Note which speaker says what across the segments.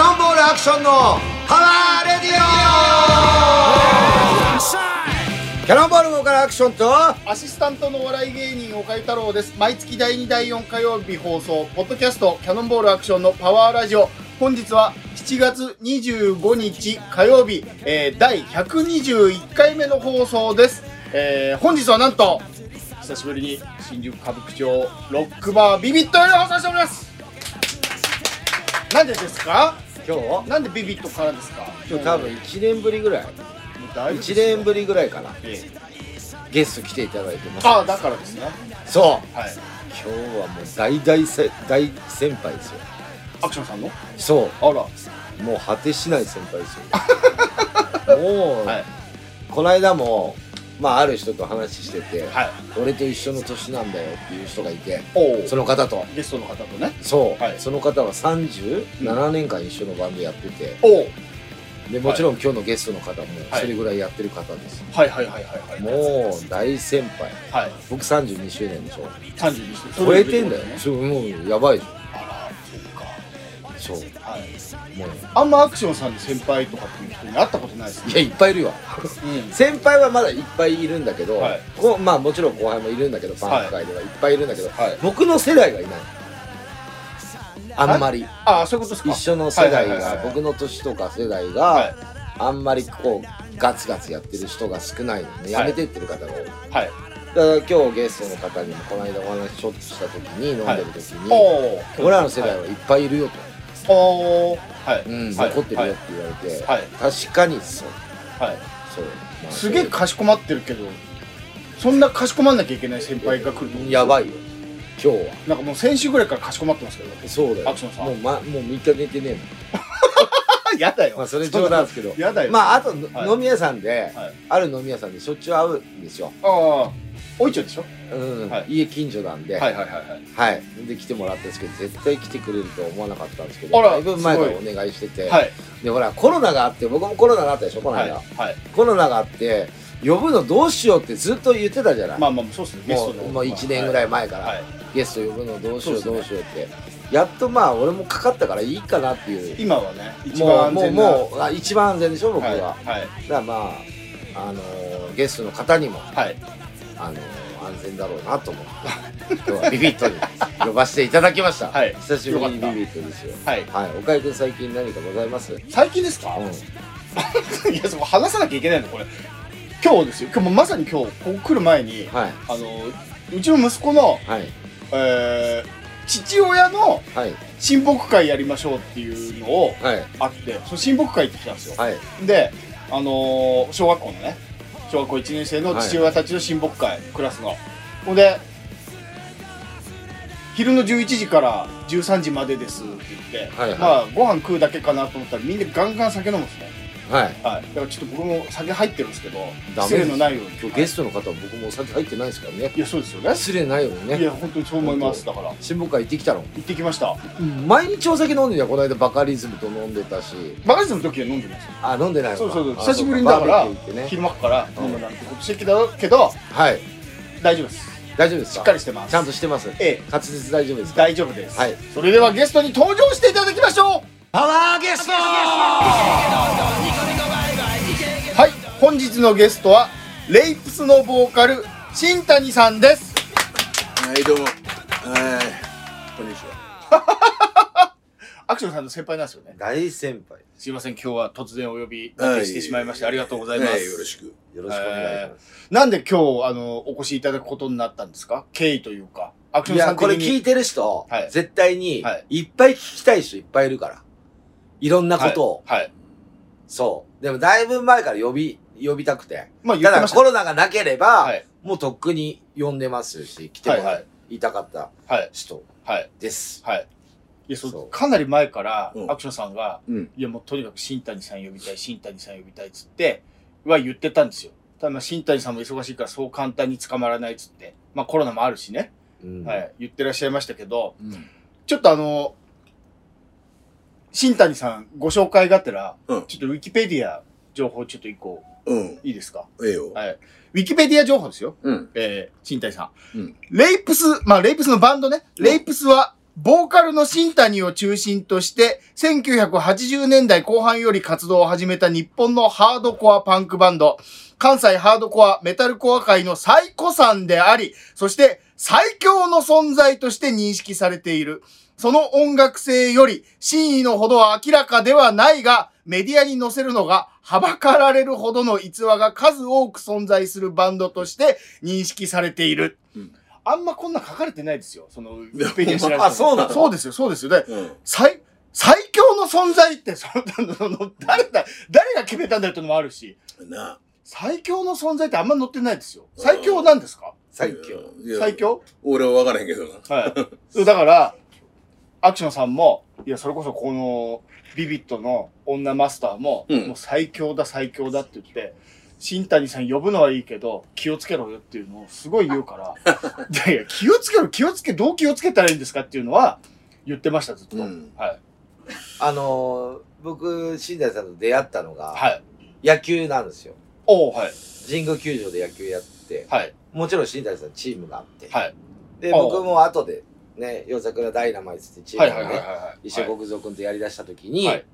Speaker 1: ションのパワーレディオキャノンボールボーカルアクションと
Speaker 2: アシスタントのお笑い芸人岡井太郎です。毎月第2第4火曜日放送、ポッドキャストキャノンボールアクションのパワーラジオ。本日は7月25日火曜日、えー第121回目の放送です。えー本日はなんと、久しぶりに新宿歌舞伎町ロックバービビットより放送しております。なんでですか
Speaker 1: 今日
Speaker 2: なんでビビットからですか
Speaker 1: 今日多分1年ぶりぐらい1年ぶりぐらいかなゲスト来ていただいてます
Speaker 2: ああ、だからですね。
Speaker 1: そう
Speaker 2: はい。
Speaker 1: 今日はもう大大せ大先輩ですよ
Speaker 2: アクションさんの
Speaker 1: そ
Speaker 2: あら。
Speaker 1: うもう果てしない先輩です よもう、
Speaker 2: はい。
Speaker 1: この間もまあある人と話してて、
Speaker 2: はい。
Speaker 1: 俺と一緒の年なんだよっていう人がいて
Speaker 2: おお
Speaker 1: そ。の方と
Speaker 2: ゲストの方とね。
Speaker 1: そう、
Speaker 2: はい
Speaker 1: その方は37年間一緒のバンドやってて、
Speaker 2: おお。
Speaker 1: でもちろん今日のゲストの方も
Speaker 2: はい
Speaker 1: それぐらいやってる方です、
Speaker 2: はいはいはいはいはい。
Speaker 1: もう大先輩
Speaker 2: はい。
Speaker 1: 僕32周年でしょ
Speaker 2: 三十二歳。
Speaker 1: 超えてんだよ、
Speaker 2: ね。
Speaker 1: そうもうやばいで
Speaker 2: あら、そ
Speaker 1: しょ
Speaker 2: う
Speaker 1: そう
Speaker 2: か。はい。
Speaker 1: もう
Speaker 2: あんまアクションさんの先輩とかっていう人に会ったことないですね。
Speaker 1: いやいっぱいいるよ
Speaker 2: うん。
Speaker 1: 先輩はまだいっぱいいるんだけど、
Speaker 2: はい
Speaker 1: こうまあもちろん後輩もいるんだけどバンド界ではいっぱいいるんだけど、
Speaker 2: はい
Speaker 1: 僕の世代がいないあんまり
Speaker 2: ああ、そういうことですか。
Speaker 1: 一緒の世代
Speaker 2: はいはいはい
Speaker 1: が
Speaker 2: はい
Speaker 1: 僕の年とか世代
Speaker 2: はい
Speaker 1: があんまりこうガツガツやってる人が少ないのでやめてってる方が多い
Speaker 2: は
Speaker 1: だか
Speaker 2: い。
Speaker 1: ら今日ゲストの方にもこの間お話ちょっとした時に飲んでる時に、
Speaker 2: おお。
Speaker 1: 俺らの世代はいっぱいいるよと、
Speaker 2: おお。はい。
Speaker 1: うん、
Speaker 2: はい
Speaker 1: 残ってるよって言われて、
Speaker 2: はい。
Speaker 1: 確かにそう
Speaker 2: はい。
Speaker 1: そう、まあ
Speaker 2: すげえかしこまってるけど、そんなかしこまんなきゃいけない先輩が来ると。
Speaker 1: やば
Speaker 2: い。
Speaker 1: いよ今日は
Speaker 2: なんかもう先週ぐらいからかしこまってますけど。
Speaker 1: そうだよ
Speaker 2: アクションさん
Speaker 1: もう,、ま、もう3日寝てねえもん
Speaker 2: あ、やだよ
Speaker 1: まあそれ冗談ですけど
Speaker 2: やだよ。
Speaker 1: まああと、
Speaker 2: はい
Speaker 1: 飲み屋さんで、
Speaker 2: はい
Speaker 1: ある飲み屋さんでしょっちゅう会うんですよ、
Speaker 2: ああ、おいちょでしょ。
Speaker 1: うん
Speaker 2: はい
Speaker 1: 家近所なんで、
Speaker 2: はいはいはいはい。
Speaker 1: はい、で来てもらったんですけど絶対来てくれるとは思わなかったんですけど
Speaker 2: あら
Speaker 1: だいぶ前から
Speaker 2: す
Speaker 1: お願いしてて、
Speaker 2: はい。
Speaker 1: でほらコロナがあって僕もコロナがあったでしょこの
Speaker 2: はい。
Speaker 1: 間、
Speaker 2: はい。
Speaker 1: コロナがあって呼ぶのどうしようってずっと言ってたじゃない、
Speaker 2: まあまあ、そうですね。ゲス
Speaker 1: も
Speaker 2: ト
Speaker 1: う
Speaker 2: の。
Speaker 1: もう1年ぐらい前から、
Speaker 2: はい。
Speaker 1: ゲスト呼ぶのどうしよう
Speaker 2: そ
Speaker 1: ど
Speaker 2: うで
Speaker 1: う
Speaker 2: す
Speaker 1: しようって、やっとまあ俺もかかったからいいかなっていう
Speaker 2: 今はね、一
Speaker 1: もう
Speaker 2: 番安
Speaker 1: もう
Speaker 2: 全な。
Speaker 1: もうあ一番安全でしょ僕は、
Speaker 2: はい。
Speaker 1: だ
Speaker 2: は
Speaker 1: か
Speaker 2: い。
Speaker 1: らまあ、あのーゲストの方にも、
Speaker 2: はい。
Speaker 1: あのー安全だろうなと思って今日はビビットに呼ばせていただきました、
Speaker 2: はい
Speaker 1: 久しぶりに
Speaker 2: よかっ
Speaker 1: ビ
Speaker 2: た
Speaker 1: ビットですよ
Speaker 2: はい。
Speaker 1: はい岡井君最近何かございます、うん、
Speaker 2: 最近ですか、いや、そこ話さなきゃいけないの、これ。今日ですよ。今日もまさに今日、こう来る前に、
Speaker 1: はい
Speaker 2: あの、うちの息子の、
Speaker 1: はい
Speaker 2: えー、父親の
Speaker 1: はい
Speaker 2: 親睦会やりましょうっていうのを、
Speaker 1: はい
Speaker 2: あって、その親睦会行ってきたんですよ。
Speaker 1: はい
Speaker 2: で、あのー小学校のね、小学校1年生の父親たちの親睦会、クラスの。ほんで、昼の11時から13時までですって言って、
Speaker 1: はいはい
Speaker 2: まあ、ご飯食うだけかなと思ったら、みんなガンガン酒飲むんですね。
Speaker 1: はい
Speaker 2: はい。だからちょっと僕も酒入ってるんですけど、
Speaker 1: ダメです
Speaker 2: 失礼のないように。
Speaker 1: 今日ゲストの方は僕もお酒入ってないですからね
Speaker 2: いや、そうですよね。
Speaker 1: 失礼ないように
Speaker 2: い
Speaker 1: ね
Speaker 2: や、本当にそう思います。だから、行
Speaker 1: 親睦会行ってきたの
Speaker 2: ってきました。
Speaker 1: 毎日お酒飲んでたよこの間バカリズムと飲んでたし
Speaker 2: バカリズムの時は飲んでますよ。
Speaker 1: あ飲んでないのか
Speaker 2: そうそうそう。
Speaker 1: あ
Speaker 2: 久しぶりにだから、
Speaker 1: バーベキュー行ってね
Speaker 2: 昼間から飲むなんてことしてきたけ
Speaker 1: は
Speaker 2: ど、
Speaker 1: い
Speaker 2: 大丈夫です。
Speaker 1: 大丈夫ですか
Speaker 2: しっかりしてます。
Speaker 1: ちゃんとしてます
Speaker 2: ええ
Speaker 1: 滑舌大丈夫ですか
Speaker 2: 大丈夫です、
Speaker 1: はい
Speaker 2: それではゲストに登場していただきましょう
Speaker 1: パワーゲスト
Speaker 2: はい本日のゲストはレイプスのボーカル新谷さんです
Speaker 3: はい、どうも。はい、こんにちは。
Speaker 2: アクションさんの先輩なんですよね
Speaker 1: 大先輩
Speaker 2: すいません今日は突然お呼び
Speaker 3: は
Speaker 2: 立
Speaker 3: い
Speaker 2: てしてしまいまして、ありがとうございます、
Speaker 3: はい、よろしく。
Speaker 1: よろしくお願いします、
Speaker 2: なんで今日あのお越しいただくことになったんですか経緯というかアクショ
Speaker 1: い
Speaker 2: ンさ
Speaker 1: や
Speaker 2: ん
Speaker 1: こ
Speaker 2: 的
Speaker 1: れ
Speaker 2: に
Speaker 1: 聞いてる人、
Speaker 2: はい
Speaker 1: 絶対に
Speaker 2: はい
Speaker 1: いっぱい聞きたい人いっぱいいるからいろんなことを、
Speaker 2: はい、はい
Speaker 1: そうでもだいぶ前から呼び呼びたくて
Speaker 2: まあ言
Speaker 1: た
Speaker 2: ってま
Speaker 1: だ
Speaker 2: した
Speaker 1: コロナがなければ、
Speaker 2: はい
Speaker 1: もうとっくに呼んでますし来ても
Speaker 2: はい
Speaker 1: らい,、
Speaker 2: はい
Speaker 1: たかった
Speaker 2: はい
Speaker 1: 人
Speaker 2: はい
Speaker 1: です
Speaker 2: はいいやそう
Speaker 1: そう
Speaker 2: かなり前から、
Speaker 3: うん
Speaker 2: アクションさんが
Speaker 3: うん。
Speaker 2: いやもうとにかく新谷さん呼びたい、新谷さん呼びたいっつって、は言ってたんですよ。ただまあ新谷さんも忙しいからそう簡単に捕まらないっつって、まあコロナもあるしね、
Speaker 1: うん
Speaker 2: はい、言ってらっしゃいましたけど、
Speaker 3: うん
Speaker 2: ちょっとあの、新谷さんご紹介がてら、
Speaker 3: うん
Speaker 2: ちょっとウィキペディア情報ちょっと一個
Speaker 3: うん。
Speaker 2: いいですか
Speaker 3: ええよ。
Speaker 2: はい。ウィキペディア情報ですよ。
Speaker 3: うん。
Speaker 2: えー、新谷さん。
Speaker 3: うん
Speaker 2: レイプス、まあレイプスのバンドね、
Speaker 3: うん
Speaker 2: レイプスはボーカルの新谷を中心として、1980年代後半より活動を始めた日本のハードコアパンクバンド、関西ハードコア、メタルコア界の最古参であり、そして最強の存在として認識されている。その音楽性より真意のほどは明らかではないが、メディアに載せるのがはばかられるほどの逸話が数多く存在するバンドとして認識されている。
Speaker 4: うん
Speaker 2: あんまこんな書かれてないですよ。その、ウィキペディア調べても
Speaker 1: あそうなの
Speaker 2: そうですよ、そうですよ。で
Speaker 4: うん
Speaker 2: 最、最強の存在って、その、 その誰だ、誰が決めたんだよってのもあるし、
Speaker 4: な
Speaker 2: 最強の存在ってあんま載ってないですよ。最強なんですか
Speaker 1: 最強。
Speaker 4: いや
Speaker 2: 最強
Speaker 4: 俺は分からへんけどな
Speaker 2: はい。 だから、アクションさんも、いや、それこそこの、ビビットの女マスターも、
Speaker 4: うん
Speaker 2: もう最強だ、最強だって言って、新谷さん呼ぶのはいいけど、気をつけろよっていうのをすごい言う から、いやいや、気をつけろ、気をつけ、どう気をつけたらいいんですかっていうのは言ってました、ずっと。
Speaker 4: うん
Speaker 2: はい。
Speaker 1: あのー、僕、新谷さんと出会ったのが、
Speaker 2: はい。
Speaker 1: 野球なんですよ。
Speaker 2: おうはい。
Speaker 1: 神宮球場で野球やって、
Speaker 2: はい。
Speaker 1: もちろん新谷さんチームがあって、
Speaker 2: はい
Speaker 1: で、
Speaker 2: おう
Speaker 1: 僕も後で、ね、夜桜ダイナマイトってチー
Speaker 2: は
Speaker 1: ム
Speaker 2: い
Speaker 1: が
Speaker 2: はいはい
Speaker 1: ね、
Speaker 2: はい。
Speaker 1: 石井国蔵君とやりだした時に、
Speaker 2: はい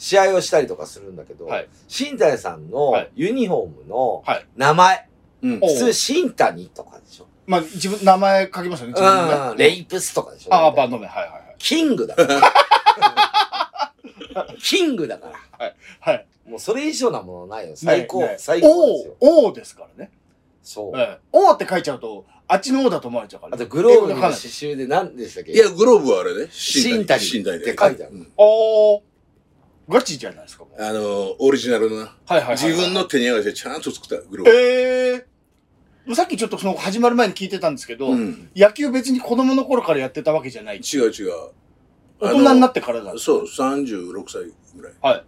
Speaker 1: 試合をしたりとかするんだけど、
Speaker 2: はい
Speaker 1: 新谷さん
Speaker 2: は
Speaker 1: の
Speaker 2: い
Speaker 1: ユニフォームの
Speaker 2: はい
Speaker 1: 名前、
Speaker 4: うん
Speaker 2: お
Speaker 1: 普通新谷とかでしょ。
Speaker 2: まあ、自分、名前書きましたね、自分
Speaker 1: うん、レイプスとかでしょ。
Speaker 2: ああ、バンド名。はいはいはい。
Speaker 1: キングだから。キングだから。
Speaker 2: はい。
Speaker 1: もうそれ以上なものないよ。最高、
Speaker 2: ないない
Speaker 1: 最高です
Speaker 2: 王
Speaker 1: よ。、
Speaker 2: 王ですからね。
Speaker 1: そう。
Speaker 2: ええ、王って書いちゃうと、あっちの王だと思われちゃうから、
Speaker 1: あ
Speaker 2: ね。
Speaker 1: と、グローブ
Speaker 2: 英語で
Speaker 1: の刺
Speaker 2: 書かない
Speaker 1: 繍で何でしたっけ
Speaker 4: いやグローブはあれね
Speaker 1: 新谷
Speaker 4: 新谷
Speaker 1: って書いてある
Speaker 4: うん
Speaker 2: おー、ガチじゃないですか、もう。
Speaker 4: あのオリジナルのな
Speaker 2: はいはいはい、
Speaker 4: 自分の。手に合わせてちゃんと作ったグロー
Speaker 2: ええもうさっきちょっとその始まる前に聞いてたんですけど、
Speaker 4: ブうん
Speaker 2: 野球別に子供の頃からやってたわけじゃない。
Speaker 4: 違う違う
Speaker 2: 大人になっててからだ。
Speaker 4: そう36歳ぐらい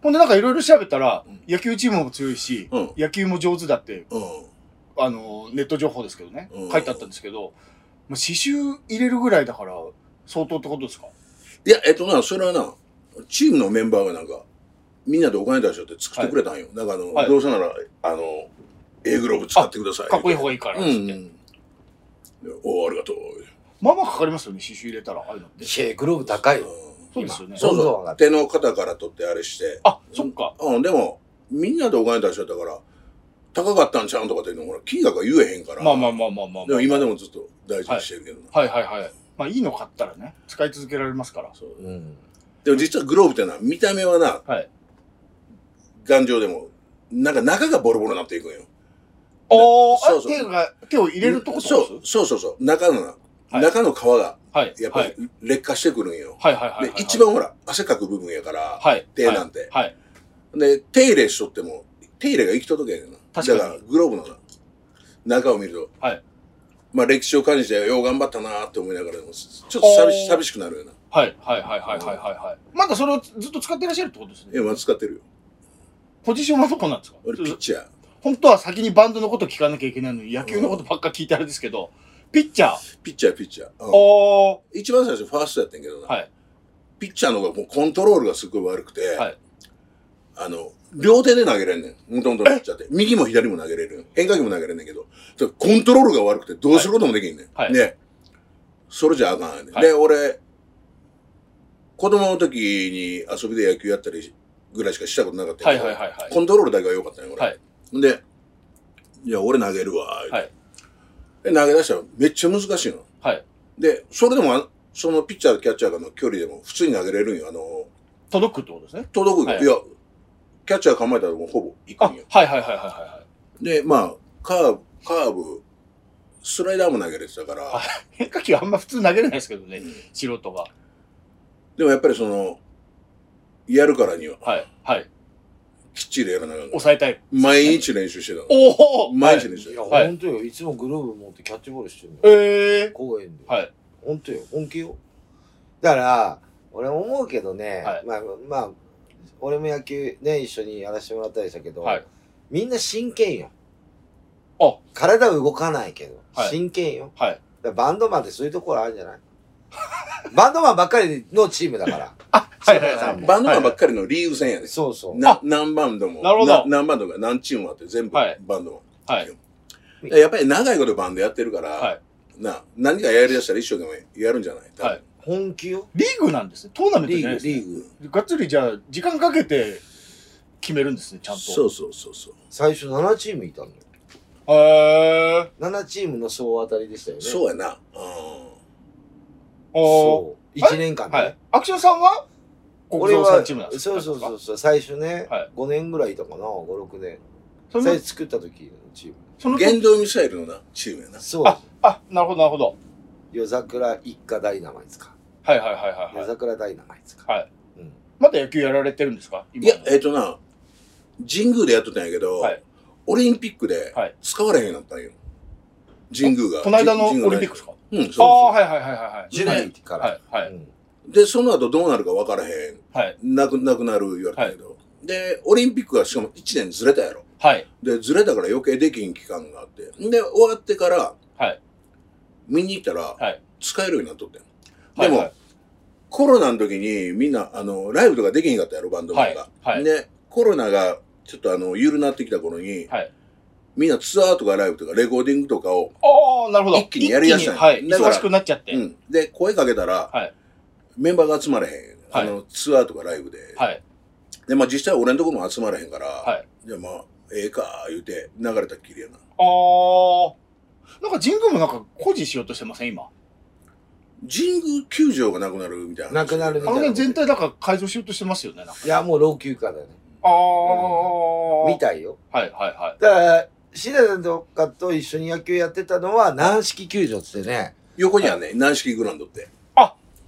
Speaker 2: ほんでなんかいろいろ調べたら、
Speaker 4: うん
Speaker 2: 野球チームも強いし、
Speaker 4: うん
Speaker 2: 野球も上手だって、
Speaker 4: うん
Speaker 2: あの、ネット情報ですけどね
Speaker 4: う、ん
Speaker 2: 書いてあったんですけど、まあ、刺繍入れるぐらいだから、相当ってことですか
Speaker 4: いや、えっとな、それはな、チームのメンバーがなんか、みんなでお金出しちゃって作ってくれたんよ。なんかあの、
Speaker 2: はい
Speaker 4: どうせなら、あの、A グローブ使ってください。
Speaker 2: かっこいい方
Speaker 4: が
Speaker 2: がいいから、
Speaker 4: う
Speaker 2: つ
Speaker 4: ん
Speaker 2: って。
Speaker 4: うん。おお、ありがとう。
Speaker 2: まあまあかかりますよね、刺繍入れたら、ああいうのって。
Speaker 1: いやグローブ高い
Speaker 4: うん
Speaker 1: よ。
Speaker 2: そうですよね。
Speaker 4: そう
Speaker 1: どんどん上
Speaker 4: そ
Speaker 1: が
Speaker 4: う。
Speaker 1: って
Speaker 4: 手の肩から取ってあれして。
Speaker 2: あ、そっか。
Speaker 4: うん、でも、みんなでお金出しちゃったから、高かったんちゃうんとかっていうの、ほら、金額が言えへんから。
Speaker 2: まあまあまあまあまあ、
Speaker 4: で
Speaker 2: まあ
Speaker 4: も。今でもずっと大事にしてるけどな。
Speaker 2: はいはいはい。まあいいの買ったらね、使い続けられますから。
Speaker 4: そう
Speaker 1: うん。
Speaker 4: でも実はグローブってのは、見た目はな、
Speaker 2: はい
Speaker 4: 頑丈でも、なんか中がボロボロになっていくんよ。
Speaker 2: おー、
Speaker 4: そうそう
Speaker 2: あ手が、手を入れるってこと
Speaker 4: そうそうそうそう中のな、
Speaker 2: はい
Speaker 4: 中の皮が
Speaker 2: はい。
Speaker 4: やっぱ
Speaker 2: はい
Speaker 4: り劣化してくるんよ、
Speaker 2: はいはいはいはい。
Speaker 4: で一、番ほら汗かく部分やから、
Speaker 2: はい。
Speaker 4: 手なんて、
Speaker 2: はい。
Speaker 4: で手入れしとっても手入れが行き届けへんよな
Speaker 2: 確かに
Speaker 4: だからグローブのな中を見ると、
Speaker 2: はい
Speaker 4: まあ歴史を感じてよう頑張ったなーって思いながらでもちょっと寂
Speaker 2: お
Speaker 4: し
Speaker 2: ー
Speaker 4: 寂しくなるよな
Speaker 2: はいはいはいはいはいはいはい。まだそれをずっと使ってらっしゃるってことですね。
Speaker 4: 今使ってるよ
Speaker 2: ポジションはどこなんですか
Speaker 4: 俺ピッチャー
Speaker 2: 本当は先にバンドのこと聞かなきゃいけないのに、野球のことばっか聞いてあれですけど、ピッチャー。
Speaker 4: ピッチャーピッチャー、うん
Speaker 2: おー。
Speaker 4: 一番最初ファーストやってんけどな、
Speaker 2: はい
Speaker 4: ピッチャーの方がもうコントロールがすごい悪くて、
Speaker 2: はい
Speaker 4: あの、両手で投げれんねん。もともとピッチャーって。右も左も投げれる。変化球も投げれんねんけど、ちょコントロールが悪くてどうすることもできんねん。
Speaker 2: はい
Speaker 4: ね。それじゃあかんねん。
Speaker 2: はい
Speaker 4: で、俺、子供の時に遊びで野球やったりぐらいしかしたことなかった
Speaker 2: は
Speaker 4: け
Speaker 2: い
Speaker 4: ど、
Speaker 2: はいはいはい。
Speaker 4: コントロールだけは良かったんよ、俺。
Speaker 2: はい
Speaker 4: で、いや、俺投げるわ。
Speaker 2: はい
Speaker 4: で、投げ出したらめっちゃ難しいの。
Speaker 2: はい。
Speaker 4: で、それでもあ、そのピッチャーとキャッチャーがの距離でも普通に投げれるんよ。あの、
Speaker 2: 届くってことですね。
Speaker 4: 届くよ。
Speaker 2: はい
Speaker 4: い、や、キャッチャー構えたらもうほぼ
Speaker 2: あ、
Speaker 4: 行く
Speaker 2: は
Speaker 4: ん
Speaker 2: い
Speaker 4: よ。
Speaker 2: はいはいはいは
Speaker 4: で、まあ、カーブ、カーブ、スライダーも投げれてたから、
Speaker 2: はいい。変化球あんま普通投げれないですけどね、素人が。
Speaker 4: でもやっぱりその、やるからには
Speaker 2: はい。はい。
Speaker 4: きっちりやらなあかんから
Speaker 2: 抑えたい。
Speaker 4: 毎日練習してたの。
Speaker 2: おお
Speaker 4: 毎日練習し
Speaker 1: い
Speaker 4: て
Speaker 1: や、
Speaker 4: た。
Speaker 2: はい
Speaker 1: ほんとよ。いつもグローブ持ってキャッチボールしてるの。
Speaker 2: ええ
Speaker 1: 公園で。
Speaker 2: はい。
Speaker 1: ほんとよ。本気よ。だから、俺思うけどね、
Speaker 2: はい
Speaker 1: まあ、まあ、俺も野球ね、一緒にやらせてもらったりしたけど、
Speaker 2: はい
Speaker 1: みんな真剣よ。
Speaker 2: あ
Speaker 1: 体動かないけど、
Speaker 2: はい
Speaker 1: 真剣よ。
Speaker 2: はい。
Speaker 1: だからバンドマンってそういうところあるんじゃない バンドマンばっかりのチームだ から。
Speaker 2: あ、はいはい
Speaker 1: そう
Speaker 2: は
Speaker 1: だ
Speaker 2: い。
Speaker 1: ね
Speaker 4: バンドマンばっかりのリーグ戦やね、
Speaker 1: そうそう。
Speaker 4: な何バンドも
Speaker 2: なるほど
Speaker 4: 何バンドが何チームもあって全部
Speaker 2: はい
Speaker 4: バンドも、
Speaker 2: はい
Speaker 4: やっぱり長いことバンドやってるから、
Speaker 2: は
Speaker 4: な何かやりだしたら一生懸命やるんじゃない、
Speaker 2: はい
Speaker 1: 本気よ。
Speaker 2: リーグなんですね。トーナメント
Speaker 1: リ
Speaker 2: じゃない
Speaker 1: ー
Speaker 2: で
Speaker 1: グ、
Speaker 2: すね。
Speaker 1: リーグ。
Speaker 2: がっつりじゃあ、時間かけて決めるんですね、ちゃんと。
Speaker 4: そうそうそうそう
Speaker 1: 最初7チームいたのよ。
Speaker 2: へえ。
Speaker 1: 7チームの総当たりでしたよね。う。
Speaker 4: そうやなう
Speaker 2: そ
Speaker 1: そう。1年間
Speaker 2: う。
Speaker 1: ね。
Speaker 2: はい。アクションさんは国
Speaker 1: 俺
Speaker 2: 造さ
Speaker 1: は、
Speaker 2: んチームなんです。
Speaker 1: そうそうそううそう、最初ね、
Speaker 2: はい
Speaker 1: 5年ぐらいいたかな、5、6年。
Speaker 2: そ
Speaker 1: 最
Speaker 2: の、
Speaker 1: 初作った時のチーム。
Speaker 2: その
Speaker 4: ん原動ミサイルのなチームやな
Speaker 1: そうです。
Speaker 2: あ、なるほど、なるほど。
Speaker 1: 夜桜一家ダイナマイツか。
Speaker 2: はいはいはいはい
Speaker 1: 夜
Speaker 2: はい。
Speaker 1: 桜ダイナマイツか。
Speaker 2: はい
Speaker 1: うん。
Speaker 2: まだ野球やられてるんですか今
Speaker 4: いやえっ、とな神宮でやっとったんやけど、
Speaker 2: はい
Speaker 4: オリンピックで
Speaker 2: はい
Speaker 4: 使われへんようになったんよ神宮が
Speaker 2: この間のオ
Speaker 4: 神
Speaker 2: リン
Speaker 4: 神宮
Speaker 2: ピック
Speaker 4: が
Speaker 2: ですか
Speaker 4: うんそう
Speaker 2: ああ、
Speaker 4: そ
Speaker 2: はいはいはいはいはい。
Speaker 1: ジュニーか
Speaker 2: は
Speaker 1: ら。
Speaker 2: いは
Speaker 1: う
Speaker 2: い。
Speaker 1: ん
Speaker 4: うでその後どうなるか分からへん
Speaker 2: はい。
Speaker 4: なくなくなる言われたんやけど、でオリンピックがしかも1年ずれたやろ
Speaker 2: はい。
Speaker 4: でずれたから余計できん期間があってで終わってから、
Speaker 2: はい
Speaker 4: 見に行ったら、
Speaker 2: はい
Speaker 4: 使えるようになっとったよ
Speaker 2: はい
Speaker 4: でも、
Speaker 2: はい
Speaker 4: コロナの時にみんなあのライブとかできへんかったやろバンドマンが、
Speaker 2: はいはい
Speaker 4: でコロナがちょっとあの緩なってきた頃に、
Speaker 2: はい
Speaker 4: みんなツアーとかライブとかレコーディングとかを、
Speaker 2: ああ、なるほど。
Speaker 4: 一気にやりやすい
Speaker 2: 一気にはい。
Speaker 4: だから
Speaker 2: 忙しくなっちゃって。
Speaker 4: うん、で声かけたら、
Speaker 2: はい
Speaker 4: メンバーが集まれへん、
Speaker 2: はい
Speaker 4: あのツアーとかライブで、
Speaker 2: はい。
Speaker 4: でまあ実際俺のとこも集まれへんから、
Speaker 2: はい
Speaker 4: じゃあまあええか言うて流れたっきりやな
Speaker 2: ああ。なんか神宮もなんか工事しようとしてません今。
Speaker 4: 神宮球場がなくなるみたいな
Speaker 1: なくなるみ
Speaker 2: あ
Speaker 1: た
Speaker 2: の
Speaker 1: いな
Speaker 2: 辺全体なんか改造しようとしてますよね。なんか
Speaker 1: いや、もう老朽化だよね。
Speaker 2: ああ。
Speaker 1: みたいよ。
Speaker 2: はいはいはい。
Speaker 1: だから、シダさんとかと一緒に野球やってたのは、軟式球場っつってね、
Speaker 4: 横にはね軟式グラウンドって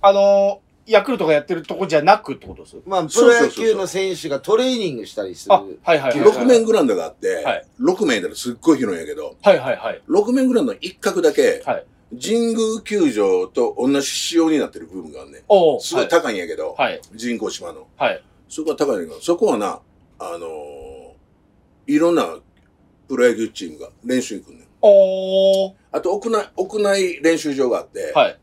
Speaker 2: あのー、ヤクルトがやってるとこじゃなくってことです
Speaker 1: まあ、プ
Speaker 4: そうそう
Speaker 1: ロ
Speaker 4: そうそ
Speaker 1: 野
Speaker 4: う
Speaker 1: 球の選手がトレーニングしたりす
Speaker 2: あ、はい
Speaker 1: る。
Speaker 2: はいはいはい。
Speaker 4: 6面グラウンドがあって、
Speaker 2: はい
Speaker 4: 6面だらすっごい広いんやけど
Speaker 2: はいはいはい。
Speaker 4: 6面グラウンドの一角だけ、
Speaker 2: はい
Speaker 4: 神宮球場と同じ仕様になってる部分があるねん
Speaker 2: おお。
Speaker 4: すごい高いんやけど、
Speaker 2: はい。
Speaker 4: 人工島の
Speaker 2: はい。
Speaker 4: そこは高いんやけどそこはなあのーいろんなプロ野球チームが練習行くねん
Speaker 2: おお。
Speaker 4: あと屋内屋内練習場があって、
Speaker 2: はい。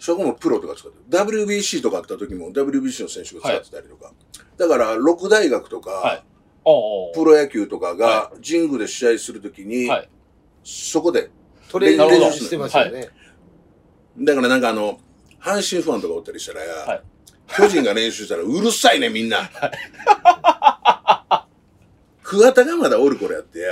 Speaker 4: そこもプロとか使ってる WBC とかあった時も WBC の選手が使ってたりとか、だから六大学とか、
Speaker 2: はいおお。
Speaker 4: プロ野球とかが神宮で試合するときに、
Speaker 2: はい
Speaker 4: そこで
Speaker 1: トレーニ
Speaker 2: なる
Speaker 1: ン
Speaker 2: ほ
Speaker 1: グ
Speaker 2: ど
Speaker 1: してますよね。
Speaker 4: だからなんかあの阪神ファンとかおったりしたら、
Speaker 2: はい
Speaker 4: 巨人が練習したらうるさいねみんな桑田がまだおる頃やってや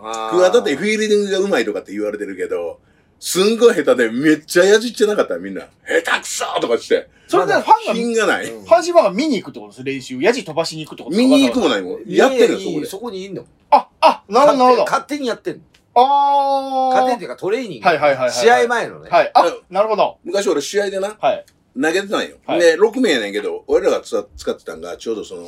Speaker 1: あー
Speaker 4: 桑田ってフィールディングがうまいとかって言われてるけどすんごい下手でめっちゃやじってなかったみんな下手くそとかして
Speaker 2: それでファンが、
Speaker 4: 品がない、
Speaker 1: うん
Speaker 2: 阪神ファンが見に行くってことです。練習。やじ飛ばしに行くってことです
Speaker 4: 見
Speaker 2: か
Speaker 4: に行く
Speaker 2: わ
Speaker 4: も
Speaker 2: ざわ
Speaker 4: ないもんやってるよそ
Speaker 1: い
Speaker 4: こ
Speaker 1: い
Speaker 4: で
Speaker 1: そこにいんの。
Speaker 2: ざあ、あ、なるほど、なるほど。
Speaker 1: 勝手にやってんの。
Speaker 2: ああ。
Speaker 1: 勝手にっていうか、トレーニング。
Speaker 2: はいはいはいはいはい
Speaker 1: 試合前のね。
Speaker 2: はい。あ、なるほど。
Speaker 4: 昔俺試合でな
Speaker 2: はい。
Speaker 4: 投げてたんよ。
Speaker 2: はい
Speaker 4: で、6名やねんけど、俺らがつ使ってたんが、ちょうどその、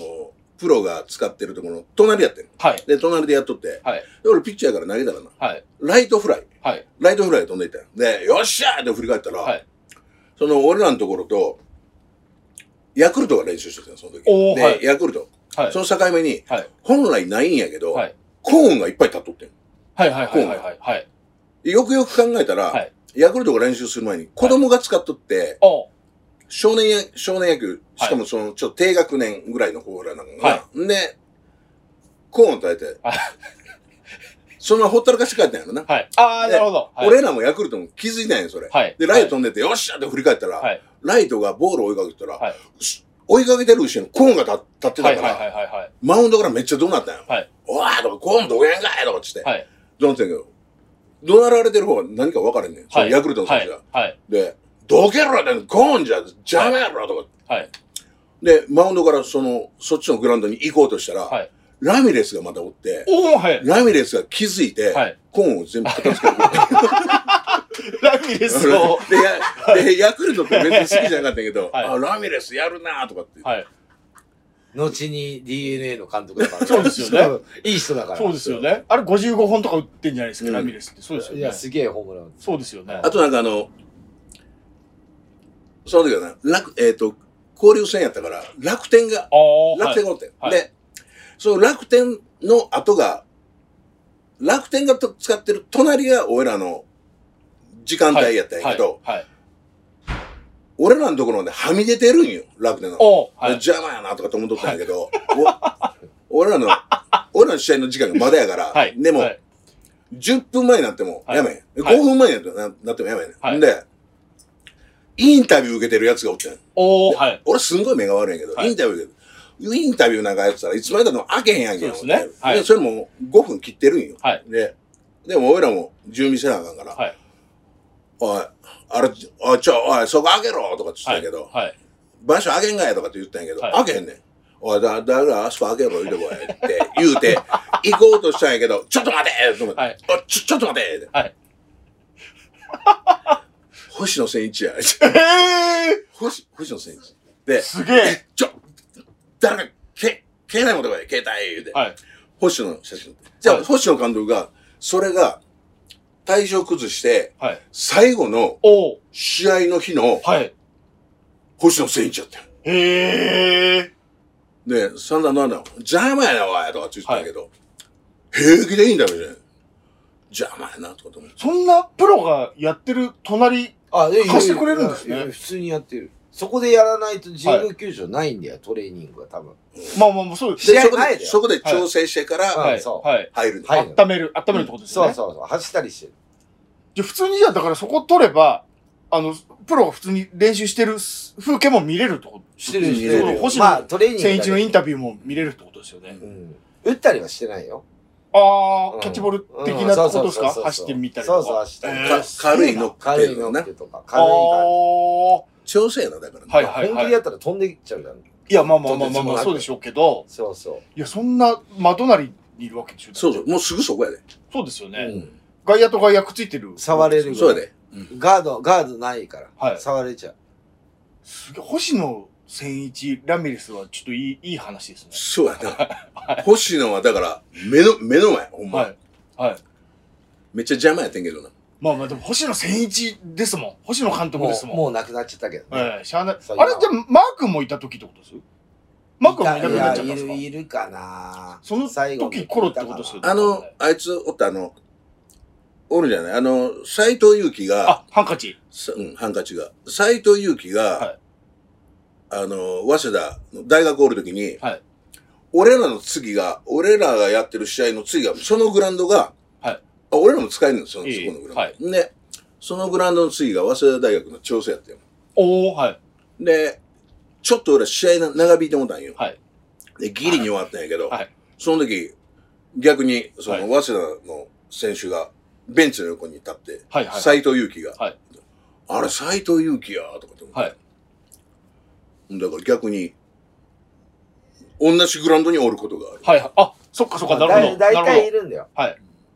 Speaker 4: プロが使ってるところの隣やってん。
Speaker 2: はい。
Speaker 4: で、隣でやっとって。
Speaker 2: はい
Speaker 4: で、俺ピッチャーやから投げたらな、
Speaker 2: はい。
Speaker 4: ライトフライ。
Speaker 2: はい。
Speaker 4: ライトフライで飛んでいったよ。で、よっしゃーって振り返ったら、
Speaker 2: はい
Speaker 4: その、俺らのところと、ヤクルトが練習してたよ、その時。
Speaker 2: おー
Speaker 4: で、
Speaker 2: はい
Speaker 4: ヤクルト。
Speaker 2: はい。
Speaker 4: その境目に、
Speaker 2: はい
Speaker 4: 本来ないんやけど、
Speaker 2: はい
Speaker 4: コーンがいっぱい立っとってん。
Speaker 2: はいはいはいはいはい。はい。
Speaker 4: でよくよく考えたら、
Speaker 2: はい
Speaker 4: ヤクルトが練習する前に子供が使っとって、
Speaker 2: おお。
Speaker 4: 少年や、少年野球、
Speaker 2: はい
Speaker 4: しかもその、ちょっと低学年ぐらいの子らなのが、
Speaker 2: は
Speaker 4: で、コーンを耐えて
Speaker 2: あ、
Speaker 4: そのままほったらかして帰ったんやろな。
Speaker 2: はい。ああ、なるほど。はい
Speaker 4: 俺らもヤクルトも気づいたんや、それ。
Speaker 2: はい。
Speaker 4: で、ライト飛んでて、よっしゃって振り返ったら、
Speaker 2: はい
Speaker 4: ライトがボールを追いかけてたら、
Speaker 2: はい
Speaker 4: し追いかけてる後ろにコーンが立立ってたか
Speaker 2: は
Speaker 4: ら、
Speaker 2: いはいはいはいはい。
Speaker 4: マウンドからめっちゃ怒鳴ったんや。
Speaker 2: はい
Speaker 4: おーとか、コーンどげんかいとかっつって。
Speaker 2: はい
Speaker 4: どうなってんけど、怒鳴られてる方が何か分からへんねん。そのヤクルトの選手が。
Speaker 2: はい。はい。
Speaker 4: で、どけろって、ゴーンじゃ、邪魔やろとか。
Speaker 2: はい。
Speaker 4: で、マウンドからその、そっちのグラウンドに行こうとしたら、
Speaker 2: はい
Speaker 4: ラミレスがまたおって、
Speaker 2: おお、はい。
Speaker 4: ラミレスが気づいて、
Speaker 2: はい
Speaker 4: コーンを全部片付 けてくれ
Speaker 2: ラミレ スを。
Speaker 4: たでやで、ヤクルトって別に好きじゃなかったけど、
Speaker 2: はい
Speaker 4: あラミレスやるなとかって、
Speaker 2: はい。
Speaker 1: 後に DNA の監督だから。
Speaker 2: そうですよね
Speaker 1: そう。 いい人だから。
Speaker 2: そうですよね。あれ55本とか打ってんじゃないですか、
Speaker 4: うん
Speaker 2: ラミレスって。そうです
Speaker 1: い
Speaker 2: よ
Speaker 1: や、
Speaker 2: ね。
Speaker 1: すげえホームラン。
Speaker 2: そうですよね。
Speaker 4: あとなんかあの、その時はな、楽えっ、と、交流戦やったから、楽天が、
Speaker 2: ああ、は
Speaker 4: 楽
Speaker 2: い
Speaker 4: 天。がおってん、
Speaker 2: はい
Speaker 4: で、その楽天の後が、楽天がと使ってる隣が俺らの時間帯やったんやけど、
Speaker 2: はい。はい。
Speaker 4: 俺らのところまではみ出てるんよ、楽天の。
Speaker 2: おお、はい。
Speaker 4: 邪魔やなとかと思っとったんやけど、お俺らの、俺らの試合の時間がまだやから、
Speaker 2: はい。
Speaker 4: でも、
Speaker 2: はい
Speaker 4: 10分前になっても
Speaker 2: はい
Speaker 4: やめん、
Speaker 2: はい
Speaker 4: 5分前になってもななってもやめん、
Speaker 2: はい
Speaker 4: んで、インタビュー受けてるやつがおってん。
Speaker 2: おー、はい。
Speaker 4: 俺すんごい目が悪いんやけど、
Speaker 2: はい
Speaker 4: インタビュー受けてる。インタビューなんかやってたらいつまでたっても開けへんやん
Speaker 2: そ
Speaker 4: け。
Speaker 2: うですね
Speaker 4: 思って
Speaker 2: はい
Speaker 4: それも5分切ってるんよ。
Speaker 2: はい
Speaker 4: で、でも俺らも準備せなあかんから、
Speaker 2: はい。
Speaker 4: おい、あれ、おい、ちょ、おい、そこ開けろとかって言ってたけど、
Speaker 2: はい。
Speaker 4: 場所あげんがやとかって言ったんやけど、
Speaker 2: はい
Speaker 4: あげへんねん。おい、だ、だからあそこ開けろ、言うてこいって言うて、行こうとしたんやけど、ちょ っと待てと思って、
Speaker 2: はい
Speaker 4: おちょ、ちょっと待てって
Speaker 2: はい。
Speaker 4: 星野千一や。
Speaker 2: えー
Speaker 4: 星、星野千一。で、
Speaker 2: すげえ
Speaker 4: ちょ、誰か、け、携帯持ってこい、携帯言うて、
Speaker 2: はい。
Speaker 4: 星野の写真。じゃあ、
Speaker 2: はい
Speaker 4: 星野監督が、それが、体調崩して、
Speaker 2: はい。
Speaker 4: 最後の
Speaker 2: おー、
Speaker 4: 試合の日の
Speaker 2: はい。
Speaker 4: 星野千一やったよ
Speaker 2: へえ。
Speaker 4: で、散々なんだ、邪魔やな、おい、とかって言ってたけど、平気でいいんだよね。邪魔やな、とかと思って。
Speaker 2: そんなプロがやってる隣、
Speaker 1: あ、で
Speaker 2: 貸してくれるんですね
Speaker 1: いやいや普通にやってる。そこでやらないと神宮球場ないんだよ、トレーニングは多分。
Speaker 2: まあまあまあ、そうです。
Speaker 1: 試
Speaker 4: で、
Speaker 1: 合
Speaker 4: そこ
Speaker 1: 前だ
Speaker 4: で、
Speaker 1: よ
Speaker 4: そこで調整してか
Speaker 1: は
Speaker 4: ら
Speaker 2: はいい。
Speaker 1: そう
Speaker 2: はい。
Speaker 4: 入るの。
Speaker 1: はい
Speaker 2: 温める、温めるってことですよ
Speaker 1: そう
Speaker 2: ね。
Speaker 1: そうそう、走ったりしてる。
Speaker 2: じゃあ普通にじゃあ、だからそこ取れば、あの、プロが普通に練習してる風景も見れるってこと
Speaker 1: してるして
Speaker 4: そう
Speaker 1: る。
Speaker 2: 星野
Speaker 1: まあ、トレーニングだ
Speaker 2: 千
Speaker 1: け。
Speaker 2: 一のインタビューも見れるってことですよね。
Speaker 1: うん打ったりはしてないよ。
Speaker 2: あ
Speaker 1: うん
Speaker 2: あ、キャッチボール的
Speaker 1: うん
Speaker 2: な
Speaker 1: そう
Speaker 2: こ
Speaker 1: そう
Speaker 2: とですか
Speaker 1: そうそうそう
Speaker 2: 走ってみたり
Speaker 1: そ
Speaker 2: とか。
Speaker 1: うそう、走ったり
Speaker 2: え
Speaker 1: と
Speaker 2: ー
Speaker 1: か。
Speaker 4: か軽いのって
Speaker 1: 軽い
Speaker 4: いう
Speaker 1: の
Speaker 4: の
Speaker 1: っ
Speaker 4: な
Speaker 1: て。とか、
Speaker 2: あ
Speaker 1: 軽い感
Speaker 4: 調整やな、だからね。
Speaker 2: あー。はい
Speaker 1: じ。
Speaker 2: はい
Speaker 1: 本気
Speaker 2: は
Speaker 1: で
Speaker 2: い。
Speaker 1: やったら飛んでいっちゃうじゃん。
Speaker 2: いや、まあまあまあま
Speaker 1: とて
Speaker 2: あま
Speaker 1: つもな
Speaker 2: あ、
Speaker 1: く
Speaker 2: そうでしょうけど、
Speaker 1: そうそう。
Speaker 2: いや、そんな、まどなりにいるわけでしょ
Speaker 4: そうそう、もうすぐそこやで。
Speaker 2: そうですよね。
Speaker 4: うん
Speaker 2: 外野と外野くっついてる。
Speaker 1: 触れるぐらい
Speaker 4: そうやで。うん
Speaker 1: ガード、ガードないから。
Speaker 2: はい
Speaker 1: 触れちゃう。
Speaker 2: すげえ星野千一、ラミレスはちょっといい、いい話ですね。
Speaker 4: そうやな。星野はだから、目の、目の前、ほんま。
Speaker 2: はい。はい。
Speaker 4: めっちゃ邪魔やってんけどな。
Speaker 2: まあまあ、でも星野千一ですもん。星野監督
Speaker 1: も
Speaker 2: です
Speaker 1: う、
Speaker 2: もん。
Speaker 1: もうなくなっちゃったけどね。
Speaker 2: ええ、しゃあない。あれ、じ
Speaker 1: そ
Speaker 2: ゃ
Speaker 1: う今
Speaker 2: あ、マー君もいた時ってことですマー君もいなくなっちゃったん
Speaker 1: いや
Speaker 2: で
Speaker 1: い
Speaker 2: すか
Speaker 1: る、いるかな
Speaker 2: その
Speaker 1: 最後
Speaker 2: 時頃ってことですよね
Speaker 4: あの、あいつ、おったあの、おるじゃないあの、斎藤佑樹が、
Speaker 2: あ、ハンカチ。
Speaker 4: さうん、ハンカチが。斎藤佑樹が、
Speaker 2: はい
Speaker 4: あの、早稲田の大学おるときに、
Speaker 2: はい
Speaker 4: 俺らの次が、俺らがやってる試合の次が、そのグラウンドが、
Speaker 2: はい
Speaker 4: あ俺らも使えるんですよ、そ
Speaker 2: ええ
Speaker 4: このグラウンド。で、そのグラウンドの次が早稲田大学の調整やってよ。
Speaker 2: おおはい。
Speaker 4: で、ちょっと俺ら試合な長引いてもうたんよ。
Speaker 2: はい
Speaker 4: で、ギリに終わったんやけど、
Speaker 2: はい
Speaker 4: その時、逆に、その、
Speaker 2: は
Speaker 4: 早稲田の選手が、ベンチの横に立って、
Speaker 2: はいはい。
Speaker 4: 斎藤佑樹が、
Speaker 2: はい
Speaker 4: あれ斎藤佑樹やとかって思って、
Speaker 2: はい
Speaker 4: だから逆に同じグラウンドにおることがある、
Speaker 2: はいはい。あ、そっかそっか、なるほど。
Speaker 1: だい
Speaker 2: な
Speaker 1: 大
Speaker 2: る
Speaker 1: 体い
Speaker 2: ほ
Speaker 1: るんだよ。
Speaker 2: ど。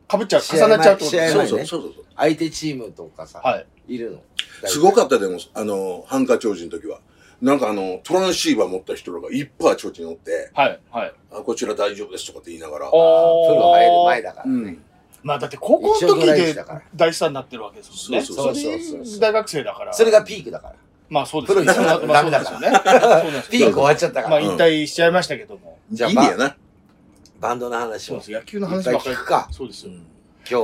Speaker 2: かぶっちゃう、
Speaker 1: 試合
Speaker 2: 重
Speaker 1: 前
Speaker 2: なっちゃうってこと
Speaker 1: 試合
Speaker 4: そう
Speaker 1: 前
Speaker 2: ね。
Speaker 4: そうそうそうそう
Speaker 1: 相手チームとかさ、
Speaker 2: はい。
Speaker 1: いるの。
Speaker 4: すご
Speaker 1: っ
Speaker 4: かったでもあのハンカチ王子の時はなんかあのトランシーバー持った人らがいっぱい提灯乗って
Speaker 2: はい。はい。
Speaker 4: 「あこちら大丈夫です」とかって言いながら
Speaker 2: お
Speaker 1: たプ
Speaker 2: お
Speaker 1: ロ入る前だから
Speaker 4: う
Speaker 1: ね。
Speaker 4: ん
Speaker 2: まあ、だって高校
Speaker 1: 一
Speaker 2: の
Speaker 1: 応ド
Speaker 2: 時
Speaker 1: ライチ
Speaker 2: で
Speaker 1: だから。
Speaker 2: 大スターになってるわけですもんね。
Speaker 4: そう
Speaker 1: そうそうそう
Speaker 2: れで大学生だから。
Speaker 1: それがピークだから。
Speaker 2: まあそうですよ
Speaker 1: プロになる
Speaker 2: まあ
Speaker 1: ダメだから
Speaker 2: そうですよね。そうなんです
Speaker 1: ピーク
Speaker 2: よ
Speaker 1: 終わっちゃったか
Speaker 2: まあ
Speaker 1: ら。
Speaker 2: 引退しちゃいましたけども。
Speaker 1: じゃあ
Speaker 4: ギリやな、
Speaker 1: バンドの話
Speaker 2: そう
Speaker 1: を
Speaker 2: です。野球の話ばっか
Speaker 1: いっぱい
Speaker 2: り。
Speaker 1: 聞くか
Speaker 2: そうですよ。
Speaker 1: 今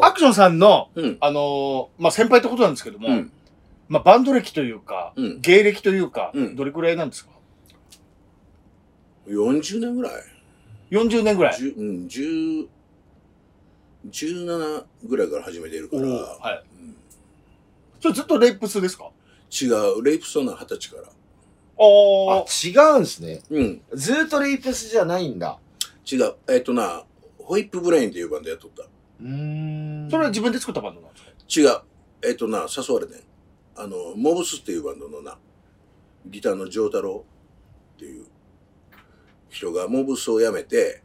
Speaker 2: ア
Speaker 1: 日。
Speaker 2: クションさんの、
Speaker 4: うん
Speaker 2: あのーまあ先輩ってことなんですけども、
Speaker 4: うん
Speaker 2: まあバンド歴というか、
Speaker 4: うん
Speaker 2: 芸歴というか、
Speaker 4: うん
Speaker 2: どれくらいなんですか
Speaker 4: 40年ぐらい、
Speaker 2: ?40 年ぐらい。
Speaker 4: 十うん、10 17ぐらいから始めてるか
Speaker 2: お
Speaker 4: ら、
Speaker 2: おはい。
Speaker 4: うん
Speaker 2: それずっとレイプスですか
Speaker 4: 違うレイプソンな二十歳から
Speaker 2: お
Speaker 1: あ
Speaker 2: お、
Speaker 1: 違うんすね。
Speaker 4: うん
Speaker 1: ずーっとレイプスじゃないんだ。
Speaker 4: 違う。えっ、とな、ホイップブレインっていうバンドやっとった。
Speaker 1: うーん
Speaker 2: それは自分で作ったバンドなんですか
Speaker 4: 違う。えっ、とな、誘われてん。あの、モブスっていうバンドのな、ギターの丈太郎っていう人がモブスを辞めて、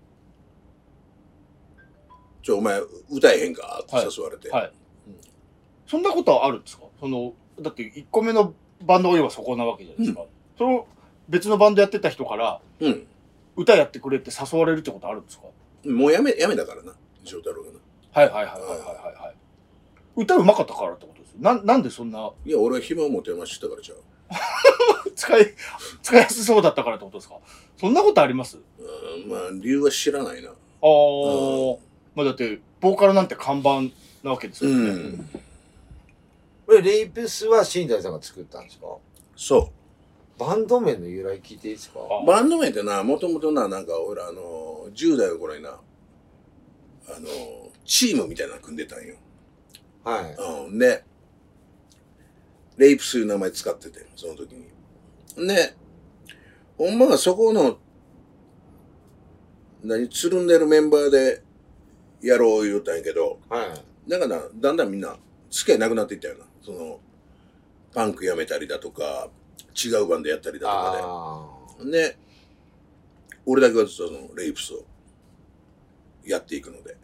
Speaker 4: ちょ、お前歌えへんかって誘われて。
Speaker 2: はいはいそんなことはあるんですかその、だって1個目のバンドが要はそこなわけじゃないですか。その別のバンドやってた人から歌やってくれって誘われるってことあるんですか
Speaker 4: うん。もう辞め、辞めたからな、丈太郎がな。
Speaker 2: はいはいはいはいはいはいはい。歌うまかったからってことです。なんなんでそんない
Speaker 4: や、俺は暇を持てましたからちゃう。
Speaker 2: 使い、 使いやすそうだったからってことですかそんなことあります
Speaker 4: うん、まあ、理由は知らないな。
Speaker 2: ああ、まあだって、ボーカルなんて看板なわけです
Speaker 4: う
Speaker 2: よね。
Speaker 4: ん。
Speaker 1: これレイプスは新谷さんが作ったんですか
Speaker 4: そう。
Speaker 1: バンド名の由来聞いていいですか
Speaker 2: あ
Speaker 4: バンド名ってな、もともとな、なんか俺あの、10代の頃にな、あの、チームみたいなの組んでたんよ。
Speaker 1: はい。
Speaker 4: うん、で、レイプスいう名前使ってて、その時に。ね、ほんまはそこの、何、つるんでるメンバーでやろう言うたんやけど、
Speaker 1: はい。
Speaker 4: だから、だんだんみんな、付き合いなくなっていったよな。その、パンクやめたりだとか、違うバンドやったりだとかで、
Speaker 1: あ
Speaker 4: で、俺だけはずっとそのレイプスをやっていくので。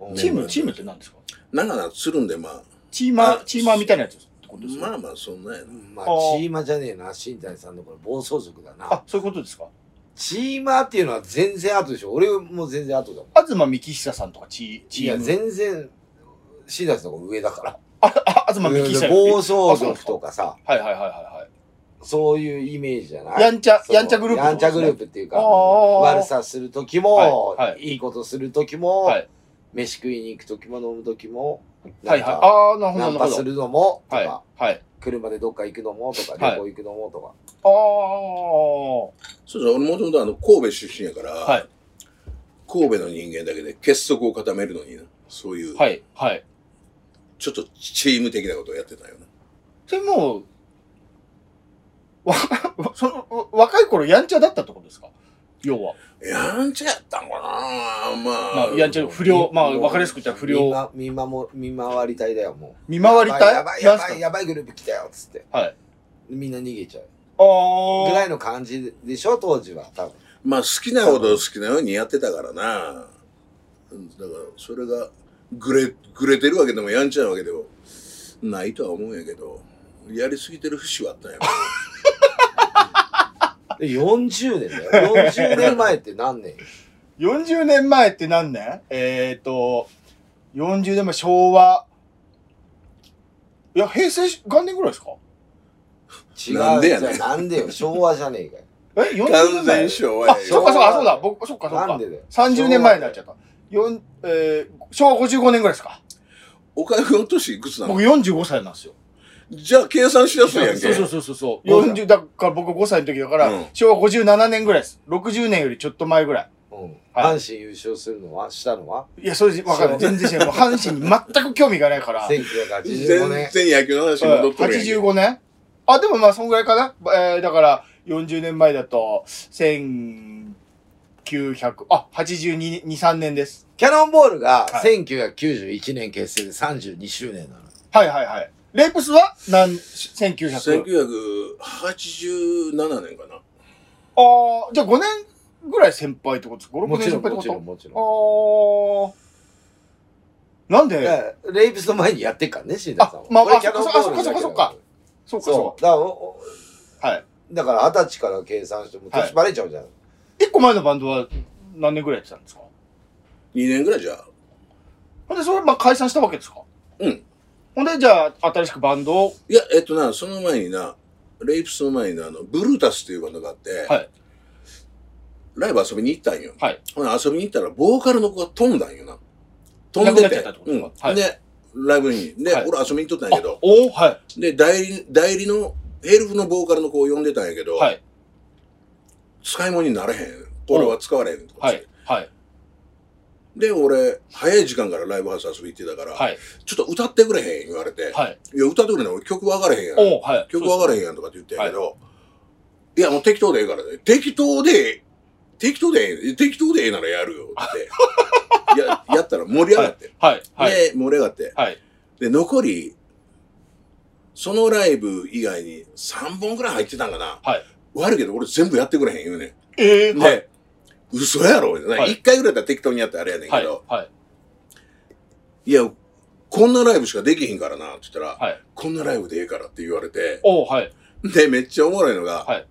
Speaker 1: あ。
Speaker 2: チーム、チームって何ですか
Speaker 4: なんかな、つるんで、まあ、
Speaker 2: チーマー、チーマーみたいなやつってことですか、
Speaker 4: まあまあ、そんなんやな。
Speaker 1: まあ、
Speaker 2: あー
Speaker 1: チーマじゃねえな、新谷さんのこれ暴走族だな
Speaker 2: あ、。そういうことですか
Speaker 1: チーマっていうのは全然後でしょ。俺も全然後だもん。
Speaker 2: 東幹久さんとかチー、チ
Speaker 1: いや、
Speaker 2: ーム。
Speaker 1: 全然、新谷さんの方が上だから。
Speaker 2: あ、東幹久さん。
Speaker 1: 暴走族とかさ、
Speaker 2: はいはいはいはい
Speaker 1: そういうイメージじゃな
Speaker 2: はい。
Speaker 1: い
Speaker 2: やんちゃ、
Speaker 1: そう
Speaker 2: やんちゃグループって
Speaker 1: やん
Speaker 2: こ
Speaker 1: ちゃ
Speaker 2: とです
Speaker 1: グ
Speaker 2: ね、
Speaker 1: ループっていうか、
Speaker 2: あー
Speaker 1: 悪さする時も、
Speaker 2: はい
Speaker 1: い、
Speaker 2: はい
Speaker 1: ことする時も、
Speaker 2: はい
Speaker 1: 飯食いに行く時も飲む時も、
Speaker 2: はいはい。ああ、なるほ
Speaker 1: ナ
Speaker 2: ど
Speaker 1: ン
Speaker 2: な
Speaker 1: パ
Speaker 2: る
Speaker 1: す
Speaker 2: ほど。
Speaker 1: るのも、とか、
Speaker 2: はい。はい。
Speaker 1: 車でどっか行くのも、とか、
Speaker 2: はい
Speaker 1: 旅行行くのも、とか。
Speaker 2: ああ。
Speaker 4: そうそう、俺もともとあの、神戸出身やから、
Speaker 2: はい
Speaker 4: 神戸の人間だけで結束を固めるのにな、そういう、
Speaker 2: はい。はい。
Speaker 4: ちょっとチーム的なことをやってたよな。
Speaker 2: でも、わ、 その、若い頃やんちゃだったってことですか要は。
Speaker 4: やんちゃやったんかなま
Speaker 2: ま
Speaker 4: あ、
Speaker 2: あ、やんちゃ不良、まあ、
Speaker 1: もう
Speaker 2: わかりやすく言ったら不良、
Speaker 1: 見ま見守見回り隊だよ、もう。
Speaker 2: 見回り隊
Speaker 1: やばい
Speaker 2: な
Speaker 1: や
Speaker 2: んす
Speaker 1: ば
Speaker 2: か
Speaker 1: いやばいグループ来たよっつって、
Speaker 2: はい
Speaker 1: みんな逃げちゃうぐ
Speaker 2: あ
Speaker 1: らいの感じでしょ当時は多分
Speaker 4: まあ、好きなことを好きなようにやってたからな。うんだから、それが、ぐれ、ぐれてるわけでも、やんちゃなわけでも、ないとは思うんやけど、やりすぎてる節はあった んやろ。
Speaker 1: で40年だ よ40年前って何年
Speaker 2: あ。40年前って何年えっ、ー、と、40年前、昭和。いや、平成元年ぐらいですか
Speaker 1: 違う
Speaker 4: なんでやねん
Speaker 1: じゃあなんでよ昭和じゃねえかよ
Speaker 2: え ?40 年前
Speaker 4: 完全昭和
Speaker 2: あ、
Speaker 4: や
Speaker 2: そっ
Speaker 4: よ。
Speaker 2: かそっか、そうだ。 僕、そっかそっ
Speaker 1: なん
Speaker 2: か。
Speaker 1: でだよ
Speaker 2: 30年前になっちゃった。四えー、昭和55年ぐらいですか
Speaker 4: お金の年いくつなの
Speaker 2: 僕45歳なんですよ。
Speaker 4: じゃあ、計算しやすい
Speaker 2: そ
Speaker 4: や
Speaker 2: うんそうそ
Speaker 4: け
Speaker 2: う。そうそうそう。40だから僕5歳の時だから、
Speaker 4: うん
Speaker 2: 昭和57年ぐらいです。60年よりちょっと前ぐらい。
Speaker 1: うん
Speaker 2: はい
Speaker 1: 阪神優勝するのはしたのはい
Speaker 2: や、それわかんない。全然知らない。もう阪神に全く興味がな いから。
Speaker 1: 1985年
Speaker 4: 全然野球の話に戻っとるやんけ。
Speaker 2: 85年あ、でもまあ、そんぐらいかな。えー、だから、40年前だと、1900、あ、82、2、3年です。
Speaker 1: キャノンボールが
Speaker 2: は
Speaker 1: 1991年結成で32周年なの
Speaker 2: はいはいはい。レイプスは何、1900。
Speaker 4: 1987年かな。
Speaker 2: ああ、じゃあ5年ぐらい先輩ってことですか ?5、6
Speaker 1: もち
Speaker 2: 年
Speaker 1: ろ
Speaker 2: 先
Speaker 1: ん
Speaker 2: 輩っ
Speaker 1: もち
Speaker 2: て
Speaker 1: ろん
Speaker 2: こ
Speaker 1: もちろん
Speaker 2: とああ。なん
Speaker 1: だ
Speaker 2: で
Speaker 1: からレイブスの前にやってっからね、新田さんは。
Speaker 2: あまあまあ
Speaker 1: 俺キャノンボールだけど
Speaker 2: そっかそっかそっか。そうかそ
Speaker 1: そう。だからお
Speaker 2: うか。はい。
Speaker 1: お、だから二十歳から計算しても年バレちゃうじゃん。
Speaker 2: 一個前のバンドは何年ぐらいやってたんですか
Speaker 4: 2年ぐらいじゃあ。
Speaker 2: ほんで、それ、まあ、解散したわけですか
Speaker 4: うん。
Speaker 2: ほんで、じゃあ、新しくバンドを、
Speaker 4: いや、えっとな、その前にな、レイプスの前にな、あの、ブルータスっていうバンドがあって、
Speaker 2: はい
Speaker 4: ライブ遊びに行ったんよ。
Speaker 2: はい
Speaker 4: ほな遊びに行ったら、ボーカルの子が飛んだんよな。飛んで
Speaker 2: 亡くなっちゃっ
Speaker 4: て
Speaker 2: たって。こと
Speaker 4: う
Speaker 2: ですか
Speaker 4: ん
Speaker 2: はい
Speaker 4: で、ライブに。で、
Speaker 2: はい
Speaker 4: 俺遊びに行っとったんやけど、
Speaker 2: おは
Speaker 4: で、代理、代理の、ヘルプのボーカルの子を呼んでたんやけど、
Speaker 2: い。はい。
Speaker 4: 使い物になれへん。これは使われへんとか
Speaker 2: は
Speaker 4: っつって、
Speaker 2: い。はい。
Speaker 4: で、俺、早い時間からライブハウス遊び行ってたから、
Speaker 2: はい。
Speaker 4: ちょっと歌ってくれへん言われて、
Speaker 2: はい。
Speaker 4: い、や、歌ってくれない俺曲わからへんやん。
Speaker 2: おはい。
Speaker 4: 曲分からへんやんとかって言ってんやけど、い、や、もう適当でええからね。適当で、適当でええ、適当でええならやるよって。 や、やったら盛り上がって。
Speaker 2: はい。はい。
Speaker 4: で、盛り上がって。
Speaker 2: はい。
Speaker 4: で、残り、そのライブ以外に3本ぐらい入ってたんかな。
Speaker 2: はい
Speaker 4: 悪いけど、俺全部やってくれへん言うね
Speaker 2: ええ
Speaker 4: ん。で、
Speaker 2: はい。
Speaker 4: 嘘やろ、ね
Speaker 2: はい
Speaker 4: 一回ぐらいだったら適当にやったらあれやねんけ
Speaker 2: はい。
Speaker 4: ど、
Speaker 2: はい。
Speaker 4: い、や、こんなライブしかできへんからな、って言ったら、
Speaker 2: はい
Speaker 4: こんなライブでええからって言われて、
Speaker 2: おはい。
Speaker 4: で、めっちゃおもろいのが、
Speaker 2: はい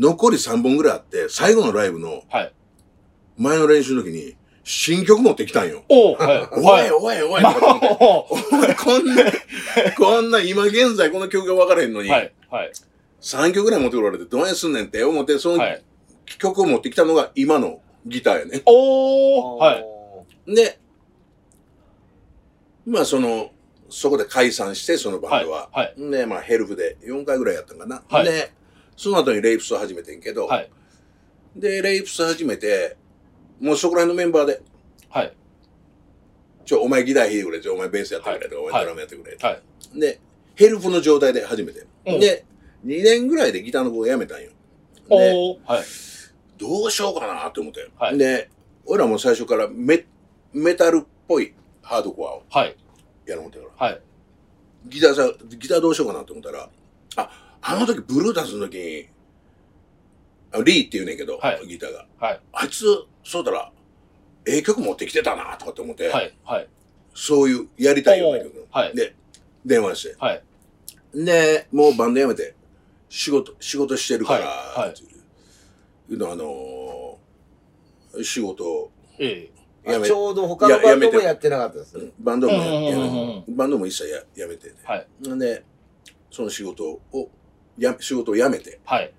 Speaker 4: 残り3本ぐらいあって、最後のライブの
Speaker 2: はい。
Speaker 4: 前の練習の時に、新曲持ってきたんよ。
Speaker 2: おはい。
Speaker 4: おい
Speaker 2: はい。
Speaker 4: おいおい
Speaker 2: ま
Speaker 4: と か言って
Speaker 2: あ、
Speaker 4: こんな、こんな今現在この曲が分からへんのに、
Speaker 2: はい。はい。
Speaker 4: 3曲ぐらい持ってこられてどうやすんねんって思って、その
Speaker 2: はい。
Speaker 4: 曲を持ってきたのが今のギターやね。
Speaker 2: おはい。
Speaker 4: で、まあその、そこで解散して、そのバ
Speaker 2: は
Speaker 4: ン
Speaker 2: い。
Speaker 4: ドは。
Speaker 2: はい。
Speaker 4: で、まあ、ヘルプで4回ぐらいやったんかな。
Speaker 2: はい
Speaker 4: で、その後にレイプスを始めてんけど、
Speaker 2: はい
Speaker 4: で、レイプス始めて、もうそこら辺のメンバーで、
Speaker 2: はい。
Speaker 4: ちょ、お前ギター弾いてくれ、ちょ、お前ベースやってくれとか、
Speaker 2: はい
Speaker 4: お前ドラムやってくれ、
Speaker 2: はい
Speaker 4: で、ヘルプの状態で初めて。
Speaker 2: うん
Speaker 4: で、2年ぐらいでギターの子を辞めたんよ。で、
Speaker 2: おおはい。
Speaker 4: どうしようかなって思って。
Speaker 2: はい
Speaker 4: で、俺らも最初からメメタルっぽいハードコアを
Speaker 2: はい。
Speaker 4: やろう思ってたから。
Speaker 2: はい。
Speaker 4: ギターさ、ギターどうしようかなと思ったら、あ、あの時ブルータスの時に、あリーって言うねんけど、
Speaker 2: はい
Speaker 4: ギターが。
Speaker 2: はい。
Speaker 4: あいつ、そうだら、ええ曲持ってきてたな、とかって思って、
Speaker 2: はい。はい。
Speaker 4: そういう、やりたいような曲。
Speaker 2: はい。
Speaker 4: で、電話して。
Speaker 2: はい。
Speaker 4: で、もうバンドやめて、仕事、仕事してるから、
Speaker 2: はいはい
Speaker 4: っていうのあのー仕事を
Speaker 2: ええ。
Speaker 4: や
Speaker 1: あ
Speaker 4: め
Speaker 1: ちょうど他のバンドもやってなかったですね。
Speaker 4: バンドもや
Speaker 2: うんうんうんうん
Speaker 4: やめバンドも一切ややめてて、
Speaker 2: はい
Speaker 4: でその仕事をや仕事を辞めて
Speaker 2: はい。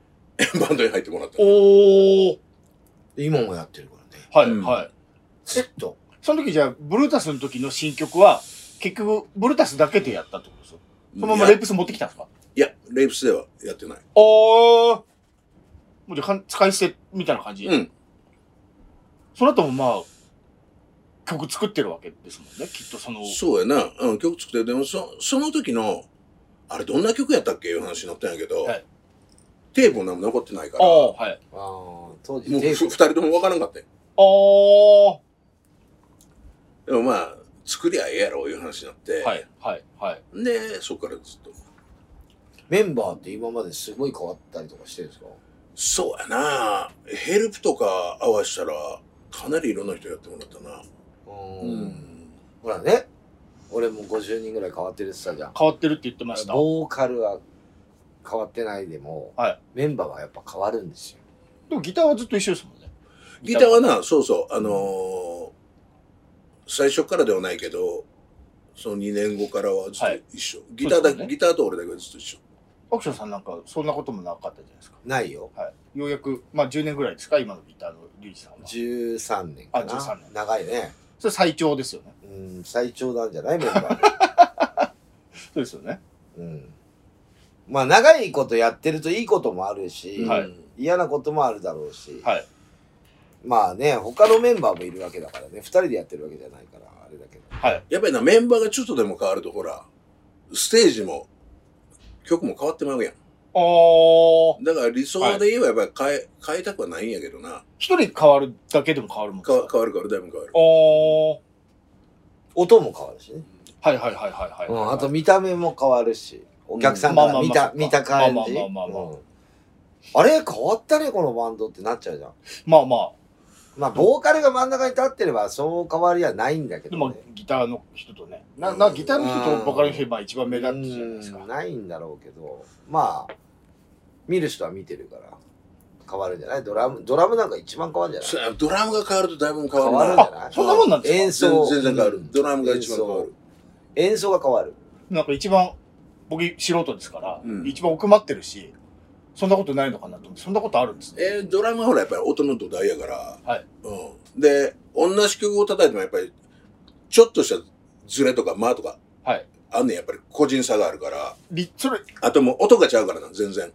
Speaker 4: バンドに入ってもらった。
Speaker 2: おお
Speaker 1: 今もやってるからね。
Speaker 2: はいう
Speaker 4: ん
Speaker 2: はい。
Speaker 1: ずっと。
Speaker 2: その時じゃあ、ブルータスの時の新曲は、結局、ブルータスだけでやったってことですよ。そのままレイプス持ってきたんですか
Speaker 4: いやレイプスではやってない
Speaker 2: おーもうじゃあかん、使い捨てみたいな感じ、
Speaker 4: うん
Speaker 2: その後もまあ、曲作ってるわけですもんね、きっとその。
Speaker 4: そうやな、うん、曲作ってでもそその時のあれどんな曲やったっけいう話になったんやけど、
Speaker 2: はい
Speaker 4: テープも何も残ってないからも
Speaker 2: あー、はい。
Speaker 1: ああ、当時
Speaker 4: う
Speaker 1: テー
Speaker 4: ふ二
Speaker 1: プ。
Speaker 4: 人ともわからんかったよ
Speaker 2: あー、
Speaker 4: でもまあ作りゃええやろいう話になって、
Speaker 2: はい、はい、はい。
Speaker 4: でそこからずっと
Speaker 1: メンバーって今まですごい変わったりとかしてるんですか
Speaker 4: そうやなヘルプとか合わしたらかなりいろんな人やってもらったな
Speaker 1: うーん。ほらね。俺も50人ぐらい変わってるって言ってたじゃん。
Speaker 2: 変わってるって言ってました。
Speaker 1: ボーカルは変わってないでも、
Speaker 2: はい
Speaker 1: メンバーはやっぱ変わるんですよ。
Speaker 2: でもギターはずっと一緒ですもんね。
Speaker 4: ギターはなそうそうあのー最初からではないけどその2年後からはずっと一緒、ギター
Speaker 2: そう
Speaker 4: だ
Speaker 2: ですね
Speaker 4: ギターと俺だけはずっと一緒
Speaker 2: アクションさんなんか、そんなこともなかったじゃないですか。
Speaker 1: ないよ。
Speaker 2: はい。ようやく、まあ10年ぐらいですか、今のギターのリュウジさんは。
Speaker 1: 13年かな。
Speaker 2: あ13年
Speaker 1: 長いね。
Speaker 2: それ最長ですよね。
Speaker 1: うん、最長なんじゃないメンバ ー。
Speaker 2: そうですよね。
Speaker 1: うん。まあ、長いことやってるといいこともあるし、
Speaker 2: はい
Speaker 4: うん
Speaker 1: 嫌なこともあるだろうし、
Speaker 2: はい
Speaker 1: まあね、他のメンバーもいるわけだからね、二人でやってるわけじゃないから、あれだけど。
Speaker 2: はい。
Speaker 4: やっぱりなメンバーがちょっとでも変わるとほらステージも曲も変わってまうやん
Speaker 2: あー、
Speaker 4: だから理想で言えばやっぱり変え,、変えたくはないんやけどな
Speaker 2: 一人変わるだけでも変わるもんです
Speaker 4: か
Speaker 2: か
Speaker 4: 変わる変わるだいぶ変わる
Speaker 2: あー、
Speaker 1: 音も変わるしね。
Speaker 2: はいはいはいはいはい。
Speaker 1: うん、あと見た目も変わるし、お客さんから見た、
Speaker 2: うん
Speaker 1: 見
Speaker 2: まあまあまあ
Speaker 1: た感じ。
Speaker 2: まあまあまあまあまあ
Speaker 1: うんあれ変わったね、このバンドってなっちゃうじゃん。
Speaker 2: まあまあ、
Speaker 1: まあ、ボーカルが真ん中に立ってれば、そう変わりはないんだけ
Speaker 2: で
Speaker 1: ど、
Speaker 2: も
Speaker 1: ね。
Speaker 2: ギターの人とね、な
Speaker 4: うん
Speaker 2: なギターの人とボカルの人が一番目立つじゃないです
Speaker 1: う
Speaker 2: か
Speaker 1: ん。ないんだろうけど、まあ、見る人は見てるから、変わるんじゃないドラム、ドラムなんか一番変わるんじゃ
Speaker 4: そ
Speaker 1: ないう
Speaker 4: ドラムが変わるとだいぶ変
Speaker 1: 変
Speaker 4: わ
Speaker 1: わる
Speaker 4: る
Speaker 1: ん
Speaker 4: な
Speaker 1: じ
Speaker 4: あ
Speaker 1: ゃない
Speaker 2: あそんなもんなんですか
Speaker 1: 演奏。
Speaker 4: 全然変わる、
Speaker 1: うん
Speaker 4: ドラムが一番変わる
Speaker 1: 演奏が変わる。
Speaker 2: なんか一番僕素人ですから、
Speaker 4: うん
Speaker 2: 一番奥まってるし、そんなことないのかなと思って、そんなことあるんですね。
Speaker 4: えードラムはほらやっぱり音の土台やから、
Speaker 2: はい
Speaker 4: うん、で同じ曲を叩いてもやっぱりちょっとしたズレとか間とか
Speaker 2: はい
Speaker 4: あんねんやっぱり個人差があるから
Speaker 2: リそれ、
Speaker 4: あともう音がちゃうからな全然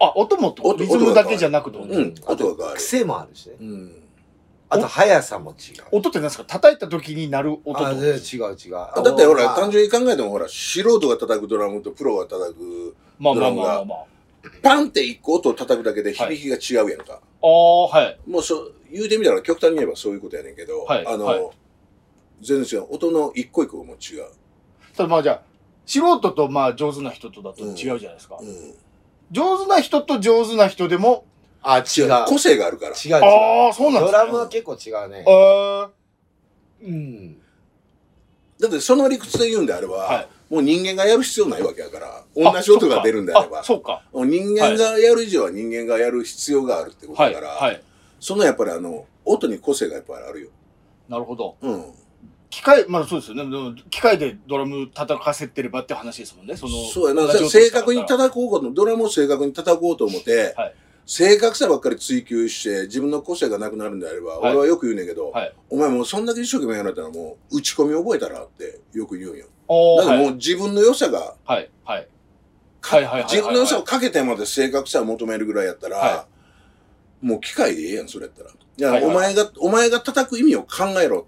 Speaker 2: あ、音もと
Speaker 4: 音
Speaker 2: リズムだけじゃなくて、
Speaker 1: 音
Speaker 4: う
Speaker 1: が
Speaker 4: ん音が変わる
Speaker 1: 癖もあるしね。
Speaker 4: うん
Speaker 1: あと、速さも違う。
Speaker 2: 音って何ですか叩いた時に鳴る音
Speaker 1: あ
Speaker 2: と。
Speaker 1: 全然違う違う。
Speaker 4: だってほら
Speaker 1: まあ
Speaker 4: 単純に考えてもほら素人が叩くドラムとプロが叩く
Speaker 2: まあまあまあまあまあ。
Speaker 4: パンって一個音を叩くだけで響きが違うやんか、
Speaker 2: ああ、はい。
Speaker 4: もうそう言うてみたら極端に言えばそういうことやねんけど、
Speaker 2: はい
Speaker 4: あの、
Speaker 2: はい
Speaker 4: 全然違う音の一個一個も違う、
Speaker 2: ただまあじゃあ、素人とまあ上手な人とだと違うじゃないですか。
Speaker 4: うん、
Speaker 2: 上手な人と上手な人でも、
Speaker 1: あ、違う。違う
Speaker 4: 個性があるから
Speaker 1: 違う。
Speaker 2: ああ、そうなんで
Speaker 1: ド
Speaker 2: すか、
Speaker 1: ラムは結構違うね
Speaker 2: え。ー
Speaker 1: うん。
Speaker 4: だってその理屈で言うんであれば、
Speaker 2: はい
Speaker 4: もう人間がやる必要ないわけやから、同じ音が出るんであれば、
Speaker 2: そうか。
Speaker 4: もう人間がやる以上は人間がやる必要があるってこと
Speaker 2: は
Speaker 4: だ
Speaker 2: い。
Speaker 4: から、
Speaker 2: はい。
Speaker 4: そのやっぱりあの、音に個性がやっぱりあるよ。
Speaker 2: なるほど。
Speaker 4: うん。
Speaker 2: 機械、まあそうですよね。でも機械でドラム叩かせてればって話ですもんね。その。
Speaker 4: そうやな。
Speaker 2: 同じ音
Speaker 4: 正確に
Speaker 2: 使ったら
Speaker 4: 叩こうこと、ドラムを正確に叩こうと思って、
Speaker 2: はい
Speaker 4: 正確さばっかり追求して、自分の個性がなくなるんであれば、
Speaker 2: はい
Speaker 4: 俺はよく言うねんけど、
Speaker 2: はい
Speaker 4: お前もうそんだけ一生懸命やられたらもう、打ち込み覚えたらってよく言うんよ。
Speaker 2: お
Speaker 4: だ
Speaker 2: ー
Speaker 4: から
Speaker 2: はい
Speaker 4: もう自分の良さが
Speaker 2: はい。はい。
Speaker 4: か
Speaker 2: はいはいはいはい
Speaker 4: 自分の良さをかけてまで正確さを求めるぐらいやったら、
Speaker 2: は
Speaker 4: もう機械でええやん、それやったら。いや、
Speaker 2: はいはい
Speaker 4: お前が、お前が叩く意味を考えろ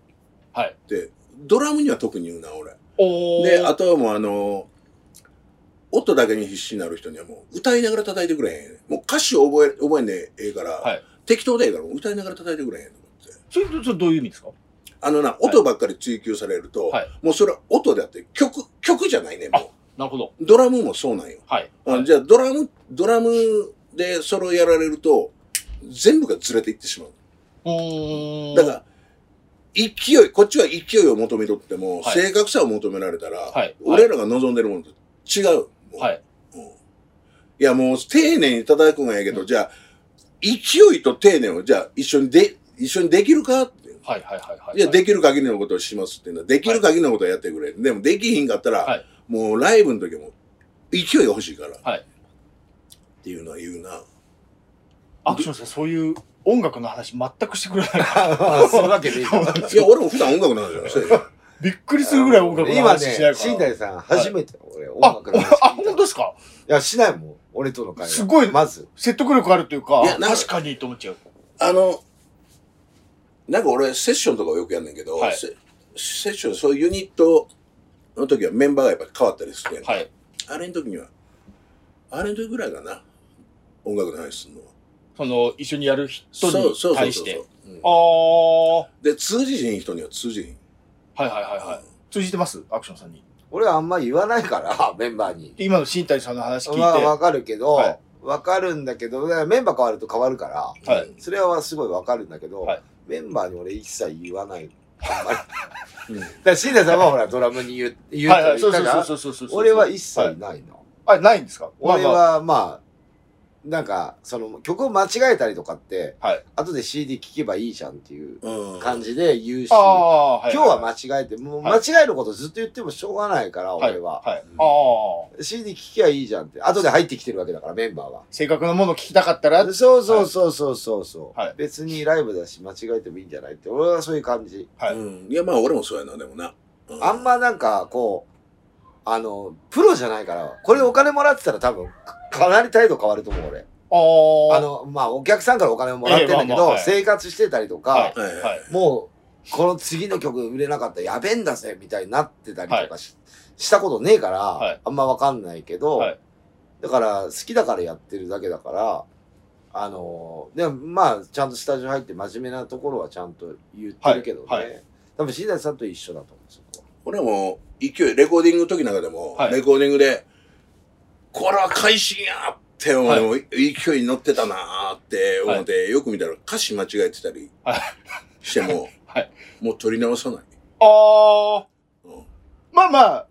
Speaker 2: はい。
Speaker 4: って、ドラムには特に言うな、俺。
Speaker 2: おー
Speaker 4: で、あとはもうあの、音だけに必死になる人にはもう歌いながら叩いてくれへん。もう歌詞を覚え、覚えんでええから、
Speaker 2: はい
Speaker 4: 適当でええからもう歌いながら叩いてくれへんと思って。
Speaker 2: それ、それどういう意味ですか
Speaker 4: あのな、音ばっかり追求されると、
Speaker 2: はい
Speaker 4: もうそれは音であって曲、曲じゃないねん、も
Speaker 2: なるほど。
Speaker 4: う。ドラムもそうなんよ。
Speaker 2: はい。
Speaker 4: あじゃあドラム、ドラムでそれをやられると、全部がずれていってしまう。
Speaker 2: うーん。
Speaker 4: だから、勢い、こっちは勢いを求めとっても、
Speaker 2: はい
Speaker 4: 正確さを求められたら、
Speaker 2: はい
Speaker 4: 俺らが望んでるものと違う。もう
Speaker 2: はい。
Speaker 4: うんいや、もう丁寧に叩くんやけど、
Speaker 2: うん
Speaker 4: じゃあ、勢いと丁寧を、じゃあ一緒にで、一緒にできるかって。
Speaker 2: はいはいはいはい。
Speaker 4: いや、できる限りのことをしますっていうのは、できる限りのことはやってくれ。でも、できひんかったら、
Speaker 2: はい
Speaker 4: もうライブの時も、勢いが欲しいから。
Speaker 2: はい
Speaker 4: っていうのは言うな。
Speaker 2: アクションさん、そういう音楽の話全くしてくれないから。
Speaker 1: それだけでいいかな
Speaker 4: いや、俺も普段音楽なんじゃない
Speaker 2: びっくりするぐらい音楽の
Speaker 1: 今
Speaker 2: 話
Speaker 1: ね、
Speaker 2: しないから。
Speaker 1: 新谷さん、初めて俺、音
Speaker 2: あ
Speaker 1: 楽の話聞い、た
Speaker 2: あ、本当ですか
Speaker 1: いや、しないもん。俺との会話。
Speaker 2: すごい
Speaker 1: まず。
Speaker 2: 説得力あるというか、
Speaker 4: いやなんか
Speaker 2: 確かにと思っちゃう。
Speaker 4: あの、なんか俺、セッションとかをよくやんねんけど、
Speaker 2: はい
Speaker 4: セセッション、そういうユニットの時はメンバーがやっぱ変わったりするやんか、
Speaker 2: はい。
Speaker 4: あれの時には、あれの時ぐらいかな。音楽の話するのは。
Speaker 2: その、一緒にやる人
Speaker 4: そうそうそう
Speaker 2: に
Speaker 4: そう
Speaker 2: 対して。
Speaker 4: うん
Speaker 2: ああ。は
Speaker 4: で、通じひん人には通じひん。
Speaker 2: いはいはいはい。通じてますアクションさんに。
Speaker 1: 俺はあんま言わないから、 メンバーに。
Speaker 2: 今の新谷さんの話聞いて。
Speaker 1: まあ、わかるけど、
Speaker 2: は
Speaker 1: わ
Speaker 2: い、
Speaker 1: かるんだけど、だからメンバー変わると変わるから、
Speaker 2: はい
Speaker 1: それはすごいわかるんだけど、
Speaker 2: はい
Speaker 1: メンバーに俺一切言わ ない。あんまり。だか
Speaker 4: うん
Speaker 1: ら、新谷さんはほら、ドラムに言う、言う
Speaker 2: はい
Speaker 1: と
Speaker 2: は
Speaker 1: か言った
Speaker 2: い、そうそう
Speaker 1: じゃん
Speaker 2: そうそうそうそう。
Speaker 1: 俺は一切ないな。
Speaker 2: あ、ないんですか
Speaker 1: 俺
Speaker 2: まあまあ
Speaker 1: は、まあ、なんか、その、曲を間違えたりとかって、
Speaker 2: はい
Speaker 1: 後で CD 聴けばいいじゃんっていう
Speaker 4: うん。
Speaker 1: 感じで言うし、
Speaker 2: ああ、はい。
Speaker 1: 今日は間違えて、もう間
Speaker 2: はい
Speaker 1: 違えることずっと言ってもしょうがないから、
Speaker 2: はい
Speaker 1: 俺は。
Speaker 2: はい。ああ。
Speaker 1: CD 聞きゃいいじゃんって。後で入ってきてるわけだから、メンバーは。
Speaker 2: 正確なものを聞きたかったら、
Speaker 1: そうそうそうそうそうそう、
Speaker 2: はい
Speaker 1: 別にライブだし、間違えてもいいんじゃないって。俺はそういう感じ。
Speaker 2: はい
Speaker 4: うん。いや、まあ俺もそうやな、でもな。う
Speaker 1: あんまなんか、こう、あの、プロじゃないから、これお金もらってたら多分、かかなり態度変わると思う、俺。
Speaker 2: ああ。
Speaker 1: あ、の、まあ、お客さんからお金をもらってんだけど、
Speaker 2: ええまあまあはい
Speaker 1: 生活してたりとか、
Speaker 2: はい。
Speaker 4: はい
Speaker 2: はい。
Speaker 1: もう、この次の曲売れなかったらやべえんだぜみたいになってたりとかし,、たことねえから、
Speaker 2: はい
Speaker 1: あんまわかんないけど、
Speaker 2: はい
Speaker 1: だから好きだからやってるだけだから、あのーでもまあ、ちゃんとスタジオ入って真面目なところはちゃんと言ってるけどね。
Speaker 2: はいは
Speaker 1: 多分、新谷さんと一緒だと思うんですよ。そこ
Speaker 4: 俺はもう、勢い、レコーディングの時なんかでも、
Speaker 2: はい
Speaker 4: レコーディングで、これは会心やって思う、
Speaker 2: はい
Speaker 4: もう勢いに乗ってたなーって思って、よく見たら歌詞間違えてたり
Speaker 2: はい
Speaker 4: しても、
Speaker 2: はい
Speaker 4: もう取り直さない。
Speaker 2: ああ。
Speaker 4: うん
Speaker 2: まあまあ、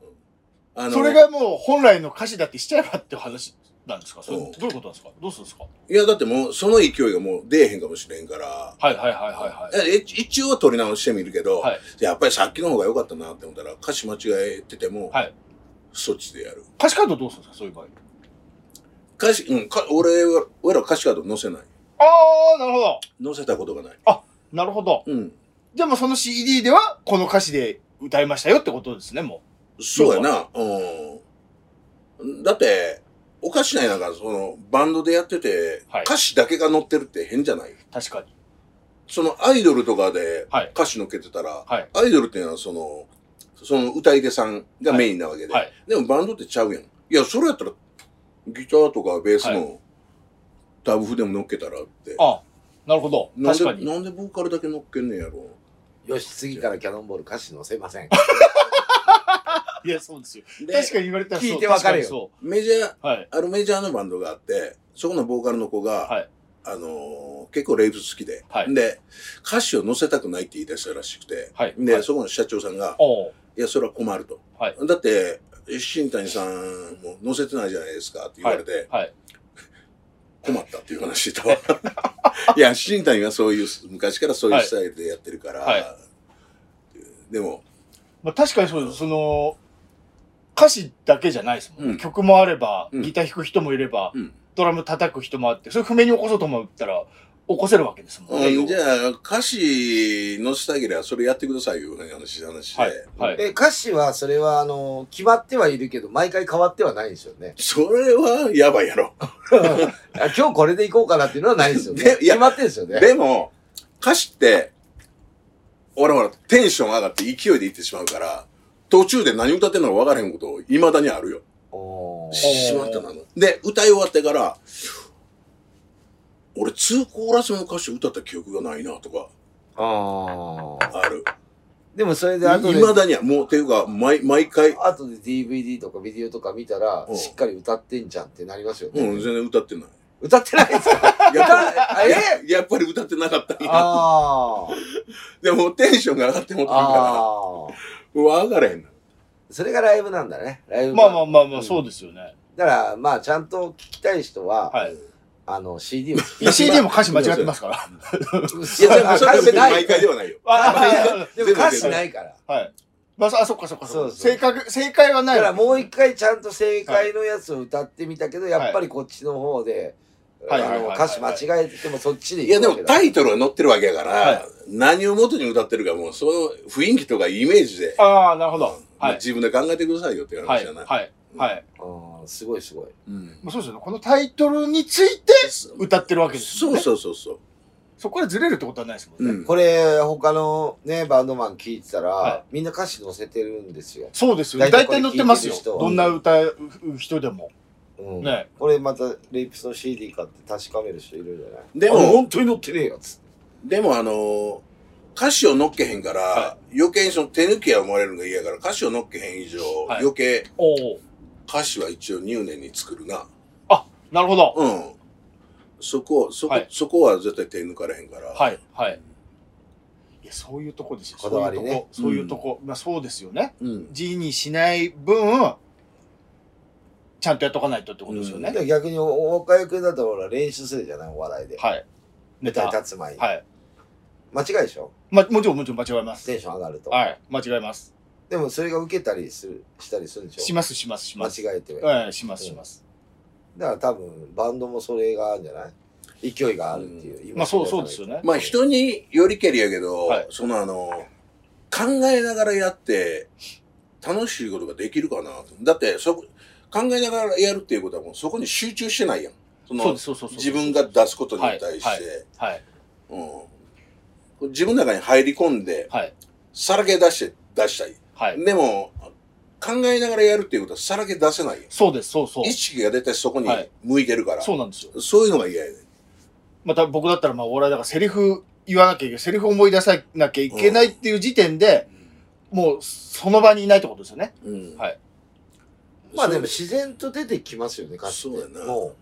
Speaker 4: あの
Speaker 2: それがもう本来の歌詞だってしちゃえばっていう話なんですかそれ
Speaker 4: うん
Speaker 2: どういうことなんですかどうするんですか
Speaker 4: いや、だってもう、その勢いがもう出えへんかもしれんから、
Speaker 2: はいはいはいはいはい。
Speaker 4: え一応は取り直してみるけど、
Speaker 2: はい
Speaker 4: やっぱりさっきの方が良かったなって思ったら、歌詞間違えてても、
Speaker 2: はい
Speaker 4: そっちでやる。
Speaker 2: 歌詞カードどうするんですかそういう場合。
Speaker 4: 歌詞、うん、か俺は、俺ら歌詞カード載せない。
Speaker 2: ああ、なるほど。
Speaker 4: 載せたことがない。
Speaker 2: なるほど。
Speaker 4: うん。
Speaker 2: でもその CD ではこの歌詞で歌いましたよってことですね、も
Speaker 4: そうやな。うん。だって、おかしないなんか、その、バンドでやってて、
Speaker 2: はい。
Speaker 4: 歌詞だけが載ってるって変じゃないう
Speaker 2: 確かに。
Speaker 4: そのアイドルとかで
Speaker 2: はい
Speaker 4: 歌詞載っけてたら、
Speaker 2: はい
Speaker 4: アイドルっていうのはその、その歌い手さんがメインなわけで、
Speaker 2: はい。
Speaker 4: でもバンドってちゃうやん。いや、それやったら、ギターとかベース
Speaker 2: は
Speaker 4: も、ダブフでも乗っけたらって。
Speaker 2: あなるほど。
Speaker 4: なん
Speaker 2: 確
Speaker 4: で、
Speaker 2: かに。
Speaker 4: なんでボーカルだけ乗っけんねんやろ。
Speaker 1: よし、次からキャノンボール歌詞載せません。
Speaker 2: いや、そうですよ。
Speaker 4: で
Speaker 2: 確かに言われたらそう
Speaker 1: 聞いてわかるよ
Speaker 2: 確にそ
Speaker 4: メジャー、
Speaker 2: う。はい。
Speaker 4: あるメジャーのバンドがあって、そこのボーカルの子が、
Speaker 2: はい
Speaker 4: あのー結構レイブ好きで、
Speaker 2: はい
Speaker 4: で、歌詞を載せたくないって言い出したらしくて、
Speaker 2: はい
Speaker 4: で、
Speaker 2: はい
Speaker 4: そこの社長さんが、
Speaker 2: おう
Speaker 4: いや、それは困ると。
Speaker 2: はい
Speaker 4: だって、新谷さんも載せてないじゃないですかって言われて、
Speaker 2: はい。
Speaker 4: 困ったっていう話と。 いや、新谷はそういう、昔からそういうスタイルでやってるから、
Speaker 2: はい
Speaker 4: でも、
Speaker 2: まあ確かにそうです。その、歌詞だけじゃないですもん。
Speaker 4: うん
Speaker 2: 曲もあれば、
Speaker 4: うん
Speaker 2: ギター弾く人もいれば、
Speaker 4: うん
Speaker 2: ドラム叩く人もあって、それ不明に起こそうと思ったら、起こせるわけですもんね。
Speaker 4: うんじゃあ、歌詞載せたければそれやってくださいよ、いう話話で。
Speaker 2: はい。はい。
Speaker 1: え、歌詞は、それは、あの、決まってはいるけど、毎回変わってはないですよ ね。
Speaker 4: それはやばいやろ。
Speaker 1: あ今日これでいこうかなっていうのはないですよね。
Speaker 4: でい
Speaker 1: 決
Speaker 4: や
Speaker 1: まってるんですよね。
Speaker 4: でも、歌詞って、ほらほら、テンション上がって勢いでいってしまうから、途中で何歌ってんのか分からへんこと、未だにあるよ。
Speaker 1: お
Speaker 4: しまったなの。で、歌い終わってから、俺、2コーラス目の歌詞を歌った記憶がないなとか、
Speaker 1: ああ。
Speaker 4: ある。
Speaker 1: でもそれで後
Speaker 4: い
Speaker 1: で、
Speaker 4: まだには、もう、ていうか、毎毎回、
Speaker 1: 後で DVD とかビデオとか見たら
Speaker 4: う、ん
Speaker 1: しっかり歌ってんじゃんってなりますよね。
Speaker 4: うん、全然歌ってない。
Speaker 1: 歌ってない ですか
Speaker 4: やっぱり、
Speaker 1: え
Speaker 4: ややっぱり歌ってなかったんや。
Speaker 1: あ
Speaker 4: でも、テンションが上がってもっ
Speaker 1: あ。
Speaker 4: たか
Speaker 1: ああ。
Speaker 4: ら、うわ、上がれへんな。
Speaker 1: それがライブなんだね。ライブ。
Speaker 2: まあまあまあま
Speaker 1: う
Speaker 2: あ、
Speaker 1: ん
Speaker 2: そうですよね。
Speaker 1: だから、まあ、ちゃんと聞きたい人は、
Speaker 2: はい。
Speaker 1: あの、CD を聞
Speaker 2: いや CD も歌詞間違ってますから。
Speaker 1: き
Speaker 4: いや、でも、
Speaker 1: 歌
Speaker 4: それは別
Speaker 1: 詞
Speaker 4: に
Speaker 1: ない。
Speaker 4: 毎回ではないよ。
Speaker 2: あ
Speaker 1: でも歌詞ないから。
Speaker 2: はい。まあ、あ、そ っかそっかそっか。
Speaker 1: そうそう
Speaker 2: 正確、正解は
Speaker 1: だ
Speaker 2: ない
Speaker 1: か
Speaker 2: わ
Speaker 1: らもう一回ちゃんと正解のやつを歌ってみたけど、やっぱりこっちの方で、あ
Speaker 2: はいはいはい
Speaker 1: の
Speaker 2: はい
Speaker 1: 歌詞間違えててもそっちで
Speaker 4: いや、でも、タ
Speaker 1: イ
Speaker 4: イトルが載ってるわけやから、
Speaker 2: はい
Speaker 4: 何を元に歌ってるか、もう、その雰囲気とかイメージで、
Speaker 2: ああ、なるほど。
Speaker 4: ま
Speaker 2: は
Speaker 4: あ
Speaker 2: い。
Speaker 4: 自分で考えてくださいよっていう
Speaker 2: は
Speaker 4: 話
Speaker 2: い。
Speaker 4: じゃない。
Speaker 2: はい。はい。
Speaker 1: すごいすごい。
Speaker 4: うん
Speaker 2: まあ、そうですよね。このタイトルについて歌ってるわけですよ
Speaker 4: そう
Speaker 2: ね。
Speaker 4: そうそうそう。
Speaker 2: そこからずれるってことはないですもんね。
Speaker 4: うん
Speaker 1: これ、他のね、バンドマン聞いてたら、
Speaker 2: は
Speaker 1: みんな歌詞載せてるんですよ。
Speaker 2: そうですよね。
Speaker 1: 大
Speaker 2: 大
Speaker 1: 体
Speaker 2: 体載ってますよ
Speaker 1: これ聞いてる。人は
Speaker 2: どんな歌う人でも。
Speaker 1: うん
Speaker 2: ね。
Speaker 1: これまた、レイプスの CD 買って確かめる人いるんじゃない
Speaker 4: で
Speaker 1: あ
Speaker 4: も、
Speaker 1: 本当に載ってねえよ、つって。
Speaker 4: でもあのー歌詞を乗っけへんから、
Speaker 2: は
Speaker 4: 余計にその手抜きが生まれるのが嫌やから、歌詞を乗っけへん以上、
Speaker 2: はい
Speaker 4: 余計
Speaker 2: おお。
Speaker 4: 歌詞は一応入念に作るな。
Speaker 2: なるほど。
Speaker 4: うん。そこ、そこ、
Speaker 2: はい
Speaker 4: そこは絶対手抜かれへんから。
Speaker 2: はい。はい。いや、そういうとこですよ。
Speaker 1: こだわりね
Speaker 2: そういうとこ。そういうとこ。まあ、そうですよね。
Speaker 4: うん。
Speaker 2: 字にしない分、ちゃんとやっとかないとってことですよね。
Speaker 1: で逆に、岡井くんだとほら、練習するじゃないお笑いで。
Speaker 2: はい。ネ
Speaker 1: 舞台
Speaker 2: タ。
Speaker 1: 立つ前に。
Speaker 2: はい。
Speaker 1: 間違いでしょ
Speaker 2: ま、もちろん、もちろん間違えます
Speaker 1: テ。ンション上がると。
Speaker 2: はい。間違えます。
Speaker 1: でもそれが受けたりする、したりするんでし
Speaker 2: し
Speaker 1: ょ
Speaker 2: ます、します、します。
Speaker 1: 間違えて。だか
Speaker 2: ええ、します、します。
Speaker 1: ら多分、バンドもそれがあるんじゃない勢いがあるっていう。今
Speaker 2: まあ、そう、そうですよね。
Speaker 4: まあ人によりけりやけど、
Speaker 2: はい
Speaker 4: そのあのー考えながらやって、楽しいことができるかなと。だって、そ、考えながらやるっていうことはもうそこに集中してないやん。そ
Speaker 2: そう
Speaker 4: の
Speaker 2: です、そうそうそう。
Speaker 4: 自分が出すことに対して。
Speaker 2: はいはい。
Speaker 4: うん、自分の中に入り込んで、
Speaker 2: はい。
Speaker 4: さらけ出して出したい。
Speaker 2: はい。
Speaker 4: でも、考えながらやるっていうことはさらけ出せないよ。
Speaker 2: そうです、そうそう。
Speaker 4: 意識が出てそこに
Speaker 2: はい
Speaker 4: 向いてるから。
Speaker 2: そうなんですよ。
Speaker 4: そういうのが嫌やね。
Speaker 2: また僕だったら、まあ、お笑いだからセリフ言わなきゃいけない、セリフ思い出さなきゃいけないっていう時点で、もう、その場にいないってことですよね。
Speaker 4: うん
Speaker 2: はい
Speaker 1: まあでも
Speaker 4: そ
Speaker 1: 自然と出てきますよね、歌詞って。
Speaker 4: そうやな
Speaker 1: も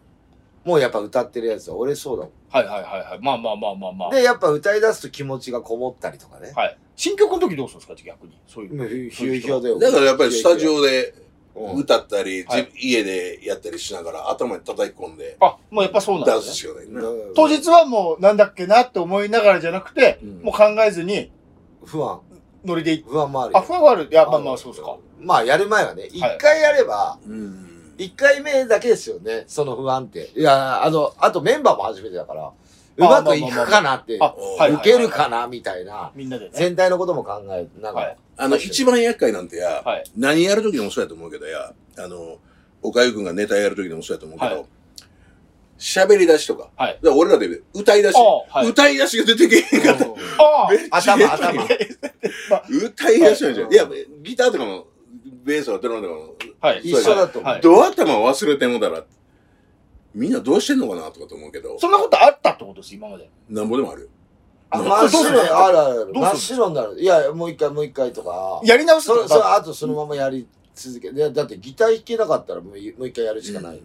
Speaker 1: う、もうやっぱ歌ってるやつは俺そうだも
Speaker 2: はいはいはいはい。まあまあまあまあまあ
Speaker 1: ん。。で、やっぱ歌い出すと気持ちがこもったりとかね。
Speaker 2: はい。新曲の時どうするんですか逆に。そういう。
Speaker 1: もうひひゅうひょうだよ。
Speaker 4: うだからやっぱりスタジオで
Speaker 1: うん
Speaker 4: 歌ったり、
Speaker 2: はい
Speaker 4: 自家でやったりしながら頭に叩き込んで
Speaker 2: あ、もうやっぱそうなん
Speaker 4: 出
Speaker 2: です
Speaker 4: す
Speaker 2: ね。
Speaker 4: しかない
Speaker 1: だ
Speaker 4: な
Speaker 1: か。ら
Speaker 2: 当日はもうなんだっけなって思いながらじゃなくて、
Speaker 4: うん
Speaker 2: もう考えずに
Speaker 1: 不安。
Speaker 2: ノリでいっ
Speaker 1: 不安もあるよ
Speaker 2: あ、ファワル、いや、まあまあそうですか。。
Speaker 1: まあやる前はね、一回やれば、
Speaker 4: うん
Speaker 1: 一回目だけですよね、その不安って。いや、あの、あとメンバーも初めてだから、うまくいくかなって、
Speaker 2: あ、
Speaker 1: 受
Speaker 2: はいはいはいはい。
Speaker 1: けるかな、みたいな。
Speaker 2: みんなでね。
Speaker 1: 全体のことも考えなが
Speaker 2: は
Speaker 1: ら
Speaker 2: い。
Speaker 4: あの、一番厄介なんてや、
Speaker 2: はい
Speaker 4: 何やるときでもそうやと思うけどや、あの、おかゆくんがネタやるときでもそうやと思うけ
Speaker 2: は
Speaker 4: ど、喋、り出しとか、
Speaker 2: はい
Speaker 4: だから俺らで歌い出し、
Speaker 2: あはい
Speaker 4: 歌い出しが出てけへんかった。
Speaker 2: あ
Speaker 4: めっちゃ
Speaker 1: 頭
Speaker 4: 厄介
Speaker 1: 頭
Speaker 4: 歌い出しなんじゃん。
Speaker 1: はい
Speaker 4: いや、ギターとかも、ベースはドラムとかも、
Speaker 2: あはい。
Speaker 1: 一緒だと思う
Speaker 2: はい。
Speaker 4: ど頭忘れてもだら、みんなどうしてんのかなとかと思うけど、
Speaker 2: そんなことあったってことです、今まで。
Speaker 4: なんぼでもあるよ。
Speaker 1: あ、
Speaker 4: うん
Speaker 1: 真っ白
Speaker 2: どうする
Speaker 1: あるあるある。
Speaker 2: どうする
Speaker 1: 真っ白になる。いや、もう一回もう一回とか。
Speaker 2: やり直す
Speaker 1: そ
Speaker 2: って
Speaker 1: れ
Speaker 2: こ
Speaker 1: それ
Speaker 2: と
Speaker 1: あとそのままやり続けて。だってギター弾けなかったらもういもう一回やるしかない。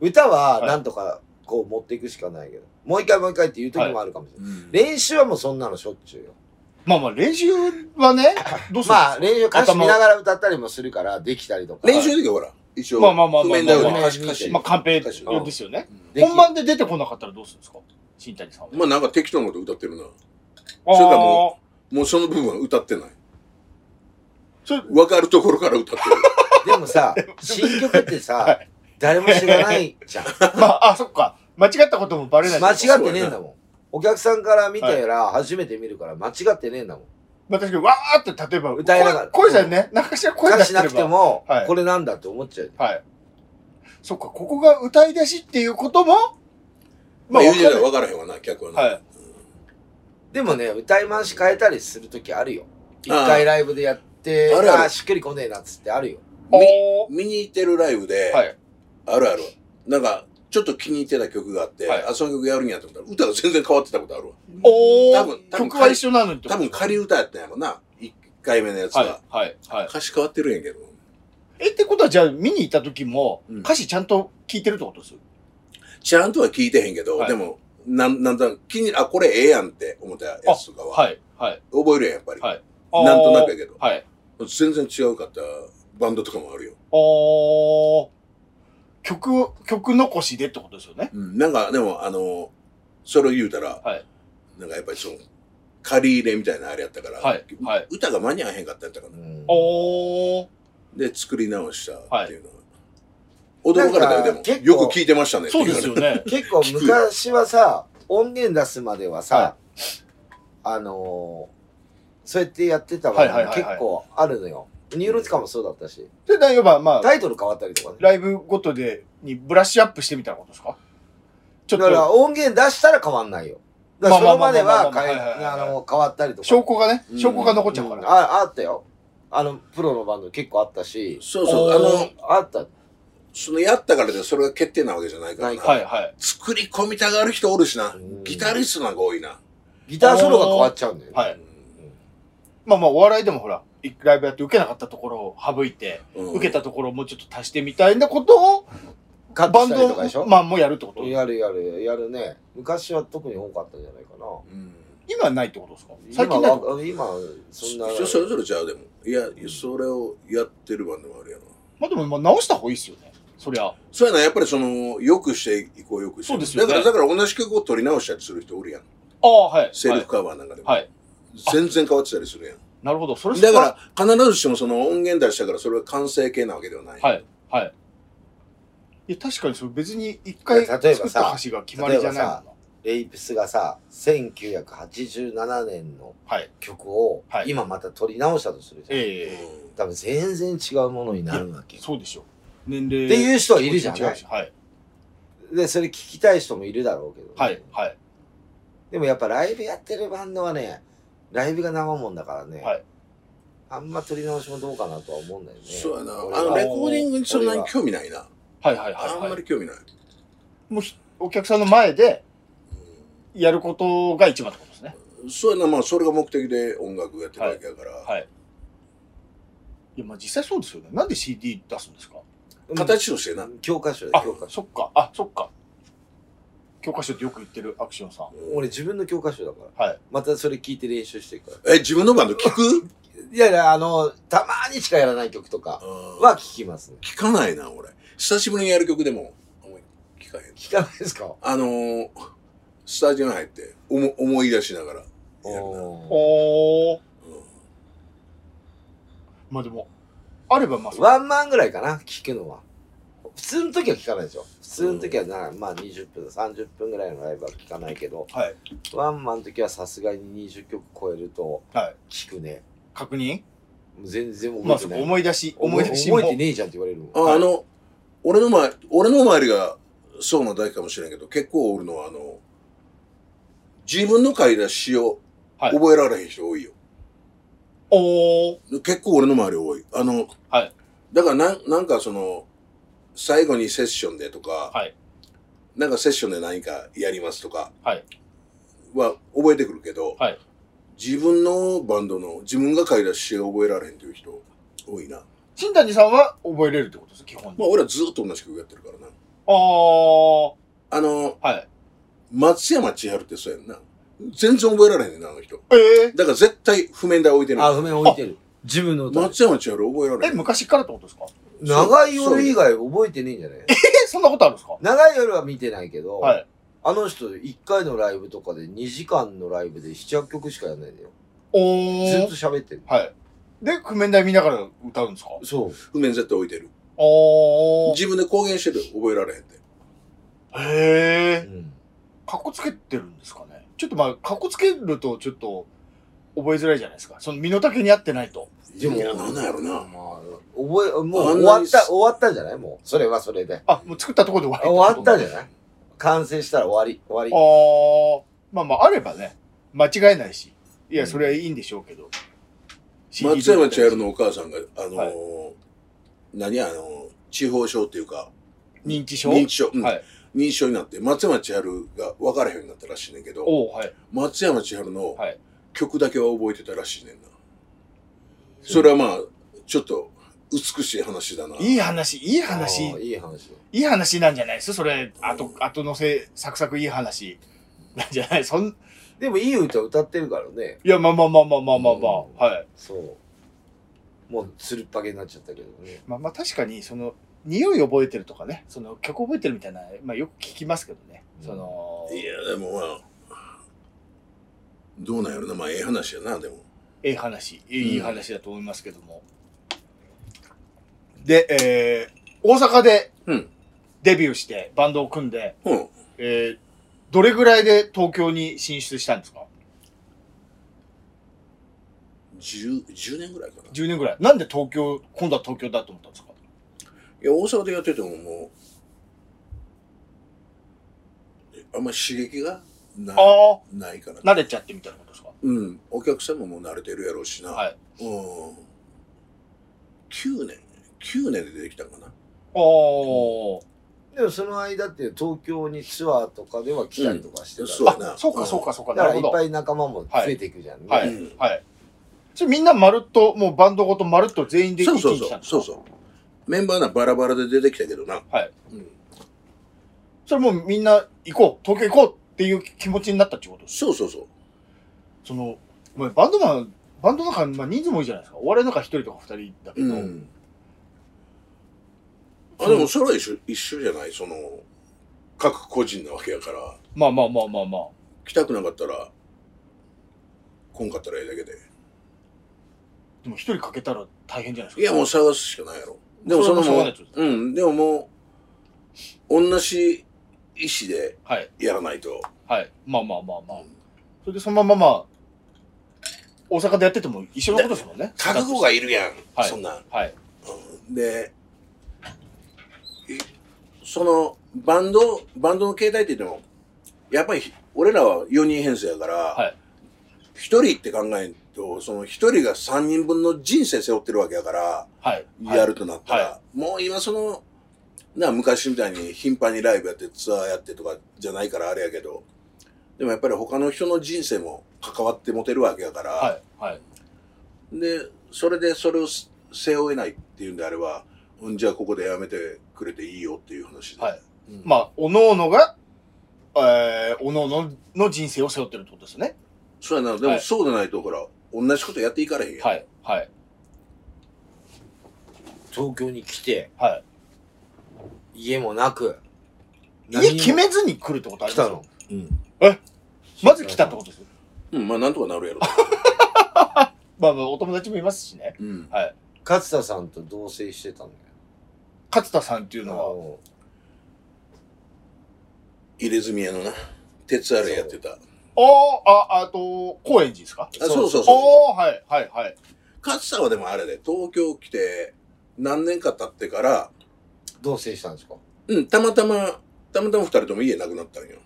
Speaker 1: 歌は
Speaker 2: はい
Speaker 1: なんとかこう持っていくしかないけど。もう一回もう一回っていう時もあるかもしれない。
Speaker 4: うん
Speaker 1: 練習はもうそんなのしょっちゅうよ。
Speaker 2: まあまあ、練習は ね、どうするんですか
Speaker 1: まあ練習歌詞見ながら歌ったりもするからできたりとか。
Speaker 4: 練習の時はほら、一応、
Speaker 2: まあまあまあ
Speaker 4: 譜面だよ
Speaker 1: まあ
Speaker 4: ね、
Speaker 1: まあ
Speaker 4: 歌詞歌詞
Speaker 1: 習
Speaker 2: まあ、カンペです
Speaker 4: うん
Speaker 2: よね。
Speaker 1: でき
Speaker 2: 本番で出てこなかったらどうするんですか新谷さんは。
Speaker 4: まあなんか適当なこと歌ってるな。
Speaker 2: あー
Speaker 4: それかももうその部分は歌ってない。
Speaker 2: それ
Speaker 4: 分かるところから歌って
Speaker 1: でもさ、新曲ってさ、誰も知らないじゃん。
Speaker 2: まあ、あ、そっか。間違ったこともバレない。
Speaker 1: 間違
Speaker 2: ま
Speaker 1: ってねえんだもん。お客さんから見たら初めて見るから間違ってねえんだもん。
Speaker 2: あ、確かに、わーって、例えば、
Speaker 1: 歌えながら
Speaker 2: 声声じゃね、なんかしら声
Speaker 1: 歌
Speaker 2: 出
Speaker 1: 詞
Speaker 2: して
Speaker 1: な
Speaker 2: れ
Speaker 1: くて
Speaker 2: ば。
Speaker 1: も
Speaker 2: はい、
Speaker 1: これなんだって思っちゃう。
Speaker 2: はい。そっか、ここが歌い出しっていうことも、
Speaker 4: る。まあ
Speaker 2: わ
Speaker 4: 言う
Speaker 2: か
Speaker 4: じゃ
Speaker 2: る
Speaker 4: 分からへんわな、客はな。
Speaker 2: はい。
Speaker 1: でもね、歌い回し変えたりするときあるよ。一
Speaker 4: ああ
Speaker 1: 回ライブでやって、
Speaker 4: あるある
Speaker 1: あしっくりこねえなっつってあるよ。
Speaker 5: あー
Speaker 4: 見に行ってるライブで、
Speaker 2: はい
Speaker 4: あるある。なんか、ちょっと気に入ってた曲があって、
Speaker 2: はい
Speaker 4: あ、その曲やるんやと思ったら、歌が全然変わってたことあるわ。
Speaker 2: お
Speaker 4: 多分
Speaker 2: ー
Speaker 4: 多分
Speaker 2: 曲は一緒なのにってこ
Speaker 4: 多
Speaker 2: と
Speaker 4: 分仮歌やったんやろな。1回目のやつが。
Speaker 2: はい、はい、はい。
Speaker 4: 歌詞変わってるんやけど。
Speaker 2: え、ってことはじゃあ見に行った時も、
Speaker 4: うん
Speaker 2: 歌詞ちゃんと聞いてるってことです
Speaker 4: ちゃんとは聞いてへんけど、
Speaker 2: はい
Speaker 4: でも、なん、なんだ、気に、あ、これええやんって思ったやつとかは、
Speaker 2: はい、はい。
Speaker 4: 覚えるやん、やっぱり。
Speaker 2: はい
Speaker 4: なんとなくやけど。
Speaker 2: はい。
Speaker 4: 全然違うかったバンドとかもあるよ。
Speaker 2: おー曲、曲残しでってことですよね。
Speaker 4: うん、なんか、でも、あの、それを言うたら、
Speaker 2: はい
Speaker 4: なんかやっぱりその、借り入れみたいなあれやったから、
Speaker 2: はいはい
Speaker 4: 歌が間に合わへんかったんやったかな。
Speaker 2: おー
Speaker 4: で、作り直したっていうのは。驚かれたよ、で
Speaker 1: な
Speaker 4: も
Speaker 1: んか。結構
Speaker 4: よく聞いてましたねって
Speaker 2: そ
Speaker 4: 言
Speaker 2: う
Speaker 4: われ
Speaker 2: で
Speaker 4: て。
Speaker 2: すよね。
Speaker 1: 結構昔はさ、音源出すまではさ、
Speaker 2: は
Speaker 1: あのーそうやってやってた場合
Speaker 2: はいはい
Speaker 1: も
Speaker 2: はい
Speaker 1: 結
Speaker 2: はい
Speaker 1: 構あるのよ。ニューロティカもそうだったし、
Speaker 2: それで、いわば、まあ、
Speaker 1: タイトル変わったりとかね。
Speaker 2: ライブごとで、にブラッシュアップしてみたいなことですかちょ
Speaker 1: だ
Speaker 2: っ
Speaker 1: から
Speaker 2: と、
Speaker 1: 音源出したら変わんないよ。だからそ
Speaker 2: まあ
Speaker 1: れ
Speaker 2: まあま
Speaker 1: までは
Speaker 2: あまあまあ
Speaker 1: 変え
Speaker 2: はいはいはい
Speaker 1: あの変わったりとか。
Speaker 2: 証拠がね、
Speaker 4: うん
Speaker 2: 証拠が残っちゃうか
Speaker 1: うん
Speaker 2: ら。
Speaker 1: ああったよ。あの、プロのバンド結構あったし、
Speaker 4: そうそう。あの、
Speaker 1: あった。
Speaker 4: そのやったからでそれが決定なわけじゃないからな。
Speaker 1: ない
Speaker 2: はい、はい。
Speaker 4: 作り込みたがる人おるしな
Speaker 1: うん。
Speaker 4: ギタリストなんか多いな。
Speaker 1: ギターソロが変わっちゃうんだよね。
Speaker 2: はい。まあまあ、お笑いでもほら、いライブやって受けなかったところを省いて、
Speaker 4: うん
Speaker 2: 受けたところをもうちょっと足してみたいなことを、
Speaker 1: カット
Speaker 2: バン
Speaker 1: したりとかでし
Speaker 2: ド
Speaker 1: ょ、
Speaker 2: マンもやるってこと
Speaker 1: やるやる、やるね。昔は特に多かったんじゃないかな。
Speaker 4: うん
Speaker 2: 今はないってことですか最
Speaker 1: 最
Speaker 2: 近
Speaker 1: 近
Speaker 2: ないっ
Speaker 1: だ
Speaker 2: てこと
Speaker 1: と今そんな
Speaker 4: 人それぞれちゃうでもいやそれをやってるバンドもあるやろ
Speaker 2: まあでも、まあ直した方がいいですよね。そりゃ。
Speaker 4: そうやなやっぱりそのよくしていこうよくして
Speaker 2: そうですよね
Speaker 4: だからだから同じ曲を取り直したりする人おるやん
Speaker 2: ああ、はい。
Speaker 4: セルフカバーなんかでも、
Speaker 2: はい
Speaker 4: 全然変わってたりするやん
Speaker 2: なるほど。それ
Speaker 4: だから必ずしもその音源出したからそれは完成形なわけではない、
Speaker 2: はい。はい。いや、確かにそれ別に一回
Speaker 1: いや
Speaker 2: 作
Speaker 1: 例え
Speaker 2: っ
Speaker 1: ばさ
Speaker 2: た歌詞が決まりじゃないもんな
Speaker 1: 例えばレイプスがさ1987年の
Speaker 2: はい
Speaker 1: 曲を
Speaker 2: はい
Speaker 1: 今また撮り直したとするじゃん、
Speaker 4: うん
Speaker 2: え
Speaker 1: 多分全然違うものになるわけ
Speaker 2: え。
Speaker 1: よ
Speaker 2: そうでしょ。年齢。
Speaker 1: っていう人はいるじゃん
Speaker 2: 気持ちも違うしはい。
Speaker 1: でそれ聞きたい人もいるだろうけどね、
Speaker 2: はい。はい。
Speaker 1: でもやっぱライブやってるバンドはねライブが生もんだからね、
Speaker 2: はい
Speaker 1: あんま撮り直しもどうかなとは思うんだよね
Speaker 4: そうやな
Speaker 1: 俺は
Speaker 4: あのレコーディングにそんなに興味ないな
Speaker 2: はい。はい。
Speaker 4: あん
Speaker 2: はい
Speaker 4: ま
Speaker 2: は
Speaker 4: り
Speaker 2: い。
Speaker 4: 興味ない、
Speaker 2: もうひ、お客さんの前でやることが一番ってことですね。
Speaker 4: うんそうやなまあそれが目的で音楽やってるわけやから、
Speaker 2: はい。いや、まあ実際そうですよね。なんで CD 出すんですか
Speaker 1: うん
Speaker 4: 形としてな、
Speaker 1: 教科書だ
Speaker 2: あ
Speaker 1: よ教科、書
Speaker 2: そっか。あ、そっか。教科書ってよく言ってるアクションさん。
Speaker 1: 俺自分の教科書だから、
Speaker 2: はい
Speaker 1: またそれ聞いて練習していくから
Speaker 4: え自分のバンド聞く
Speaker 1: いやいや、あの、たまにしかやらない曲とか
Speaker 4: は
Speaker 1: は聞きますね。
Speaker 4: 聞かないな俺久しぶりにやる曲でもあんまり聞かへん
Speaker 1: 聞かないですか
Speaker 4: あのー、スタジオに入って思思い出しながらやるな
Speaker 1: おー
Speaker 2: おー。
Speaker 4: う
Speaker 2: まあでも、あればまあそう
Speaker 1: ワンマンぐらいかな、聞くのは。普通の時は聞かないでしょ。普通の時はな、まあ20分、30分ぐらいのライブは聞かないけど、
Speaker 2: はい。
Speaker 1: ワンマンの時はさすがに20曲超えると
Speaker 2: はい、
Speaker 1: 聞くね。
Speaker 2: 確認
Speaker 1: もう全然覚
Speaker 2: まあ
Speaker 1: え
Speaker 2: そ
Speaker 1: て
Speaker 2: こ
Speaker 1: ない。
Speaker 2: 思い出し、思い出しも。
Speaker 1: 覚えてねえじゃんって言われるもん。
Speaker 4: んあ
Speaker 1: はい
Speaker 4: あの俺の前俺の周りがそうなだけかもしれんけど結構おるのはあの自分の書いた詩を
Speaker 2: はい
Speaker 4: 覚えられへん人多いよ、
Speaker 2: おー。
Speaker 4: 結構俺の周り多いあの、
Speaker 2: はい
Speaker 4: だからなんなんかその最後にセッションでとか、
Speaker 2: はい
Speaker 4: なんかセッションで何かやりますとか
Speaker 2: はい
Speaker 4: は覚えてくるけど、
Speaker 2: はい
Speaker 4: 自分のバンドの自分が書いた詩を覚えられへんという人多いな
Speaker 2: 新谷さんは覚えれるってことです、基本に。
Speaker 4: まあ俺はずっと同じ曲やってるから
Speaker 2: あ
Speaker 4: な
Speaker 2: ー。
Speaker 4: あの
Speaker 2: はい。
Speaker 4: 松山千春ってそうやんな全然覚えられへんねんなあの人
Speaker 2: ええ
Speaker 4: だから絶対譜面台置いてる
Speaker 1: あ、譜面置いてる。自分の歌。
Speaker 4: 松山千春覚えられ
Speaker 2: え、
Speaker 4: へん
Speaker 2: 昔からってことですか
Speaker 1: 長い夜以外覚えてねえんじゃない
Speaker 2: え、そんなことあるんですか
Speaker 1: 長い夜は見てないけど、
Speaker 2: はい。
Speaker 1: あの人、1回のライブとかで2時間のライブで7、8曲しかやらないんだよ。
Speaker 2: お
Speaker 1: ずっと
Speaker 2: ー。
Speaker 1: 喋ってる。
Speaker 2: はい。で、譜面台見ながら歌うんですか
Speaker 1: そう。
Speaker 4: 譜面絶対置いてる
Speaker 2: おー。
Speaker 4: 自分で公言してる覚えられへんって
Speaker 2: へえ。
Speaker 1: ん、
Speaker 2: かっこつけてるんですかねちょっとまあ、かっこつけるとちょっと覚えづらいじゃないですか。その身の丈に合ってないと。
Speaker 1: でも
Speaker 4: いやなんなんやろ
Speaker 1: まあ
Speaker 4: な、
Speaker 1: 覚え、もう
Speaker 4: あ
Speaker 1: 終
Speaker 4: んなに
Speaker 1: わった、終わったんじゃないもう。それはそれで。
Speaker 2: あ、もう作ったところで終わり
Speaker 1: 終わったんじゃない完成したら終わり、終わ
Speaker 2: ああ、まあまあ、あればね、間違えないし。いや、それはいいんでしょうけど。CD
Speaker 4: 松山千春のお母さんがあのー
Speaker 2: はい
Speaker 4: 何あの、地方症っていうか、
Speaker 2: 認知症
Speaker 4: 認知症、うん
Speaker 2: はい。
Speaker 4: 認知症になって、松山千春が分からへんようになったらしいねんけど、
Speaker 2: おうはい。
Speaker 4: 松山千春の
Speaker 2: はい
Speaker 4: 曲だけは覚えてたらしいねんな。それはまあ、ちょっと美しい話だな。
Speaker 2: いい話、いい話、
Speaker 1: あーいい話。
Speaker 2: いい話なんじゃないですそれ、あと、あとのせ、サクサクいい話なんじゃないそん、い
Speaker 1: でもいい歌歌ってるからね。
Speaker 2: や、まあまあまあまあまあまあまあ、はい。
Speaker 1: そう。もうつるっぱげになっちゃったけどね。
Speaker 2: まあまあ確かに、その、匂い覚えてるとかね、その曲覚えてるみたいな、まあよく聞きますけどね。その、
Speaker 4: いや、でもまあ、どうなんやろな。まあ、ええ話やな、でも。
Speaker 2: ええ話、いいいい話だと思いますけども。で、えー、大阪で
Speaker 4: うん
Speaker 2: デビューして、バンドを組んで、
Speaker 4: うん。
Speaker 2: えー、どれぐらいで東京に進出したんですか
Speaker 4: 10, 10年ぐらいかな。い
Speaker 2: ?10 年ぐらい。なんで東京、今度は東京だと思ったんですか
Speaker 4: や、大阪でやっててももう、えあんまり刺激がな
Speaker 2: あ
Speaker 4: ないから
Speaker 2: あ、慣れちゃってみたいなことですか
Speaker 4: うん。お客さんももう慣れてるやろうしな。
Speaker 2: はい。
Speaker 4: うん。9年 ?9 年でできたかな。
Speaker 2: おー。
Speaker 1: でもその間って東京にツアーとかでは来たりとかしてた
Speaker 4: うんそうやな
Speaker 2: あ、そうかそうかそうか、
Speaker 1: だ
Speaker 2: な
Speaker 1: から
Speaker 2: る
Speaker 1: い
Speaker 2: ほ
Speaker 1: っ
Speaker 2: ど。
Speaker 1: ぱ
Speaker 2: はい
Speaker 1: 仲間も増えていくじゃんね。
Speaker 2: はい
Speaker 4: うん
Speaker 2: い。それみんなまるっと、もうバンドごとまるっと全員で一
Speaker 4: そう
Speaker 2: 気
Speaker 4: そ
Speaker 2: に
Speaker 4: う
Speaker 2: 来
Speaker 4: そ
Speaker 2: た。
Speaker 4: うん
Speaker 2: ですか
Speaker 4: そうそう。メンバーなバラバラで出てきたけどな。
Speaker 2: はい。
Speaker 4: うん。
Speaker 2: それもうみんな行こう、東京行こうっていう気持ちになったってことです。
Speaker 4: そうそうそう。
Speaker 2: その、まあバンドマン、バンドの中、まあ、人数も多いじゃないですか。お笑いの中一人とか二人だけど、
Speaker 4: うん。あ、でもそれは一緒、一緒じゃないその、各個人なわけやから、
Speaker 2: まあまあまあまあまあ。
Speaker 4: 来たくなかったら、来んかったらええだけで。
Speaker 2: でも一人かけたら大変じゃないですか。
Speaker 4: いや、もう探すしかないやろ。でもその
Speaker 2: それ
Speaker 4: も
Speaker 2: はもう
Speaker 4: う
Speaker 2: しょう、
Speaker 4: うん、でももう、同じ意思で
Speaker 2: はい。
Speaker 4: やらないと。
Speaker 2: はい。まあまあまあまあ。それでそのまままあ、大阪でやってても一緒のことですもんね。
Speaker 4: 覚悟がいるやん、
Speaker 2: はい
Speaker 4: そんなん。
Speaker 2: はい。
Speaker 4: うんで、いそのバンド、バンドの形態って言っても、やっぱりひ俺らは4人編成やから
Speaker 2: い、
Speaker 4: 一、人って考えると、その一人が3人分の人生背負ってるわけやから、
Speaker 2: はい。
Speaker 4: やるとなったら、
Speaker 2: は
Speaker 4: もう今その、な昔みたいに頻繁にライブやってツアーやってとかじゃないからあれやけど、でもやっぱり他の人の人生も関わって持てるわけやから、
Speaker 2: はい。はい。
Speaker 4: で、それでそれをす背負えないっていうんであれば、うん、じゃあここでやめてくれていいよっていう話で。
Speaker 2: はい
Speaker 4: うん
Speaker 2: まあ、おのおのが、えー、おのおのの人生を背負ってるってことですよね。
Speaker 4: そうやな、で
Speaker 2: は
Speaker 4: も
Speaker 2: い
Speaker 4: そうでないと、ほら、同じことやっていかれへんやん。
Speaker 2: はい。はい。
Speaker 1: 東京に来て、
Speaker 2: はい。
Speaker 1: 家もなく。
Speaker 2: 家
Speaker 1: 何も
Speaker 2: 決めずに来るってことあり
Speaker 1: 来
Speaker 2: ま
Speaker 1: た
Speaker 2: す
Speaker 1: の。
Speaker 2: まず来たってことですよ。
Speaker 4: うん、まあなんとかなるやろ。
Speaker 2: まあまあ、お友達もいますしね。
Speaker 4: うん。
Speaker 1: 勝田さんと同棲してたん
Speaker 2: 勝田さんっていう
Speaker 1: だ
Speaker 2: のは、
Speaker 1: よ。
Speaker 4: 入れ墨屋のな、鉄アレやってた。あ、
Speaker 2: おー、あ、あと、高円寺ですか
Speaker 1: そう
Speaker 4: そうそうそう。
Speaker 2: おー、はい、はい、はい。
Speaker 4: 勝さんはでもあれで、東京来て何年か経ってから、
Speaker 1: 同棲したんですか
Speaker 4: うん、たまたま、たまたま二人とも家なくなったんよ。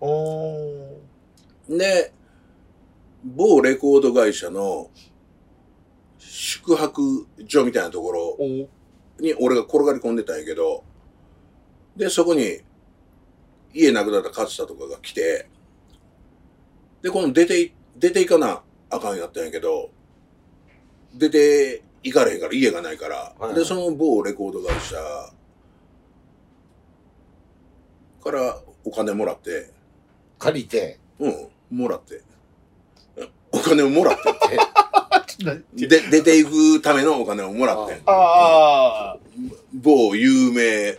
Speaker 1: お
Speaker 4: で、某レコード会社の宿泊所みたいなところ
Speaker 2: おー、
Speaker 4: に俺が転がり込んでたんやけど、で、そこに家なくなった勝田とかが来て、で、この出てい、出ていかなあかんやったんやけど、出ていかれへんから、家がないから、
Speaker 1: はい
Speaker 4: で、その某レコード会社からお金もらって、
Speaker 1: 借りて。
Speaker 4: うん、もらって。お金をもらっ
Speaker 1: え
Speaker 4: て。で、出ていくためのお金をもらって。
Speaker 2: あ
Speaker 4: 某有名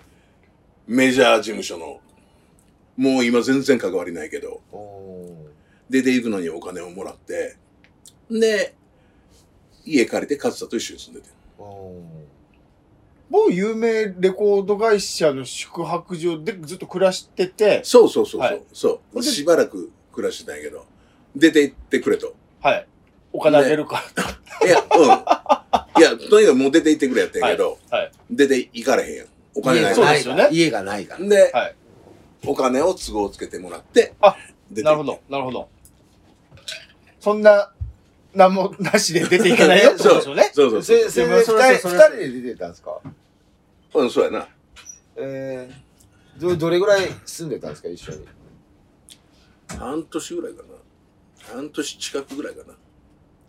Speaker 4: メジャー事務所の、もう今全然関わりないけど、
Speaker 1: お
Speaker 4: 出ていくのにお金をもらって、で、家借りて勝田と一緒に住んでて。
Speaker 1: ーお
Speaker 2: ー、某有名レコード会社の宿泊所でずっと暮らしてて、
Speaker 4: そうそうそうそう。
Speaker 2: はい
Speaker 4: そう。しばらく暮らしてたんやけど、出て行ってくれと。
Speaker 2: はい。お金あげるから。
Speaker 4: いや、うん。いや、とにかくもう出て行ってくれやったんやけど、
Speaker 2: はいはい
Speaker 4: 出て行かれへんやん。お
Speaker 1: ー
Speaker 4: 金ない
Speaker 2: そ
Speaker 4: か
Speaker 2: う
Speaker 4: ら
Speaker 2: ですよね
Speaker 1: 家がないから。
Speaker 4: で、
Speaker 2: はい
Speaker 4: お金を都合つけてもらって、
Speaker 2: あ
Speaker 4: 出て行って。
Speaker 2: なるほど、なるほど。そんな、なんもなしで出ていけないよってことですよね
Speaker 4: そうそう
Speaker 1: そ
Speaker 4: そう
Speaker 1: れ
Speaker 4: そう。
Speaker 1: それで
Speaker 2: いやまあ
Speaker 1: 二
Speaker 2: それは
Speaker 1: 人二
Speaker 2: そうそれは
Speaker 1: 人で出てたんですか
Speaker 4: うん、そうやな。
Speaker 1: えー、どどれぐらい住んでたんですか一緒に
Speaker 4: 半年ぐらいかな。半年近くぐらいかな。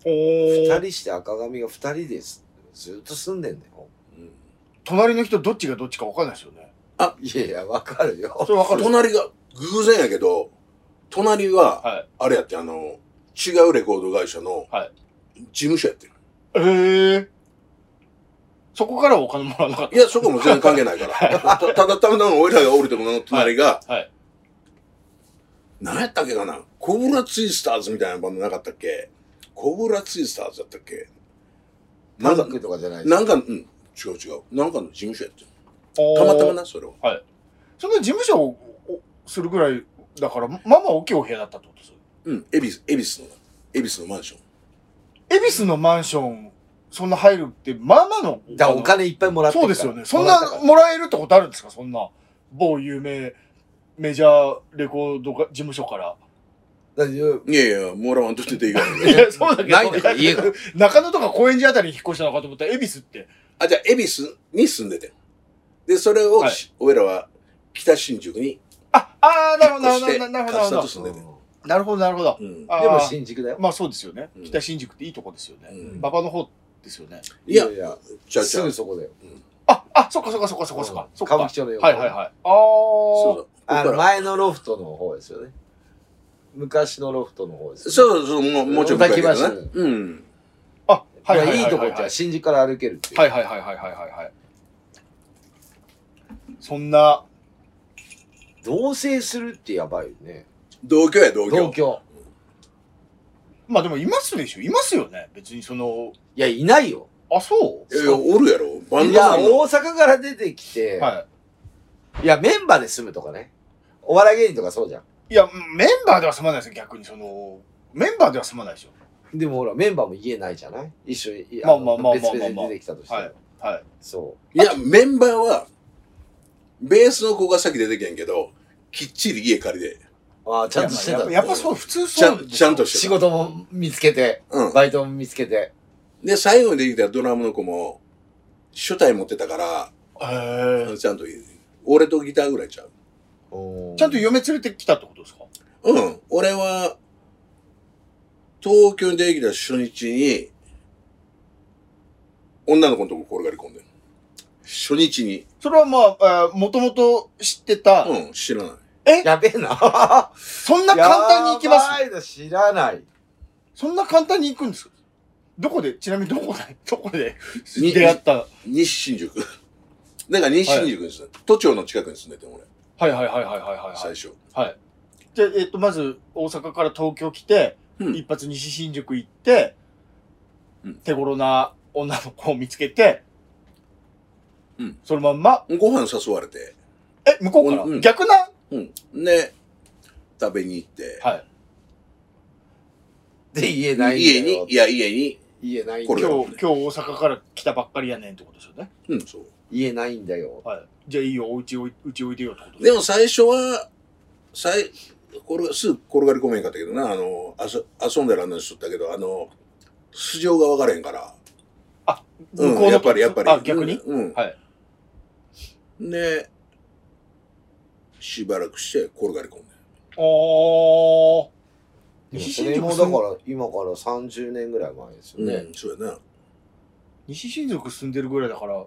Speaker 2: お
Speaker 1: 二
Speaker 2: ー
Speaker 1: 人して赤髪が二人ですずっと住んでんだよ
Speaker 4: うん
Speaker 2: 隣の人どっちがどっちか分かんないですよね。
Speaker 1: いやいやわかるよ
Speaker 2: それ分かる。
Speaker 4: 隣が、偶然やけど、隣は、
Speaker 2: はい。
Speaker 4: あれやって、あの、違うレコード会社の
Speaker 2: はい、
Speaker 4: 事務所やってる。
Speaker 2: えー。そこからはお金もらわなかっ
Speaker 4: いや、そこも全然関係ないから。 たただたまたま俺らがおるとこの隣が、
Speaker 2: た。はい。
Speaker 4: 何やったっけかなコブラツイスターズみたいなバンドなかったっけコブラツイスターズやったっけな
Speaker 1: マ
Speaker 4: ん
Speaker 1: ザ
Speaker 4: か
Speaker 1: ッ、クとかじゃないです
Speaker 4: なんか、うん、違う違う。なんかの事務所やってる。
Speaker 2: た
Speaker 4: たまたま。な、それは。
Speaker 2: その事務所をおするぐらいだから、まあまあ大きいお部屋だったってことです。
Speaker 4: うん、恵比寿、恵比寿の、恵比寿のマンション。
Speaker 2: 恵比寿のマンション、そんな入るって、まあまあの。
Speaker 1: だからお金いっぱいもらってる
Speaker 2: そ
Speaker 1: か
Speaker 2: う
Speaker 1: ら
Speaker 2: ですよね。そん
Speaker 1: もらった
Speaker 2: な
Speaker 1: から
Speaker 2: もらえるってことあるんですかそんな某有名メジャーレコードが事務所から。
Speaker 1: だって
Speaker 4: いやいや、もらわんとってていいから。
Speaker 2: いや、そうだけど。
Speaker 1: ないんだから家が
Speaker 2: 中野とか高円寺あたりに引っ越したのかと思ったら、恵比寿って。
Speaker 4: あ、じゃあ、恵比寿に住んでて。で、それを
Speaker 2: はい
Speaker 4: し、俺らは北新宿に
Speaker 2: あ、あー、な
Speaker 4: 引
Speaker 2: るほ
Speaker 4: っ越
Speaker 2: ど、
Speaker 4: し
Speaker 2: なる
Speaker 4: て、
Speaker 2: ほど、なるほどなるほど。なるほど、
Speaker 4: カスターと住んでて。
Speaker 2: なるほど。
Speaker 4: うん。
Speaker 2: あー
Speaker 1: でも新宿だよ
Speaker 2: まあそうですよね
Speaker 4: う。ん
Speaker 2: 北新宿っていいとこですよ
Speaker 4: う
Speaker 2: ね。
Speaker 4: ん
Speaker 2: 馬場の方ですよね。
Speaker 4: いや、
Speaker 1: いや
Speaker 4: ちゃうち
Speaker 1: す
Speaker 4: ゃう
Speaker 1: ぐ。そこだよ
Speaker 2: あ、あ、そっかそっかそっかそっかそっか。そっか。
Speaker 1: 歌舞伎町
Speaker 2: は
Speaker 1: の横
Speaker 2: いはいはい。あー。
Speaker 4: そうだ
Speaker 1: あ
Speaker 4: だ
Speaker 1: の
Speaker 4: から
Speaker 1: 前のロフトの方ですよね昔のロフトの方ですよね
Speaker 4: そうそう、もうもうちょっと
Speaker 1: 小
Speaker 4: け
Speaker 1: 田
Speaker 4: ど
Speaker 1: 原
Speaker 4: ね
Speaker 1: 市の。
Speaker 4: うん。
Speaker 2: あ、
Speaker 1: ま
Speaker 2: は
Speaker 1: あ
Speaker 2: いはいはい
Speaker 1: い
Speaker 2: はいい。
Speaker 1: とこじゃ新宿から歩けるっていう
Speaker 2: はいはいはいはいはいはいはい。そんな、
Speaker 1: 同棲するってやばいよね
Speaker 4: 同居や、同居。
Speaker 1: 同居
Speaker 2: まあでもいますでしょいますよね。別にその、
Speaker 1: いやいないよ
Speaker 2: あ、そう
Speaker 4: いやいや、おるやろ。バン
Speaker 1: い
Speaker 4: ド
Speaker 1: や
Speaker 4: さんの。
Speaker 1: 大阪から出てきて
Speaker 2: はい
Speaker 1: やメンバーで住むとかねお笑い芸人とかそうじゃん
Speaker 2: い。いや、メンバーでは済まないですよ、逆に。その、メンバーでは済まないでしょ。
Speaker 1: でもほらメンバーも言えないじゃない一緒に
Speaker 2: まあまあまあまあまあ
Speaker 1: 別々に出てきたとしても
Speaker 2: はいはい。
Speaker 1: そ
Speaker 4: いや、メンバーは、ベースの子が先出てけんけど、きっちり家借りで、
Speaker 1: うああちゃんとしてた
Speaker 2: やっぱやっぱそう、普通
Speaker 4: ちゃ
Speaker 2: そうんでしょ。
Speaker 4: ちゃんとして
Speaker 1: 仕
Speaker 4: た。
Speaker 1: 事も見つけて
Speaker 4: うん。
Speaker 1: バイトも見つけて
Speaker 4: で、最後にできたドラムの子も、初代持ってたか
Speaker 2: へ
Speaker 4: ら、
Speaker 2: ー
Speaker 4: ちゃんと、俺とギターぐらいちゃう。
Speaker 2: ちゃんと嫁連れてきたってことですか
Speaker 4: うん。俺は、東京に出てきた初日に、女の子のとこ転がり込んでる。初日に。
Speaker 2: それはまあ、もともと知ってた、
Speaker 4: うん、知らない。
Speaker 1: やべえな簡
Speaker 2: そんな簡単に行きます
Speaker 1: いの知らない
Speaker 2: そんな簡単に行くんですかどこで、ちなみにどこで、 どこで
Speaker 4: に
Speaker 2: 出会ったは
Speaker 4: 西新宿。 だから西新宿に住んで、都庁の近くに住んでて、俺、
Speaker 2: いはいはいはいはいはいはい
Speaker 4: 最。初。
Speaker 2: じゃあ、えっ、と、まず、大阪から東京来て、
Speaker 4: うん
Speaker 2: 一発西新宿行って、
Speaker 4: うん
Speaker 2: 手頃な女の子を見つけて、
Speaker 4: うん
Speaker 2: そのまんま、
Speaker 4: ご飯誘われて、
Speaker 2: え、向こうから、
Speaker 4: うん
Speaker 2: 逆な
Speaker 4: うん。で、食べに行って、
Speaker 2: はい。
Speaker 1: で言えない
Speaker 4: 家
Speaker 1: んだ
Speaker 4: に
Speaker 1: よ、
Speaker 4: いや、家に、
Speaker 1: 言えないん
Speaker 4: こ
Speaker 1: だ
Speaker 4: れ
Speaker 2: 今
Speaker 1: よ
Speaker 2: 日、今日大阪から来たばっかりやねんってことですよね。
Speaker 4: うん、そう。
Speaker 1: 言えないんだよ
Speaker 2: はい。じゃあいいよ、お家おい、うちおいでよってこと
Speaker 4: で
Speaker 2: も、
Speaker 4: も最初は、最、これ、すぐ転がり込めへんかったけどな、あの、あそ遊んでる話しとったけど、あの、素性が分からへんから。うん、
Speaker 2: 向こうの
Speaker 4: やっぱり、やっぱり。
Speaker 2: あ、逆に、
Speaker 4: うん。うん
Speaker 2: はい。
Speaker 4: で、しばらくして転がり込んで。
Speaker 2: あー。
Speaker 1: でも
Speaker 2: 西
Speaker 1: そ
Speaker 2: 新
Speaker 1: れ
Speaker 2: 宿
Speaker 1: もだ
Speaker 2: 住
Speaker 1: か
Speaker 2: ん
Speaker 1: ら今から30年ぐらい前ですよね、
Speaker 4: うん、そうやな。
Speaker 2: 西新宿住んでるぐらいだから、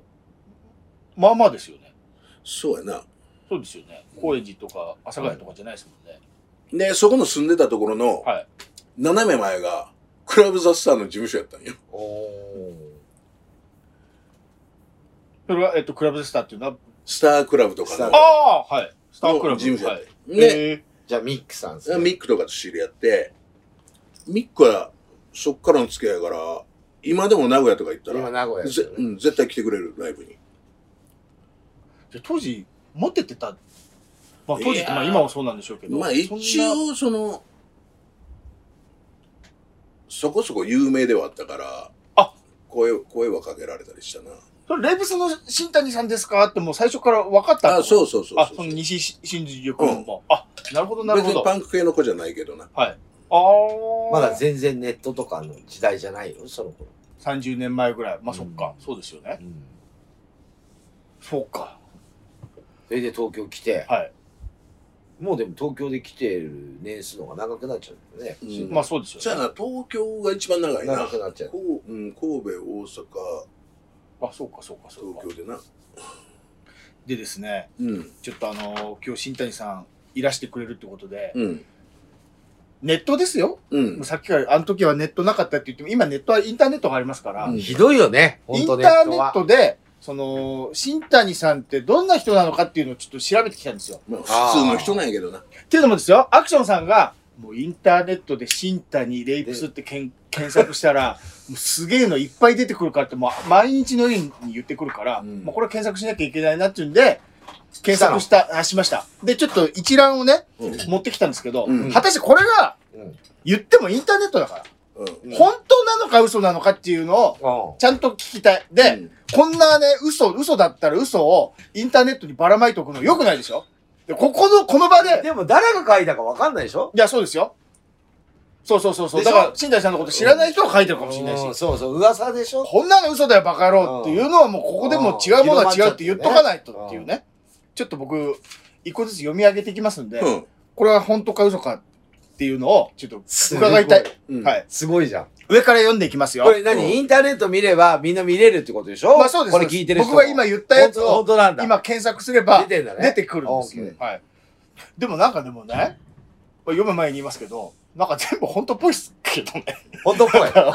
Speaker 2: まあまあですよね。
Speaker 4: そうやな。
Speaker 2: そうですよね。高円寺とか、阿佐ヶ谷とかじゃないですもんね。
Speaker 4: で、そこの住んでたところの
Speaker 2: はい、
Speaker 4: 斜め前が、クラブザスターの事務所やったんよ。
Speaker 1: お
Speaker 2: それは、えっと、クラブスターっていうのは、
Speaker 4: スタークラブとか
Speaker 1: スター
Speaker 4: の
Speaker 1: クラ
Speaker 2: ああはい。スタークラ
Speaker 4: の
Speaker 2: ブ。
Speaker 4: 事務所や
Speaker 2: は
Speaker 4: っ
Speaker 2: い。
Speaker 4: た。で、
Speaker 2: え
Speaker 1: じゃあミックさんですね
Speaker 4: ミックとかと知り合って、ミックはそっからの付き合いやから、今でも名古屋とか行った
Speaker 1: 今
Speaker 4: ら、
Speaker 1: 名古屋です
Speaker 4: ぜ
Speaker 1: よね
Speaker 4: うん、絶対来てくれる、ライブに。
Speaker 2: ーじゃあ当時、モテてた、まあ当時ってまあ
Speaker 4: いやー
Speaker 2: 今もそうなんでしょうけど。
Speaker 4: まあ
Speaker 2: そんな
Speaker 4: 一応、その、そこそこ有名ではあったから、
Speaker 2: あ
Speaker 4: 声、声はかけられたりしたな。
Speaker 2: それレイブスの新谷さんですかってもう最初から分かった。
Speaker 4: あ、そううそうそうそう。
Speaker 2: あ、その西新宿も。あ、なるほどなるほ
Speaker 4: 別に
Speaker 2: ど。
Speaker 4: パンク系の子じゃないけどな。
Speaker 2: ああ。
Speaker 1: まだ全然ネットとかの時代じゃないよその頃、
Speaker 2: 30年前ぐらい。まあそっか。そうですよね。そうか。
Speaker 1: それで東京来て、
Speaker 2: はい。
Speaker 1: もうでも東京で来てる年数の方が長くなっちゃうんだよね。
Speaker 4: うん
Speaker 2: まあそうです
Speaker 4: じゃ
Speaker 2: よ
Speaker 4: あ
Speaker 2: ね。
Speaker 4: な、東京が一番長いな。
Speaker 1: 長くなっちゃう。
Speaker 4: こううん、神戸、大阪、
Speaker 2: あ、そうかそうかそうか。
Speaker 4: 東京でな。
Speaker 2: でですね、
Speaker 4: うん。
Speaker 2: ちょっとあのー今日新谷さんいらしてくれるってことで、
Speaker 4: うん。
Speaker 2: ネットですよ。
Speaker 4: うん
Speaker 2: もう。さっきから、あの時はネットなかったって言っても、今ネットはインターネットがありますから、
Speaker 4: うん
Speaker 1: ひどいよね、ほ
Speaker 2: イ
Speaker 1: ん
Speaker 2: ン
Speaker 1: と
Speaker 2: ター
Speaker 1: ネット
Speaker 2: ネッ
Speaker 1: は。
Speaker 2: トで、その、新谷さんってどんな人なのかっていうのをちょっと調べてきたんですよ。
Speaker 4: まあ、普通の人なんやけどな。
Speaker 2: っていうのもですよ、アクションさんが、もうインターネットで新谷レイプスってけん検索した ら、もうすげえのいっぱい出てくるからって、もう毎日のように言ってくるから、
Speaker 4: うん
Speaker 2: もうこれ検索しなきゃいけないなっていうんで、検索した、あ、しました。で、ちょっと一覧をね、
Speaker 4: うん。
Speaker 2: 持ってきたんですけど、
Speaker 4: うん
Speaker 2: 果たしてこれが
Speaker 1: うん
Speaker 2: 言ってもインターネットだから、
Speaker 4: うん
Speaker 1: うん
Speaker 2: 本当なのか嘘なのかっていうのを、
Speaker 1: うん
Speaker 2: ちゃんと聞きたい。で、こんなね、嘘、嘘だったら嘘をインターネットにばらまいておくの良くないでしょでここの、この場で、
Speaker 1: でも誰が書いたかわかんないでしょ
Speaker 2: いや、そうですよ。そうそうそうそう。
Speaker 1: でし
Speaker 2: だ
Speaker 1: ょ
Speaker 2: から、新谷さんのこと知らない人が書いてるかもしれないし、
Speaker 1: うんそうそう、噂でしょ
Speaker 2: こんなの嘘だよ、バカ野郎っていうのはもうここでもう違うものは違うって言っとかないとっていうね。ちょっと僕、一個ずつ読み上げていきますんで、
Speaker 4: うん
Speaker 2: これは本当か嘘かっていうのを、ちょっと
Speaker 1: すご
Speaker 2: 伺いたい。
Speaker 4: うん。
Speaker 2: はい。
Speaker 1: すごいじゃん。
Speaker 2: 上から読んでいきますよ。
Speaker 1: これ何、
Speaker 4: うん
Speaker 1: インターネット見ればみんな見れるってことでしょ
Speaker 2: まあそうです。
Speaker 1: これ聞いてる人
Speaker 2: 僕が今言ったやつ
Speaker 1: 本
Speaker 2: を、
Speaker 1: 当なんだ。
Speaker 2: 今検索すれば
Speaker 1: 出、てんだね。
Speaker 2: 出てくるんですよ
Speaker 1: オー。
Speaker 2: はい。でもなんかでもね、これ読む前に言いますけど、なんか全部本当っぽいっすけ どね。
Speaker 1: 本当っぽい。
Speaker 2: 確
Speaker 1: うん。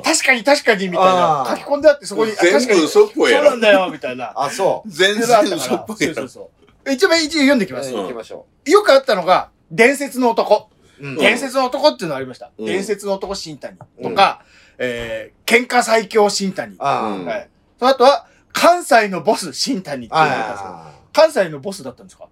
Speaker 2: かに確かにみたいな
Speaker 1: あ。ー
Speaker 2: 書き込んであってそこに、あ
Speaker 4: 全
Speaker 2: 確かに
Speaker 4: 部嘘っぽい
Speaker 2: そ
Speaker 4: や
Speaker 2: うな
Speaker 4: ろ
Speaker 2: ん。だよ、みたいな。
Speaker 1: あ、そう。
Speaker 4: 全
Speaker 2: そうなん
Speaker 4: 然
Speaker 2: だ
Speaker 4: 嘘
Speaker 2: から
Speaker 4: っぽい
Speaker 2: そう
Speaker 4: や
Speaker 2: そ
Speaker 4: ろ
Speaker 2: う。そう。一番一応読んでき
Speaker 1: 行
Speaker 2: ます。
Speaker 1: きましょ
Speaker 2: よくあったのが、伝説の男。
Speaker 1: う。うん
Speaker 2: 伝説の男っていうのありました。
Speaker 4: うん
Speaker 2: 伝説の男新谷とか、えー、喧嘩最強新谷。は
Speaker 1: あ
Speaker 4: うん
Speaker 1: ー
Speaker 2: い。その後は、関西のボス新谷っていうのがいたんですけど
Speaker 1: あー。
Speaker 2: 関西のボスだったんですか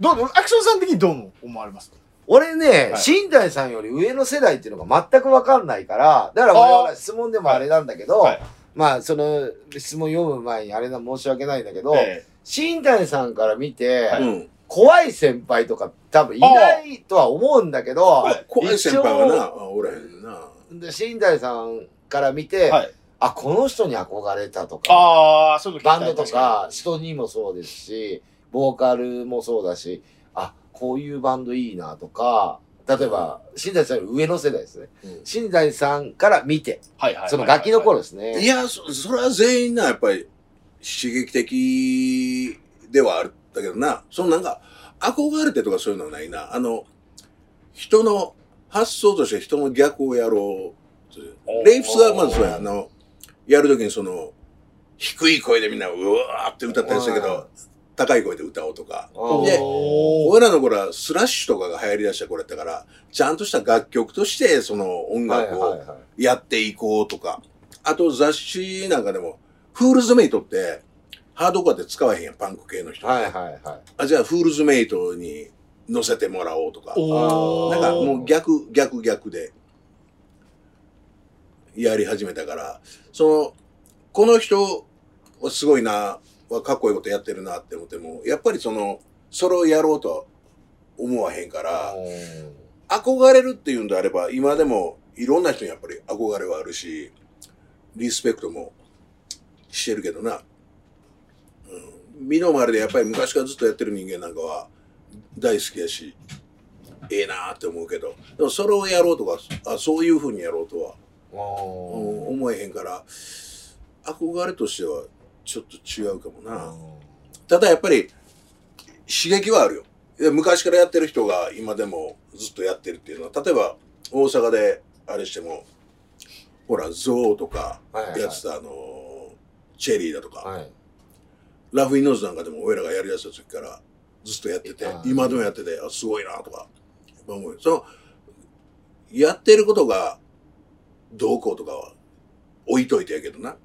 Speaker 2: どう、アクションさん的にどう思われます
Speaker 1: 俺ね
Speaker 2: は、い
Speaker 1: 新谷さんより上の世代っていうのが全くわかんないから、だから
Speaker 2: あー
Speaker 1: 俺は質問でもあれなんだけど
Speaker 2: はいはい、
Speaker 1: まあその質問読む前にあれな申し訳ないんだけど、
Speaker 2: え
Speaker 1: 新谷さんから見て、
Speaker 4: うん。
Speaker 1: 怖い先輩とか多分いないとは思うんだけど、
Speaker 4: 怖い先輩はな、あおらへんな。
Speaker 1: で新谷さんから見て、
Speaker 2: はい
Speaker 1: あこの人に憧れたと
Speaker 2: え
Speaker 1: か
Speaker 2: ああ、そういうの聞きた
Speaker 1: バ
Speaker 2: い
Speaker 1: ンドとか。人にもそうですしボーカルもそうだしあこういうバンドいいなとか例えば新谷さんより上の世代ですね
Speaker 4: うん
Speaker 1: 新谷さんから見て
Speaker 2: はいはい。
Speaker 1: そのガキの頃ですね、
Speaker 4: いや、そそれは全員な、やっぱり刺激的ではあったけどな。そのなんか、憧れてとかそういうのはないな。あの、人の発想として人の逆をやろうという
Speaker 2: お。ー
Speaker 4: レイプスがまずそうや、あの、やるときにその、低い声でみんなうわーって歌ったりしたけ
Speaker 1: うん
Speaker 4: ど、高い声で歌おうとか。
Speaker 1: うん
Speaker 4: で
Speaker 2: おー
Speaker 4: 俺らの頃はスラッシュとかが流行り出した頃やったから、ちゃんとした楽曲としてその音
Speaker 1: はい
Speaker 4: 楽
Speaker 1: は
Speaker 4: を
Speaker 1: いはい
Speaker 4: やっていこうとか、あと雑誌なんかでも、フールズメイトって、ハードコアって使わへんやん、パンク系の人。
Speaker 1: はいはいはい
Speaker 4: あ、じゃあフールズメイトに乗せてもらおうとか、
Speaker 2: お
Speaker 1: ー
Speaker 4: な
Speaker 2: ー
Speaker 4: んかもう逆、逆、逆で、やり始めたから、その、この人はすごいな、はかっこいいことやってるなって思っても、やっぱりその、それをやろうとは思わへんから、
Speaker 1: うん
Speaker 4: 憧れるっていうんであれば、今でもいろんな人にやっぱり憧れはあるし、リスペクトもしてるけどな。うん、身の回りでやっぱり昔からずっとやってる人間なんかは大好きやし、ええなーって思うけど、でもそれをやろうとか、あそういうふうにやろうとは、うん
Speaker 1: うん
Speaker 4: 思えへんから、憧れとしてはちょっと違うかもな。ただやっぱり刺激はあるよいや昔からやってる人が今でもずっとやってるっていうのは例えば大阪であれしてもほらゾウとか
Speaker 1: はいはい
Speaker 4: やってたあのチェリーだとか、
Speaker 1: はい
Speaker 4: ラフインノーズなんかでも俺らがやりだした時からずっとやってて
Speaker 1: はい
Speaker 4: 今でもやっててあすごいなとかやっぱ思うよそのやってることがどうこうとかは置いといてやけどな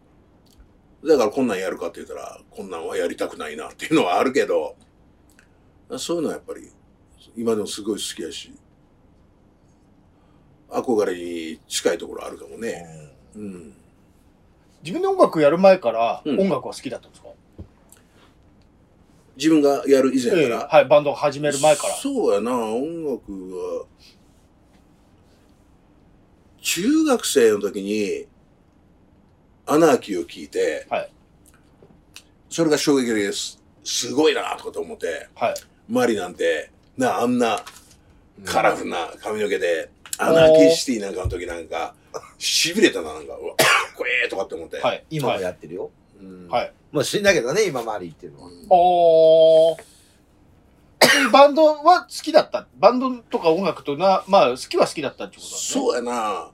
Speaker 4: だからこんなんやるかって言ったらこんなんはやりたくないなっていうのはあるけどそういうのはやっぱり今でもすごい好きやし憧れに近いところあるかもねうん
Speaker 2: 自分で音楽やる前から
Speaker 4: うん
Speaker 2: 音楽は好きだったんですか
Speaker 4: 自分がやる以前
Speaker 2: え
Speaker 4: か
Speaker 2: え
Speaker 4: ら、
Speaker 2: はい、バンドを始める前から。
Speaker 4: そうやな音楽は中学生の時にアナーキーを聴いて、
Speaker 2: はい
Speaker 4: それが衝撃です。すごいなとかと思って、
Speaker 2: はい。
Speaker 4: マリなんて、なあ、んなカラフルな髪の毛で、アナーキシティなんかの時な んか、痺れたな、なんか、うわ、かっこええとかって思って。
Speaker 2: はい。
Speaker 1: 今も
Speaker 2: はい。
Speaker 1: やってるよ。うん
Speaker 2: はい。
Speaker 1: もう死んだけどね、今マリーっていうのは。
Speaker 4: うん
Speaker 2: おー。そういうバンドは好きだった。バンドとか音楽とな、まあ、好きは好きだったってことだね。
Speaker 4: そうやな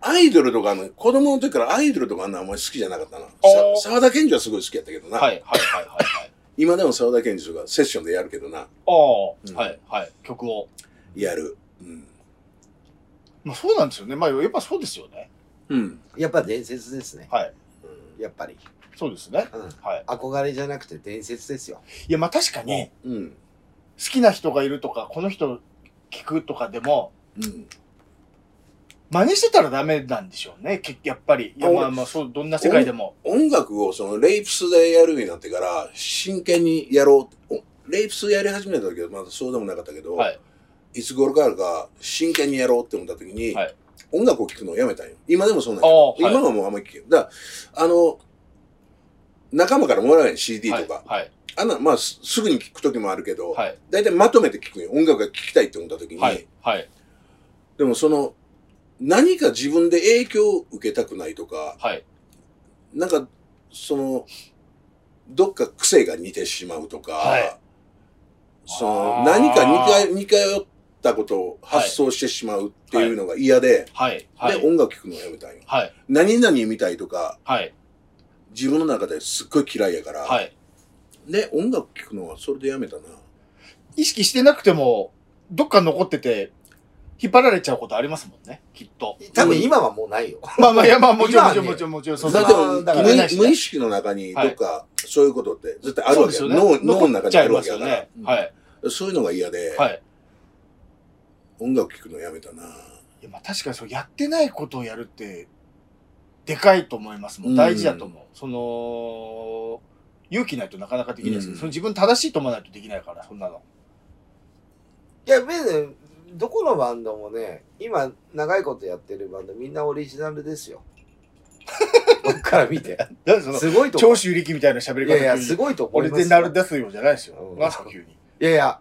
Speaker 4: アイドルとかの、子供の時からアイドルとかあんなあんまり好きじゃなかったな。さ
Speaker 2: ー
Speaker 4: 沢田研二はすごい好きやったけどな。
Speaker 2: はい、はい、はい、はいはい。
Speaker 4: 今でも沢田研二とかセッションでやるけどな。
Speaker 2: ああ、
Speaker 4: うん
Speaker 2: はい、はい。曲を。
Speaker 4: やる。うん。
Speaker 2: まあ、そうなんですよね。まあ、やっぱそうですよね。
Speaker 4: うん。
Speaker 1: やっぱ伝説ですね。
Speaker 2: はい。
Speaker 1: うんやっぱり。
Speaker 2: そうですね。
Speaker 1: うん。
Speaker 2: はい。
Speaker 1: 憧れじゃなくて伝説ですよ。
Speaker 2: いや、まあ確かに、
Speaker 4: うん。
Speaker 2: 好きな人がいるとか、この人聞くとかでも、
Speaker 4: うん。
Speaker 2: 真似してたらダメなんでしょうね。けやっぱり。いや、
Speaker 4: あ
Speaker 2: まあまあ、そう、どんな世界でも。
Speaker 4: 音楽をそのレイプスでやるようになってから、真剣にやろうお。レイプスやり始めた時はまだそうでもなかったけど、
Speaker 2: はい、
Speaker 4: いつ頃からか真剣にやろうって思った時に、
Speaker 2: はい
Speaker 4: 音楽を聴くのをやめたんよ。今でもそんなんや
Speaker 2: ああはい
Speaker 4: 今はもうあんまり聴けない。だから、あの、仲間からもらえない CD
Speaker 2: はい
Speaker 4: とか。
Speaker 2: はい。
Speaker 4: あんな、まあ、すすぐに聴く時もあるけど、
Speaker 2: はい。
Speaker 4: 大体まとめて聴くんよ。音楽が聴きたいって思った時に、
Speaker 2: はい。はい。
Speaker 4: でもその、何か自分で影響を受けたくないとか、
Speaker 2: はい。
Speaker 4: なんか、その、どっか癖が似てしまうとか、
Speaker 2: はい
Speaker 4: その
Speaker 2: あー
Speaker 4: 何か似か似通ったことを
Speaker 2: はい
Speaker 4: 発想してしまうっていうのが嫌で、
Speaker 2: はい。はい。
Speaker 4: で、音楽聴くのをやめたんよ。
Speaker 2: はい。
Speaker 4: 何々みたいとか、
Speaker 2: はい。
Speaker 4: 自分の中ですっごい嫌いやから、
Speaker 2: はい。
Speaker 4: で、音楽聴くのはそれでやめたな。
Speaker 2: 意識してなくても、どっか残ってて、引っ張られちゃうことありますもんね。きっと。
Speaker 1: 多分今はもうないよ。
Speaker 2: まあまあ、いや、まあ、もちろん、
Speaker 1: 今
Speaker 2: も
Speaker 1: は
Speaker 2: ち
Speaker 1: ね
Speaker 2: ろん、もちろん、もちろん、そん
Speaker 4: だ
Speaker 2: な
Speaker 1: う
Speaker 4: って
Speaker 1: まあだから
Speaker 2: ね
Speaker 4: 無無意識の中にどっかそういうことって絶対ある
Speaker 2: そう
Speaker 4: わ
Speaker 2: で
Speaker 4: け
Speaker 2: す
Speaker 4: よ。
Speaker 2: よね。
Speaker 4: 脳脳の中
Speaker 2: 残っ
Speaker 4: に
Speaker 2: ちゃ
Speaker 4: あ
Speaker 2: い
Speaker 4: るわ
Speaker 2: ま
Speaker 4: け
Speaker 2: す
Speaker 4: だ
Speaker 2: よ
Speaker 4: から
Speaker 2: ね。。はい。
Speaker 4: うんそういうのが嫌で、
Speaker 2: はい。
Speaker 4: 音楽聴くのやめたな。
Speaker 2: いやまあ確かにそうやってないことをやるってでかいと思いますも
Speaker 4: うん
Speaker 2: ん大事だと思う、その勇気ないとなかなかできないですけど、
Speaker 4: うん
Speaker 2: その自分正しいと思わないとできないからそんなの
Speaker 1: いや、別に、どこのバンドもね、今、長いことやってるバンド、みんなオリジナルです よ。僕から見て。
Speaker 2: だってその
Speaker 1: すごいと思
Speaker 2: 長
Speaker 1: う。
Speaker 2: 州力みたいな喋り
Speaker 1: い
Speaker 2: 方
Speaker 1: やい
Speaker 2: 急
Speaker 1: や、
Speaker 2: に
Speaker 1: すごいと思
Speaker 2: 俺
Speaker 1: いま
Speaker 2: ですなる
Speaker 1: よ。
Speaker 2: 出すようじゃないですよ
Speaker 1: うん
Speaker 2: なんすか急に
Speaker 1: いやいや、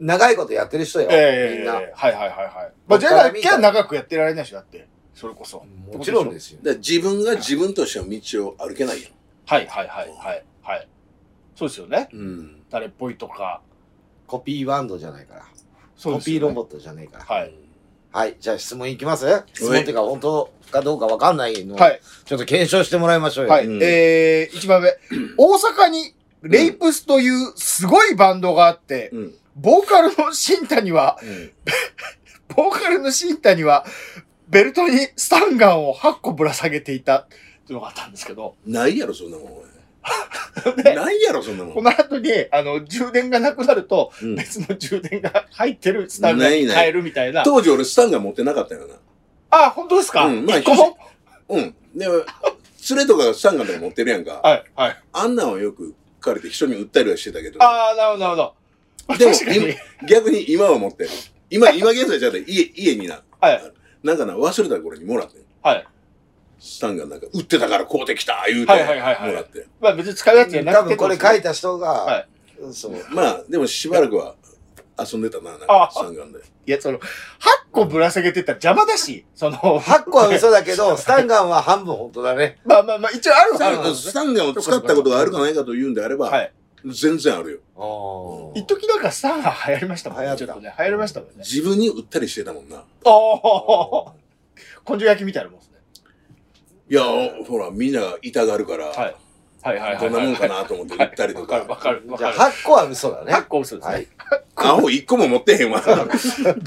Speaker 1: 長いことやってる人よ、
Speaker 2: え
Speaker 1: み
Speaker 2: え
Speaker 1: んな。
Speaker 2: はいはいはいはい、まあ、じゃなきゃ長くやってられないしだってそれこそ
Speaker 1: もちろんですよ。
Speaker 4: だから自分が自分としての道を歩けないよ。
Speaker 2: はいはいはいはいはいそうですよね
Speaker 4: うん。
Speaker 2: 誰っぽいとか
Speaker 1: コピーバンドじゃないから。
Speaker 2: そう
Speaker 1: コ
Speaker 2: です
Speaker 1: ピ
Speaker 2: よ
Speaker 1: ーロ
Speaker 2: ね
Speaker 1: ボットじゃないから。
Speaker 2: はい
Speaker 1: はい、じゃあ質問いきます質問っていうか、本当かどうかわかんないのを、
Speaker 2: はい
Speaker 1: ちょっと検証してもらいましょうよ。
Speaker 2: はい、
Speaker 4: うん
Speaker 2: えー、1番目。大阪に、レイプスというすごいバンドがあって、
Speaker 4: うん。
Speaker 2: ボーカルの新谷は、ボーカルの新谷は、ベルトにスタンガンを8個ぶら下げていたっていうのがあったんですけど、
Speaker 4: ないやろ、そんなもんお 前。ないやろ、そんなもん。
Speaker 2: この後に、あの、充電がなくなると、
Speaker 4: うん
Speaker 2: 別の充電が入ってるスタンガンに変えるみたいな。
Speaker 4: 当時俺スタンガン持ってなかったよな。
Speaker 2: あ、本当ですか、
Speaker 4: うんまあ
Speaker 2: 一個も
Speaker 4: うん。でも、連れとかがスタンガンとか持ってるやんか。
Speaker 2: はい、はい。
Speaker 4: あんなんをよく借りて人に売ったりはしてたけど、
Speaker 2: ああ、なるほど、なるほど。
Speaker 4: でも
Speaker 2: 確かに。
Speaker 4: 逆に今は持ってる。今、今現在じゃなくて家、家にな。
Speaker 2: はい、
Speaker 4: なんかな、忘れた頃にもらってん。
Speaker 2: はい。
Speaker 4: スタンガンなんか、売ってたから買うてきた言うて、
Speaker 2: はいはいはいはい
Speaker 4: もらって。
Speaker 2: まあ別に使うやつじゃな
Speaker 1: 多
Speaker 2: くて
Speaker 1: 分これ書い
Speaker 2: て。
Speaker 1: た人が、
Speaker 2: はい
Speaker 1: そう。
Speaker 4: まあ、でもしばらくは遊んでたな、なんか
Speaker 2: あ、
Speaker 4: スタンガンで。
Speaker 2: いや、その、8個ぶら下げてたら邪魔だし、その、
Speaker 1: 8個は嘘だけど、スタンガンは半分本当だね。
Speaker 2: まあまあまあ、一応ある
Speaker 4: ス
Speaker 2: はあ
Speaker 4: タ
Speaker 2: る
Speaker 4: ン
Speaker 2: ん
Speaker 4: ガン
Speaker 2: です
Speaker 4: ス
Speaker 2: ね。
Speaker 4: タンガンを使ったことがあるかないかというんであれば、
Speaker 2: はい。
Speaker 4: 全然あるよ。
Speaker 1: お
Speaker 2: 一時なんかスタンガン流行りましたもん
Speaker 1: 流行
Speaker 2: ね。
Speaker 1: っ
Speaker 2: ち
Speaker 1: た
Speaker 2: ょっとね、流行りましたもんね。
Speaker 4: 自分に売ったりしてたもんな。
Speaker 2: おお根性焼きみたいなもんですね。
Speaker 4: いや、ほら、みんなが痛がるから、
Speaker 2: はい。はいはいはい。
Speaker 4: どんなもんかなと思って売ったりと
Speaker 2: わかるわ
Speaker 4: か。
Speaker 2: かるわ
Speaker 1: じゃ
Speaker 2: か
Speaker 1: あ
Speaker 2: る。
Speaker 1: 8個は嘘だ ね。
Speaker 2: 8個嘘です
Speaker 1: は
Speaker 2: ね
Speaker 1: い。。
Speaker 4: アホ一個も持ってへんわ。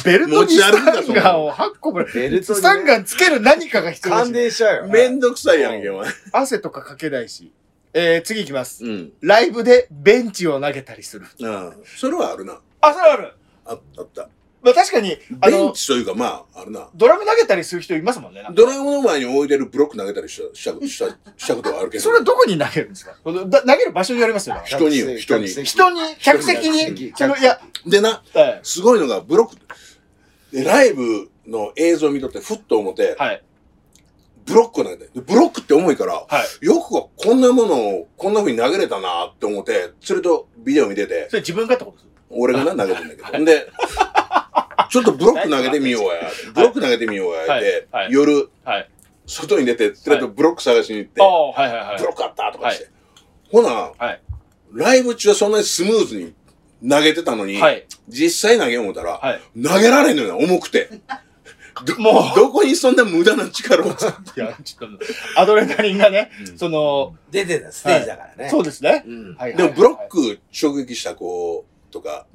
Speaker 2: ベルトにスタンガンを8個ぶら、
Speaker 1: ベルトに
Speaker 2: スタンガンつける何かが必要だ
Speaker 1: 感
Speaker 2: し、
Speaker 1: 電しちゃうよ。
Speaker 4: めんどくさいやんけ、お前。
Speaker 2: 汗とかかけないし。えー、次行きます。
Speaker 4: うん。
Speaker 2: ライブでベンチを投げたりする。
Speaker 4: ああそれはあるな。
Speaker 2: あ、それある。
Speaker 4: ああった。
Speaker 2: まあ確かに、あ
Speaker 4: ベン
Speaker 2: の、
Speaker 4: チというか、まあ、あるな。
Speaker 2: ドラム投げたりする人いますもんね。なんか
Speaker 4: ドラムの前に置いてるブロック投げたりしたしたしたしたことはあるけど。
Speaker 2: それはどこに投げるんですかそのだ投げる場所によりますよね。
Speaker 4: 人によ
Speaker 1: 客席
Speaker 4: 人に
Speaker 1: 客席
Speaker 2: 人
Speaker 1: 客席
Speaker 2: に、客席に、その、
Speaker 1: 客席
Speaker 2: いや、
Speaker 4: でな、
Speaker 2: はい
Speaker 4: すごいのが、ブロック、でライブの映像見とって、ふっと思って、
Speaker 2: はい。
Speaker 4: ブロックを投げて、でブロックって重いから、
Speaker 2: は
Speaker 4: よくこんなものをこんな風に投げれたなって思って、それとビデオ見てて、
Speaker 2: それ自分がってことです
Speaker 4: 俺がな、投げてんだけ ど。ほんで、ちょっとブロック投げてみようや。ブロック投げてみようや。って、
Speaker 2: はいはい
Speaker 4: 夜、
Speaker 2: はい
Speaker 4: 外に出て、それとブロック探しに行って、
Speaker 2: ああ、はいはいはい
Speaker 4: ブ。ロックあったとかして。ほな、
Speaker 2: はい
Speaker 4: ライブ中はそんなにスムーズに投げてたのに、
Speaker 2: はい。
Speaker 4: 実際投げよう思ったら、
Speaker 2: はい
Speaker 4: 投げられんのよな、重く て。ど
Speaker 2: もう
Speaker 4: どこにそんな無駄な力を使っ
Speaker 2: いや、ちょっと、アドレナリンがね、
Speaker 4: うん
Speaker 2: その、
Speaker 1: 出てたステージだからね。
Speaker 2: そうですね。
Speaker 1: うん。
Speaker 2: はいはい
Speaker 4: で
Speaker 2: はい
Speaker 4: もブロック直撃した子とか、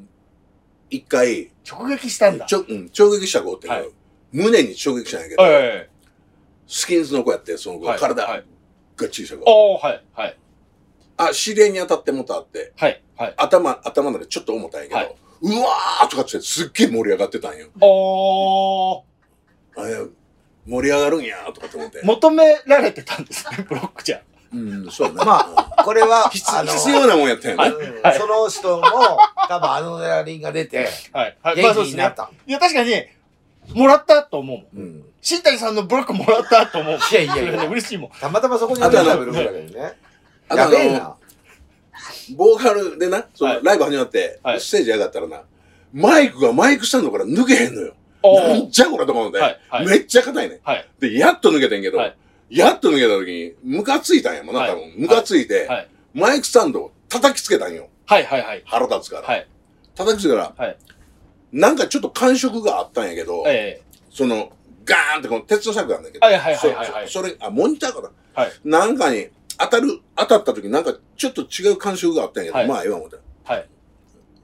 Speaker 4: 一回、
Speaker 2: 直撃したんだ。
Speaker 4: ちょ、うん、直撃した子っていうのは、
Speaker 2: はい
Speaker 4: 胸に直撃したんやけど、
Speaker 2: はいはいはい
Speaker 4: スキンズの子やって、その子、
Speaker 2: はい。
Speaker 4: 体
Speaker 2: は
Speaker 4: が
Speaker 2: い。
Speaker 4: 小さい
Speaker 2: あ
Speaker 4: 子。
Speaker 2: あ、はい。はい。
Speaker 4: あ、知り合いに当たってもたって、
Speaker 2: はい。はい。
Speaker 4: 頭、頭ならちょっと重たんやけど、
Speaker 2: はいう
Speaker 4: わーとかってすっげえ盛り上がってたんよ。
Speaker 2: ああ、
Speaker 4: あれ、盛り上がるんやーとかって思って。
Speaker 2: 求められてたんです ね、ブロックじゃ。
Speaker 4: うん、そうやな。
Speaker 1: まあ、これは、
Speaker 4: 必
Speaker 1: あの
Speaker 4: 必要なもんやったんやね。
Speaker 1: うん
Speaker 2: はい
Speaker 1: その人も、多分アドレナリンが出て、
Speaker 2: はい。
Speaker 1: 元
Speaker 2: はい。
Speaker 1: 気
Speaker 2: まあそうで
Speaker 1: に
Speaker 2: す
Speaker 1: な
Speaker 2: ね
Speaker 1: っ。た。
Speaker 2: いや、確かに、もらったと思うもん。
Speaker 1: うん。
Speaker 2: 新谷さんのブロックもらったと思うもん。
Speaker 1: いやいやいや
Speaker 2: それね嬉しいもん。
Speaker 1: たまたまそこにいたブログだけどね。
Speaker 4: あと
Speaker 1: や
Speaker 4: あ
Speaker 1: べえ
Speaker 4: の、
Speaker 1: な。
Speaker 4: ボーカルでな、そ
Speaker 2: は
Speaker 4: の
Speaker 2: い
Speaker 4: ライブ始まって
Speaker 2: は、い
Speaker 4: ステージ上がったらな、マイクがマイクスタンドから抜けへんのよ。な
Speaker 2: お
Speaker 4: んじゃこれと思うんで
Speaker 2: はいは、い
Speaker 4: めっちゃ硬いね。
Speaker 2: はい。
Speaker 4: で、やっと抜けてんけど
Speaker 2: はい、
Speaker 4: やっと抜けた時に、ムカついたんやもんな、
Speaker 2: はい
Speaker 4: 多分。ムカついて
Speaker 2: はい、
Speaker 4: マイクスタンドを叩きつけたんよ。
Speaker 2: はいはいはい。
Speaker 4: 腹立つか
Speaker 2: は
Speaker 4: ら
Speaker 2: い。
Speaker 4: 叩きつけた
Speaker 2: は
Speaker 4: ら
Speaker 2: い、
Speaker 4: なんかちょっと感触があったんやけど、
Speaker 2: え
Speaker 4: その、ガーンってこの鉄の柵なんだけ
Speaker 2: え。
Speaker 4: ど
Speaker 2: は、いはいはいはいはい。
Speaker 4: そそそれ、あ、モニターかな。
Speaker 2: はい
Speaker 4: なんかに、当たる、当たった時なんかちょっと違う感触があったんやけど、
Speaker 2: はい
Speaker 4: まあ、今思ったら
Speaker 2: はい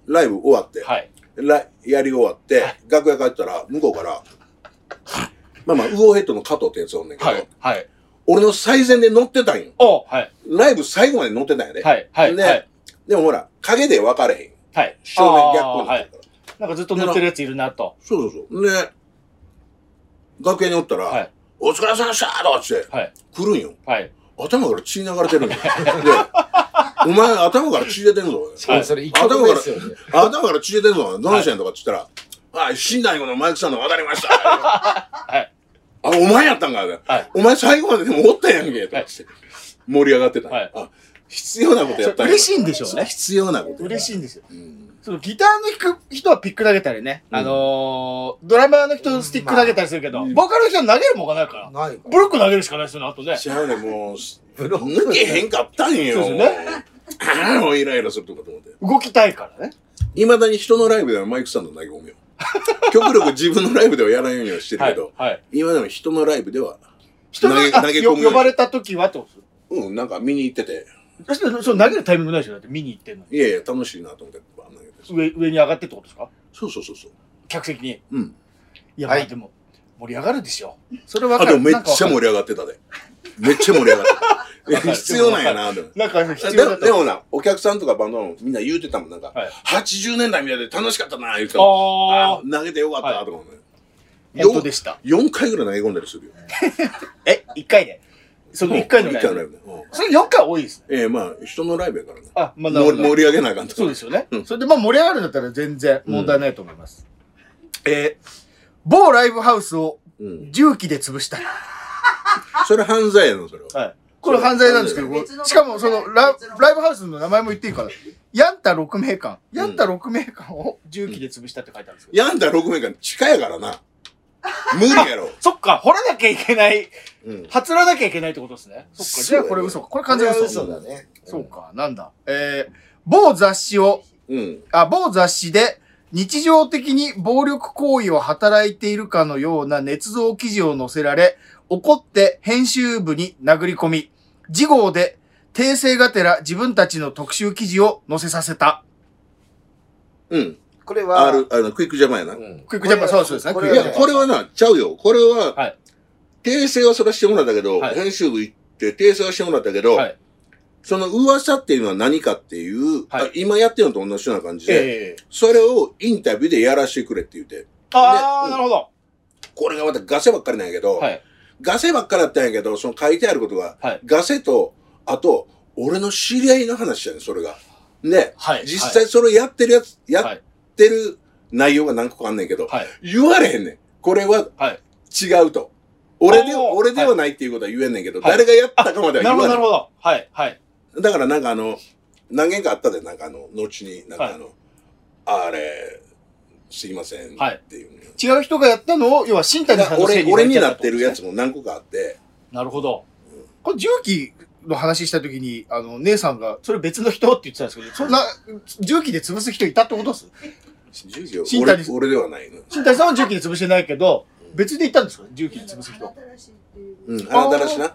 Speaker 4: ライブ終わって、
Speaker 2: はい。
Speaker 4: ラやり終わって、楽屋帰ったら、向こうから、まあまあ、ウォーヘッドの加藤ってやつおんねんけど、
Speaker 2: はい。はい。
Speaker 4: 俺の最前で乗ってたんよ。
Speaker 2: おはい。
Speaker 4: ライブ最後まで乗ってたんやで。
Speaker 2: はい。はい。
Speaker 4: ね
Speaker 2: はい。
Speaker 4: でもほら、影で分かれへん。
Speaker 2: はい。
Speaker 4: 正面逆光にな
Speaker 2: は
Speaker 4: って
Speaker 2: い
Speaker 4: る。から。
Speaker 2: なんかずっと乗ってるやついるなと。
Speaker 4: そうそうそう。で、楽屋におったら、
Speaker 2: はい
Speaker 4: お疲れ様でしたとかっつって、
Speaker 2: はい。
Speaker 4: 来るんよ。
Speaker 2: はい。
Speaker 4: 頭から血流れてるんだよ。で、お前頭から血出てんぞ。
Speaker 1: しかもそれ一曲目ですよね。
Speaker 4: 頭から血出てんぞ。どうしてんとかって言ったら、あ、死んだよ、このマイクさんの渡りました。
Speaker 2: い
Speaker 4: あ、お前やったんか、
Speaker 2: はい
Speaker 4: お前最後まででもおったやんけ、とかって盛り上がってた、
Speaker 2: はい
Speaker 4: あ、必要なことやったんや。
Speaker 2: 嬉しいんでしょうね。
Speaker 4: 必要なことや。
Speaker 2: 嬉しいんですよ。
Speaker 4: うん。
Speaker 2: そのギターの弾く人はピック投げたりね。
Speaker 4: うん
Speaker 2: あのー、ドラマーの人スティック投げたりするけど、ボーカルの人は投げるもんがないから。
Speaker 1: ないか
Speaker 2: ブロック投げるしかないですよね、あとね。
Speaker 4: 違うね、もう、
Speaker 1: ブログ
Speaker 4: 抜けへんかったんよ。
Speaker 2: そうですよ
Speaker 4: ああ、もうイライラするとかと思って。
Speaker 2: 動きたいからね。
Speaker 4: いまだに人のライブではマイクさんの投げ込みを。極力自分のライブではやらないようにはしてる
Speaker 2: は
Speaker 4: け
Speaker 2: い
Speaker 4: ど、。
Speaker 2: はい。
Speaker 4: 今でも人のライブでは、
Speaker 2: 人が
Speaker 4: 投げ
Speaker 2: あ
Speaker 4: 投げ込むよ
Speaker 2: よ
Speaker 4: うに
Speaker 2: 呼ばれた時はってことです
Speaker 4: うん、なんか見に行ってて、
Speaker 2: 私その投げるタイミングないでしょだって見に行ってんのに
Speaker 4: いやいや、楽しいなと思って、バーン投げて。
Speaker 2: 上上に上がってってことですか
Speaker 4: そうそうそうそう。
Speaker 2: 客席に
Speaker 4: うん。
Speaker 2: いや、
Speaker 1: はい
Speaker 2: まあでも盛り上がるでしょそれ分
Speaker 4: あ、
Speaker 2: か
Speaker 4: で
Speaker 2: る
Speaker 4: もめっちゃ
Speaker 2: なんか
Speaker 4: 盛り上がってたで。めっちゃ盛り上がって たいや。
Speaker 2: かる
Speaker 4: 必要なんやな、でも。
Speaker 2: なんか必
Speaker 4: で
Speaker 2: 要だ
Speaker 4: も、
Speaker 2: と
Speaker 4: でもな、お客さんとかバンドのみんな言うてたもん、なんか、
Speaker 2: はい
Speaker 4: 80年代みたいで楽しかったな、言うてたもん。
Speaker 2: あ
Speaker 4: あ
Speaker 2: あ
Speaker 4: ー投げてよかった、とか思うね。
Speaker 2: 本当でした
Speaker 4: 4回ぐらい投げ込んだりするよ。
Speaker 2: え一1回でその1回の
Speaker 4: 一
Speaker 2: ライ
Speaker 4: 回
Speaker 2: ブ
Speaker 4: のライブで。うん
Speaker 2: それ4回多いですね
Speaker 4: ええ、まあ、人のライブやからね。
Speaker 2: あまあなる
Speaker 4: も
Speaker 2: ほ
Speaker 4: 盛
Speaker 2: ど
Speaker 4: り上げなあかんとか
Speaker 2: そうですよね、
Speaker 4: うん
Speaker 2: それでまあ盛り上がるんだったら全然問題ないと思います、えー某ライブハウスを
Speaker 4: うん。
Speaker 2: 重機で潰した
Speaker 4: それ犯罪やの、それは。
Speaker 2: はいこれ犯罪なんですけど、こ
Speaker 6: 別の
Speaker 2: れしかもそのラライブハウスの名前も言っていいから、ヤンタ6名館、ヤンタ6名館を重機で潰したって書いてあるんですけど。
Speaker 4: 病んだ6年間地下やからな。無理やろ。
Speaker 2: そっか、掘らなきゃいけない、
Speaker 4: うん。
Speaker 2: はつらなきゃいけないってことですね。そっか、じゃあこれ嘘か。これ完全嘘。
Speaker 1: 嘘だね。
Speaker 2: そうか、なんだ。えー、某雑誌を、
Speaker 4: うん。
Speaker 2: あ、某雑誌で、日常的に暴力行為を働いているかのような捏造記事を載せられ、怒って編集部に殴り込み、次号で訂正がてら自分たちの特集記事を載せさせた。
Speaker 4: うん。
Speaker 1: これは、
Speaker 4: ある、あの、クイックジャパンや
Speaker 1: う
Speaker 4: な。
Speaker 1: ん
Speaker 2: クイックジャパンそうそうですね
Speaker 1: こ
Speaker 2: クイ
Speaker 1: れ
Speaker 2: ッ
Speaker 4: い
Speaker 2: クジ
Speaker 1: は
Speaker 2: ャ
Speaker 4: や、
Speaker 2: パン
Speaker 4: これはな、ちゃうよ。これは、
Speaker 2: はい
Speaker 4: 訂正はそれはしてもらったけど、
Speaker 2: はい
Speaker 4: 編集部行って訂正はしてもらったけど、
Speaker 2: はい
Speaker 4: その噂っていうのは何かっていう、
Speaker 2: はい
Speaker 4: あ今やってるのと同じような感じで、
Speaker 2: ええ
Speaker 4: それをインタビューでやらしてくれって言って、
Speaker 2: あ
Speaker 4: で
Speaker 2: あ、なるほど。
Speaker 4: これがまたガセばっかりなんやけど、
Speaker 2: はい。
Speaker 4: ガセばっかりだったんやけど、その書いてあることが、
Speaker 2: はい
Speaker 4: ガセと、あと、俺の知り合いの話やねんそれが。ね、
Speaker 2: はい。
Speaker 4: 実際それやってるやつ、や
Speaker 2: は
Speaker 4: っ
Speaker 2: い
Speaker 4: てる内容が何個かあんねんけど、
Speaker 2: はい。
Speaker 4: 言われへんねん。これは
Speaker 2: はい。
Speaker 4: 違うと。俺で、
Speaker 2: あー
Speaker 4: 俺ではないっていうことは言えんねんけど、
Speaker 2: はい
Speaker 4: 誰がやったかまでは
Speaker 2: な
Speaker 4: 言
Speaker 2: るほ
Speaker 4: わ
Speaker 2: ど、
Speaker 4: な
Speaker 2: ないる。ほど。はい、はい。
Speaker 4: だからなんかあの、何件かあったで、なんかあの、後に、なんかあの、あれ、すいません
Speaker 2: はい
Speaker 4: っていうね、
Speaker 2: 違う人がやったのを、要は新谷
Speaker 4: だ
Speaker 2: さ
Speaker 4: か
Speaker 2: ん
Speaker 4: ら
Speaker 2: のせ
Speaker 4: 俺
Speaker 2: い、に
Speaker 4: 俺に
Speaker 2: 言われ
Speaker 4: なっ
Speaker 2: ちゃ
Speaker 4: てる
Speaker 2: た
Speaker 4: や
Speaker 2: って
Speaker 4: つも何個かあって、
Speaker 2: ことですね。なるほど。
Speaker 5: これ重機の話した時に、あの、姉さんが、
Speaker 2: それ別の人って言ってたんですけど、そ
Speaker 5: そ
Speaker 2: ん
Speaker 5: ん
Speaker 2: な、
Speaker 5: な、重機で潰す人いたってことです
Speaker 4: 10秒
Speaker 5: 新
Speaker 4: 俺
Speaker 5: 谷
Speaker 4: 俺ではないの。
Speaker 2: 新谷さんは重機で潰してないけど、別で行ったんですか重機で潰す人。
Speaker 6: 新しいっていう
Speaker 4: うん、あなたらしな。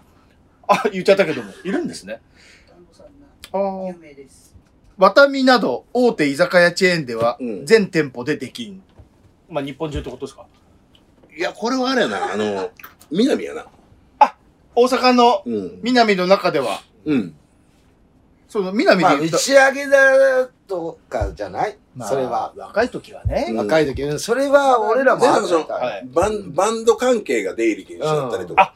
Speaker 2: あ、言っちゃったけども、いるんですね。
Speaker 6: 団子さんが
Speaker 5: あ
Speaker 6: 有名です。
Speaker 5: ワタミなど大手居酒屋チェーンでは
Speaker 4: うん
Speaker 5: 全店舗でできん。
Speaker 2: まあ、日本中ってことですか
Speaker 4: いや、これはあれやな、あの、南やな。
Speaker 5: 大阪の
Speaker 4: うん。
Speaker 5: 南の中では、
Speaker 4: うん。
Speaker 5: その南で
Speaker 1: まあ、
Speaker 5: 言
Speaker 1: 打
Speaker 5: った
Speaker 1: ち上げだとかじゃない、
Speaker 2: まあ
Speaker 1: それは。
Speaker 2: 若い時はね。
Speaker 1: 若い時、うんそれは俺らもあったから
Speaker 2: はい
Speaker 4: バンバンド関係が出入り禁止だったりとか。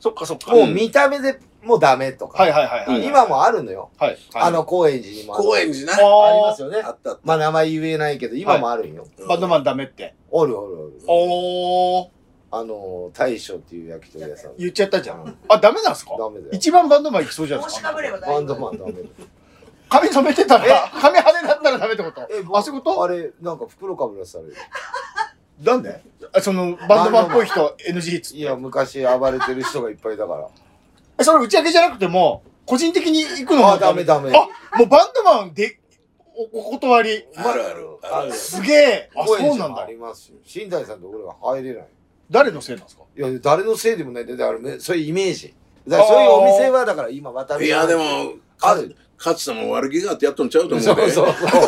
Speaker 2: そっかそっか。
Speaker 4: ん
Speaker 1: もう見た目でもうダメとか。
Speaker 2: はいはいはいはい。
Speaker 4: うん
Speaker 1: 今もあるのよ。
Speaker 2: はい。
Speaker 1: あの、高円寺にもある。
Speaker 4: 高円寺な。
Speaker 1: あり
Speaker 2: あ
Speaker 1: ま
Speaker 2: あ
Speaker 1: すよね
Speaker 4: あ。った。
Speaker 1: まあ名前言えないけど、今もあるんよ。
Speaker 4: うん
Speaker 2: バンドマンダメって。
Speaker 1: おるおるおる。
Speaker 2: おお
Speaker 1: あの、大将っていう焼き鳥屋さん。
Speaker 2: 言っちゃったじゃん。あ、ダメなんですか
Speaker 1: ダメだよ。
Speaker 2: 一番バンドマン行きそうじゃない
Speaker 6: 帽
Speaker 2: です
Speaker 6: 子
Speaker 2: か
Speaker 6: か。ぶれば
Speaker 1: バ
Speaker 6: 大
Speaker 1: ン
Speaker 6: 丈夫。
Speaker 1: ドマンダメだよ。
Speaker 2: 髪染めてたら、髪跳ねだったらダメってこと
Speaker 1: え、
Speaker 2: あ、そういうこと
Speaker 1: あれ、なんか袋かぶらされる。
Speaker 2: なんであその、バンドマンっぽい人 NG っつっ
Speaker 1: い
Speaker 2: て
Speaker 1: や、。昔暴れてる人がいっぱいだから。
Speaker 2: えそれ打ち上げじゃなくても、個人的に行くの
Speaker 1: あ、
Speaker 2: も
Speaker 1: ダメダメ。
Speaker 2: あ、もうバンドマンで、おお断り。
Speaker 4: あるある。ある
Speaker 2: すげえ。あ、
Speaker 1: 高円
Speaker 2: そう
Speaker 1: 寺
Speaker 2: な
Speaker 1: も
Speaker 2: ん
Speaker 1: あ
Speaker 2: だ
Speaker 1: り。ますよ。新谷さんと俺は入れない。
Speaker 2: 誰のせいなんですか
Speaker 1: いや、誰のせいでもない。だからね、そういうイメージ。だからそういうお店は、だから今、渡辺
Speaker 4: いや、
Speaker 1: さん
Speaker 4: でも、
Speaker 1: ある。
Speaker 4: 勝さんも悪気があってやっとんちゃうと
Speaker 1: そう
Speaker 4: 思
Speaker 1: そうう
Speaker 4: で。
Speaker 1: そう。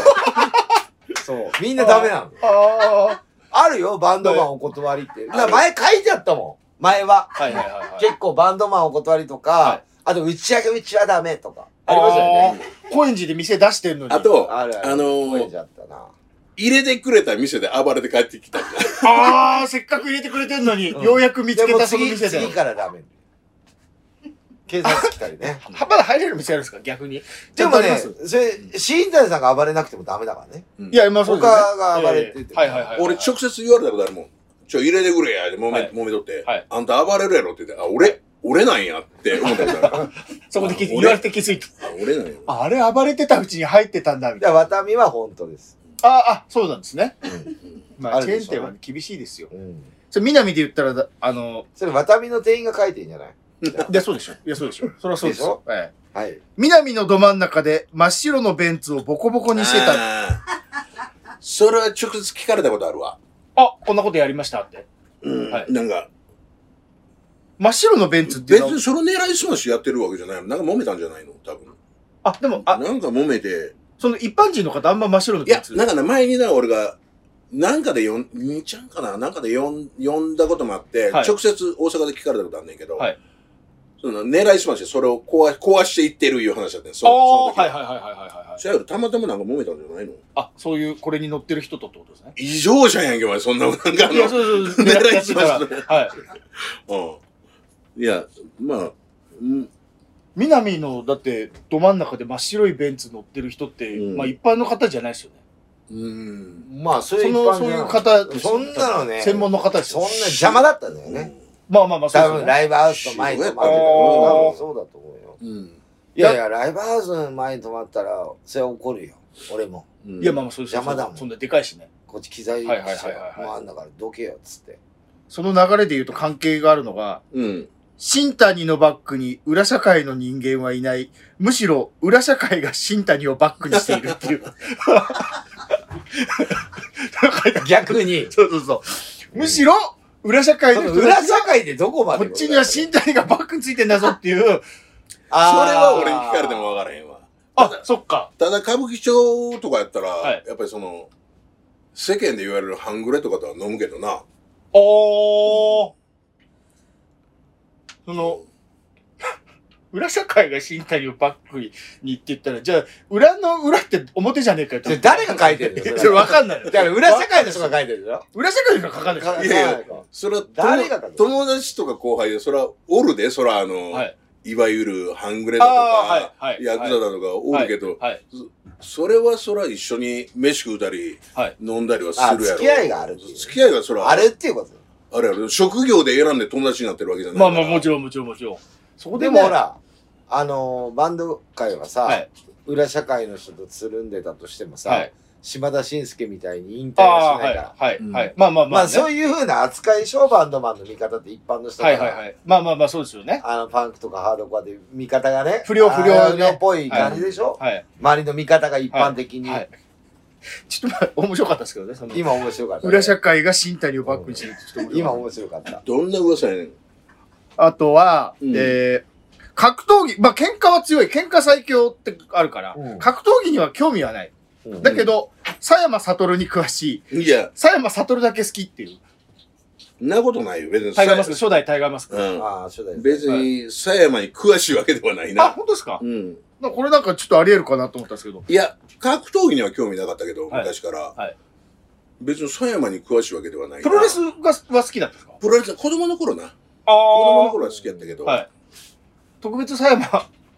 Speaker 1: そう。みんなダメなの。
Speaker 2: ああ。
Speaker 1: あるよ、バンドマンお断りって。だから前書いてあったもん。前は。
Speaker 2: はいはいはいはい。
Speaker 1: 結構バンドマンお断りとか、
Speaker 2: はい
Speaker 1: あと打ち上げうちはダメとか。ありましたよね。
Speaker 2: あー。高円寺で店出してんのに。
Speaker 4: あ、と、
Speaker 1: あ
Speaker 4: あ
Speaker 1: るある。
Speaker 4: の
Speaker 1: 覚え
Speaker 4: ー
Speaker 1: ち、ゃったな。
Speaker 4: 入れてくれた店で暴れて帰ってきた。
Speaker 2: あーせっかく入れてくれてんのに、
Speaker 1: うん
Speaker 2: ようやく見つけ
Speaker 1: でも
Speaker 2: た
Speaker 1: 次
Speaker 2: その店で。
Speaker 1: 次からダメ。警察来たりね。
Speaker 2: はまだ入れる店 あるんですか逆に。
Speaker 1: でもね、
Speaker 2: ちゃんとあります
Speaker 1: それ、新谷さんが暴れなくてもダメだからね。
Speaker 4: うん
Speaker 2: いや、まあそう
Speaker 1: 他
Speaker 2: ですね。
Speaker 1: が暴れてても。
Speaker 2: はいはいはい。
Speaker 4: 俺直接言われたことあるもん。ちょ、入れてくれや。で揉め、
Speaker 2: はい
Speaker 4: 揉めとって、
Speaker 2: はい
Speaker 4: あんた暴れるやろって言って、あ、俺、俺なんやって思ったことある。
Speaker 2: そこで気づ
Speaker 4: 俺
Speaker 2: 言われて気づいた。
Speaker 4: あ俺なんや。
Speaker 2: ああれ暴れてたうちに入ってたんだ、み
Speaker 1: じ
Speaker 2: た
Speaker 1: ゃあ、
Speaker 2: いな。
Speaker 1: ワタミは本当です。
Speaker 2: ああ、そうなんですね。ま
Speaker 1: あ
Speaker 2: あ、
Speaker 1: る
Speaker 2: チェ
Speaker 1: で
Speaker 2: ーン
Speaker 1: しょうね
Speaker 2: 店は厳しいですよ。
Speaker 1: うん。
Speaker 2: それ、南で言ったらだ、あの、
Speaker 1: それ、ワタミの店員が書いてんじゃない
Speaker 2: いや、そうでしょ。いや、そうでしょ。それはそうですよ。ええ
Speaker 1: はい。
Speaker 5: 南のど真ん中で真っ白のベンツをボコボコにしてた。
Speaker 4: あーそれは直接聞かれたことあるわ。
Speaker 2: あ、こんなことやりましたって。
Speaker 4: うん。
Speaker 2: はい
Speaker 4: なんか、
Speaker 5: 真っ白のベンツってい
Speaker 4: 別
Speaker 5: うのは
Speaker 4: にその狙いすましやってるわけじゃないの。なんか揉めたんじゃないの多分。
Speaker 2: あ、でも、あ、
Speaker 4: なんか揉めて。
Speaker 2: その一般人の方あんま真っ白の
Speaker 4: い
Speaker 2: ベン
Speaker 4: や
Speaker 2: ツ、。
Speaker 4: なんかね、前にな、俺が、なんかで読ん、にちゃんかななんかで読ん、読んだこともあって、
Speaker 2: はい
Speaker 4: 直接大阪で聞かれたことあんねんけど、
Speaker 2: はい
Speaker 4: その狙いすましてそれを壊壊していってるいう話だったんそ
Speaker 2: あ
Speaker 4: その
Speaker 2: あ
Speaker 4: 時
Speaker 2: ー、はいはいはいはいはいはい。
Speaker 4: そやけどたまたまなんか揉めたんじゃないの
Speaker 2: あ、そういう、これに乗ってる人とってことですね。
Speaker 4: 異常者やんけ、お前。そんな、なんかあの、
Speaker 2: いや、そうそうそう。
Speaker 4: 狙
Speaker 2: 狙
Speaker 4: い
Speaker 2: ってたら。
Speaker 4: しまし
Speaker 2: はい。
Speaker 4: うん。いや、まあ、うん、
Speaker 2: 南の、だって、ど真ん中で真っ白いベンツ乗ってる人って、
Speaker 4: うん
Speaker 2: まあ一般の方じゃないですよね。
Speaker 4: うん。
Speaker 1: まあ、そうい
Speaker 2: そうの、そういう方ですよ
Speaker 1: そ
Speaker 2: ね
Speaker 1: んなのね、
Speaker 2: 専門の方です
Speaker 1: そ
Speaker 2: よ
Speaker 1: んな邪魔だったんだよね。
Speaker 2: まあまあまあ、そうで
Speaker 1: 多
Speaker 2: すよ
Speaker 1: 分
Speaker 2: ね。
Speaker 1: ライブハウスの前に泊まってた
Speaker 4: あ
Speaker 1: ら、
Speaker 4: ー
Speaker 1: 多分そうだと思うよ。
Speaker 4: うん。
Speaker 1: いやいや、ライブハウスの前に泊まったら、それは怒るよ。俺も。
Speaker 4: うん
Speaker 2: いや、まあまあ、そうですよ
Speaker 1: 邪魔だもん
Speaker 2: そんなでかいしね。
Speaker 1: こっち機材
Speaker 2: はいはいはいはいはい
Speaker 1: もうあんだから、どけよ、っつって。
Speaker 5: その流れで言うと関係があるのが、
Speaker 4: うん。
Speaker 5: 新谷のバックに裏社会の人間はいない。むしろ裏社会が新谷をバックにしているっていう。
Speaker 1: 逆に。
Speaker 5: そうそうそう。むしろ裏社会
Speaker 1: そ
Speaker 5: の
Speaker 1: の
Speaker 5: 人た
Speaker 1: 裏
Speaker 5: ち
Speaker 1: 社
Speaker 5: が
Speaker 1: 会でどこまで
Speaker 5: こっちには新谷がバックについてんだぞっていう。
Speaker 1: それ
Speaker 4: それは俺に聞かれ ても分からへんわ。
Speaker 2: あ、そっか。
Speaker 4: ただ、歌舞伎町とかやったら、
Speaker 2: はい
Speaker 4: やっぱりその、世間で言われる半グレとかとは飲むけどな。
Speaker 2: おー。その、裏社会が新谷をバックにって言ったら、じゃあ、裏の裏って表じゃねえかよ
Speaker 1: それ誰が書いてるの
Speaker 2: それ わかんないの
Speaker 1: だ。から裏社会の人が書いてるでしょ
Speaker 2: 裏社会が書かない
Speaker 1: い
Speaker 2: ですよ
Speaker 4: いやいやそれは友、
Speaker 1: 誰が書くの
Speaker 4: 友達とか後輩で、それはおるで、それはあの、
Speaker 2: はいい、
Speaker 4: わゆる半グレだと
Speaker 2: あ
Speaker 4: か、
Speaker 2: あー、はい、はい。
Speaker 4: ヤクザだとかおるけど、
Speaker 2: はい。
Speaker 4: それはそれは一緒に飯食うたり、
Speaker 2: はい
Speaker 4: 飲んだりはするやろ。
Speaker 1: あ付き合いがあるっていう
Speaker 4: 付き合いがそれは
Speaker 1: あれっていうこと
Speaker 4: ああれあれ、職業で選んで友達になってるわけじゃない
Speaker 2: まあ
Speaker 4: から。
Speaker 2: まあ、もちろん、もちろん、もちろん。そこ
Speaker 1: で
Speaker 2: で
Speaker 1: も
Speaker 2: ね
Speaker 1: ほら、あのーバンド界はさ、
Speaker 2: はい
Speaker 1: 裏社会の人とつるんでたとしてもさ、
Speaker 2: はい
Speaker 1: 島田紳介みたいに引退
Speaker 2: あ
Speaker 1: は
Speaker 2: あ、
Speaker 1: しな
Speaker 2: はいい、
Speaker 1: から。
Speaker 2: はい、
Speaker 4: うん
Speaker 2: はい。まあまあま
Speaker 1: ま
Speaker 2: あ、
Speaker 1: あ
Speaker 2: ね。
Speaker 1: そういうふうな扱いでしょ、バンドマンの見方って一般の人
Speaker 2: は
Speaker 1: だ
Speaker 2: い
Speaker 1: か
Speaker 2: はい
Speaker 1: ら
Speaker 2: はい。まあまあまあ、そうですよね。
Speaker 1: あのパンクとかハードコアで見方がね、
Speaker 2: 不良不良ね
Speaker 1: あの不良っぽい感じでしょ、
Speaker 2: はい。
Speaker 1: 周りの見方が一般的に、
Speaker 2: はい。ちょっとまあ、面白かったですけどね、その。
Speaker 1: 今面白かったね、
Speaker 5: 裏社会が新谷をバックにしてるってちょっと面白い
Speaker 1: 今面白かった。
Speaker 4: どんな噂やねん。
Speaker 5: あとは、
Speaker 4: うん
Speaker 5: えー格闘技、まあ、喧嘩は強い。喧嘩最強ってあるから、
Speaker 1: うん
Speaker 5: 格闘技には興味はない。だけど、佐山悟に詳しい。
Speaker 4: いや、
Speaker 5: 佐山悟だけ好きっていう。
Speaker 4: んなことないよ。別に。
Speaker 2: タイガーマスク、初代タイガーマスク。
Speaker 4: う
Speaker 1: ああ、初代
Speaker 4: ん。別に、狭山に詳しいわけではない
Speaker 2: あ、
Speaker 4: な。
Speaker 2: 本当ですか
Speaker 4: うん。
Speaker 5: なんかこれなんかちょっとあり得るかなと思ったんですけど。
Speaker 4: いや、格闘技には興味なかったけど、
Speaker 2: はい
Speaker 4: 昔から。
Speaker 2: はい
Speaker 4: 別に狭山に詳しいわけではないな。
Speaker 2: プロレスがは好きだったんですか
Speaker 4: プロレス、子供の頃な。
Speaker 2: あ
Speaker 4: 子供の
Speaker 2: あ。
Speaker 4: 頃は好きやったけど、
Speaker 2: はい。特別狭山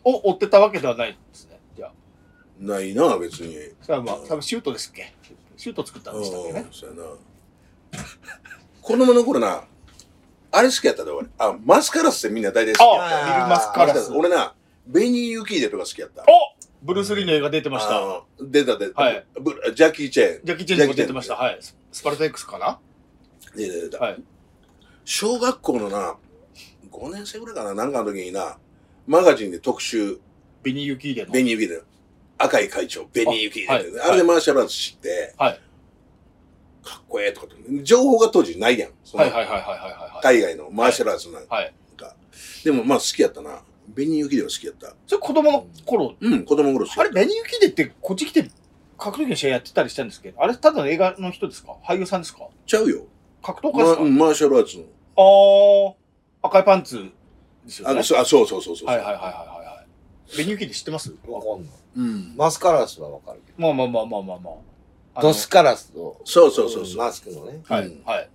Speaker 2: を追ってたわけではないですね。じゃあ、
Speaker 4: ないな、別に。
Speaker 2: 狭山、狭山シュートですっけシュート作ったんでしたっけね
Speaker 4: う。んそうやな。子供の頃な、あれ好きやったで、俺。あ、マスカラスってみんな大体好きやった
Speaker 1: あ
Speaker 4: よ
Speaker 1: ー
Speaker 2: ビル・マスカ
Speaker 4: マス
Speaker 2: ラ
Speaker 4: カラ
Speaker 2: ス
Speaker 4: ス。。俺な、ベニー・ユキーデとか好きやった。
Speaker 2: ブルース・リーの映画出てました。
Speaker 4: あー出た出た、
Speaker 2: はい
Speaker 4: ブルジャッキー・チェーン。
Speaker 2: ジャッキー・チェンジも出てました。はい。ススパルタ X かな
Speaker 4: 出た出た。
Speaker 2: はい。
Speaker 4: 小学校のな、5年生ぐらいかな、なんかの時にな、マガジンで特集、
Speaker 2: ベニー・ユキーデの。
Speaker 4: ベニー・ユキーデ。赤い会長、ベニー・ユキーデってね。
Speaker 2: あ
Speaker 4: あ,、
Speaker 2: はい
Speaker 4: れでマーシャルアーツ知って、
Speaker 2: はい
Speaker 4: かっこええとかって、情報が当時ないやん。その
Speaker 2: はいはいはいはいはいはい。
Speaker 4: 海外のマーシャルアーツなんか。
Speaker 2: はい。
Speaker 4: でもまあ好きやったな。ベニー・ユキデは好きやった。
Speaker 2: それ子供の頃、
Speaker 4: うん、子供頃好き
Speaker 2: あ
Speaker 4: やっ
Speaker 2: れ、ベニー・ユキーデってこっち来て格闘技の試合やってたりしたんですけど、あれただの映画の人ですか俳優さんですか
Speaker 4: ちゃうよ。
Speaker 2: 格闘家で
Speaker 4: ま
Speaker 2: す
Speaker 4: あ
Speaker 2: か、
Speaker 4: うんマーシャルアーツの。
Speaker 2: あー、赤いパンツですよ
Speaker 4: あ
Speaker 2: ね。
Speaker 4: のそうあそうそうそうそう。
Speaker 2: はいはいはいはいはい。ベニー・ユキーデ知ってます
Speaker 1: わかんない。
Speaker 4: うん。
Speaker 1: マスカラスはわかるけ
Speaker 2: まあまあまあまあまあまあ。
Speaker 1: ど。ドスカラスと、
Speaker 4: そうそうそうそう。
Speaker 1: マスクのね。
Speaker 2: あのは
Speaker 4: う
Speaker 2: い
Speaker 4: ん。
Speaker 2: はい。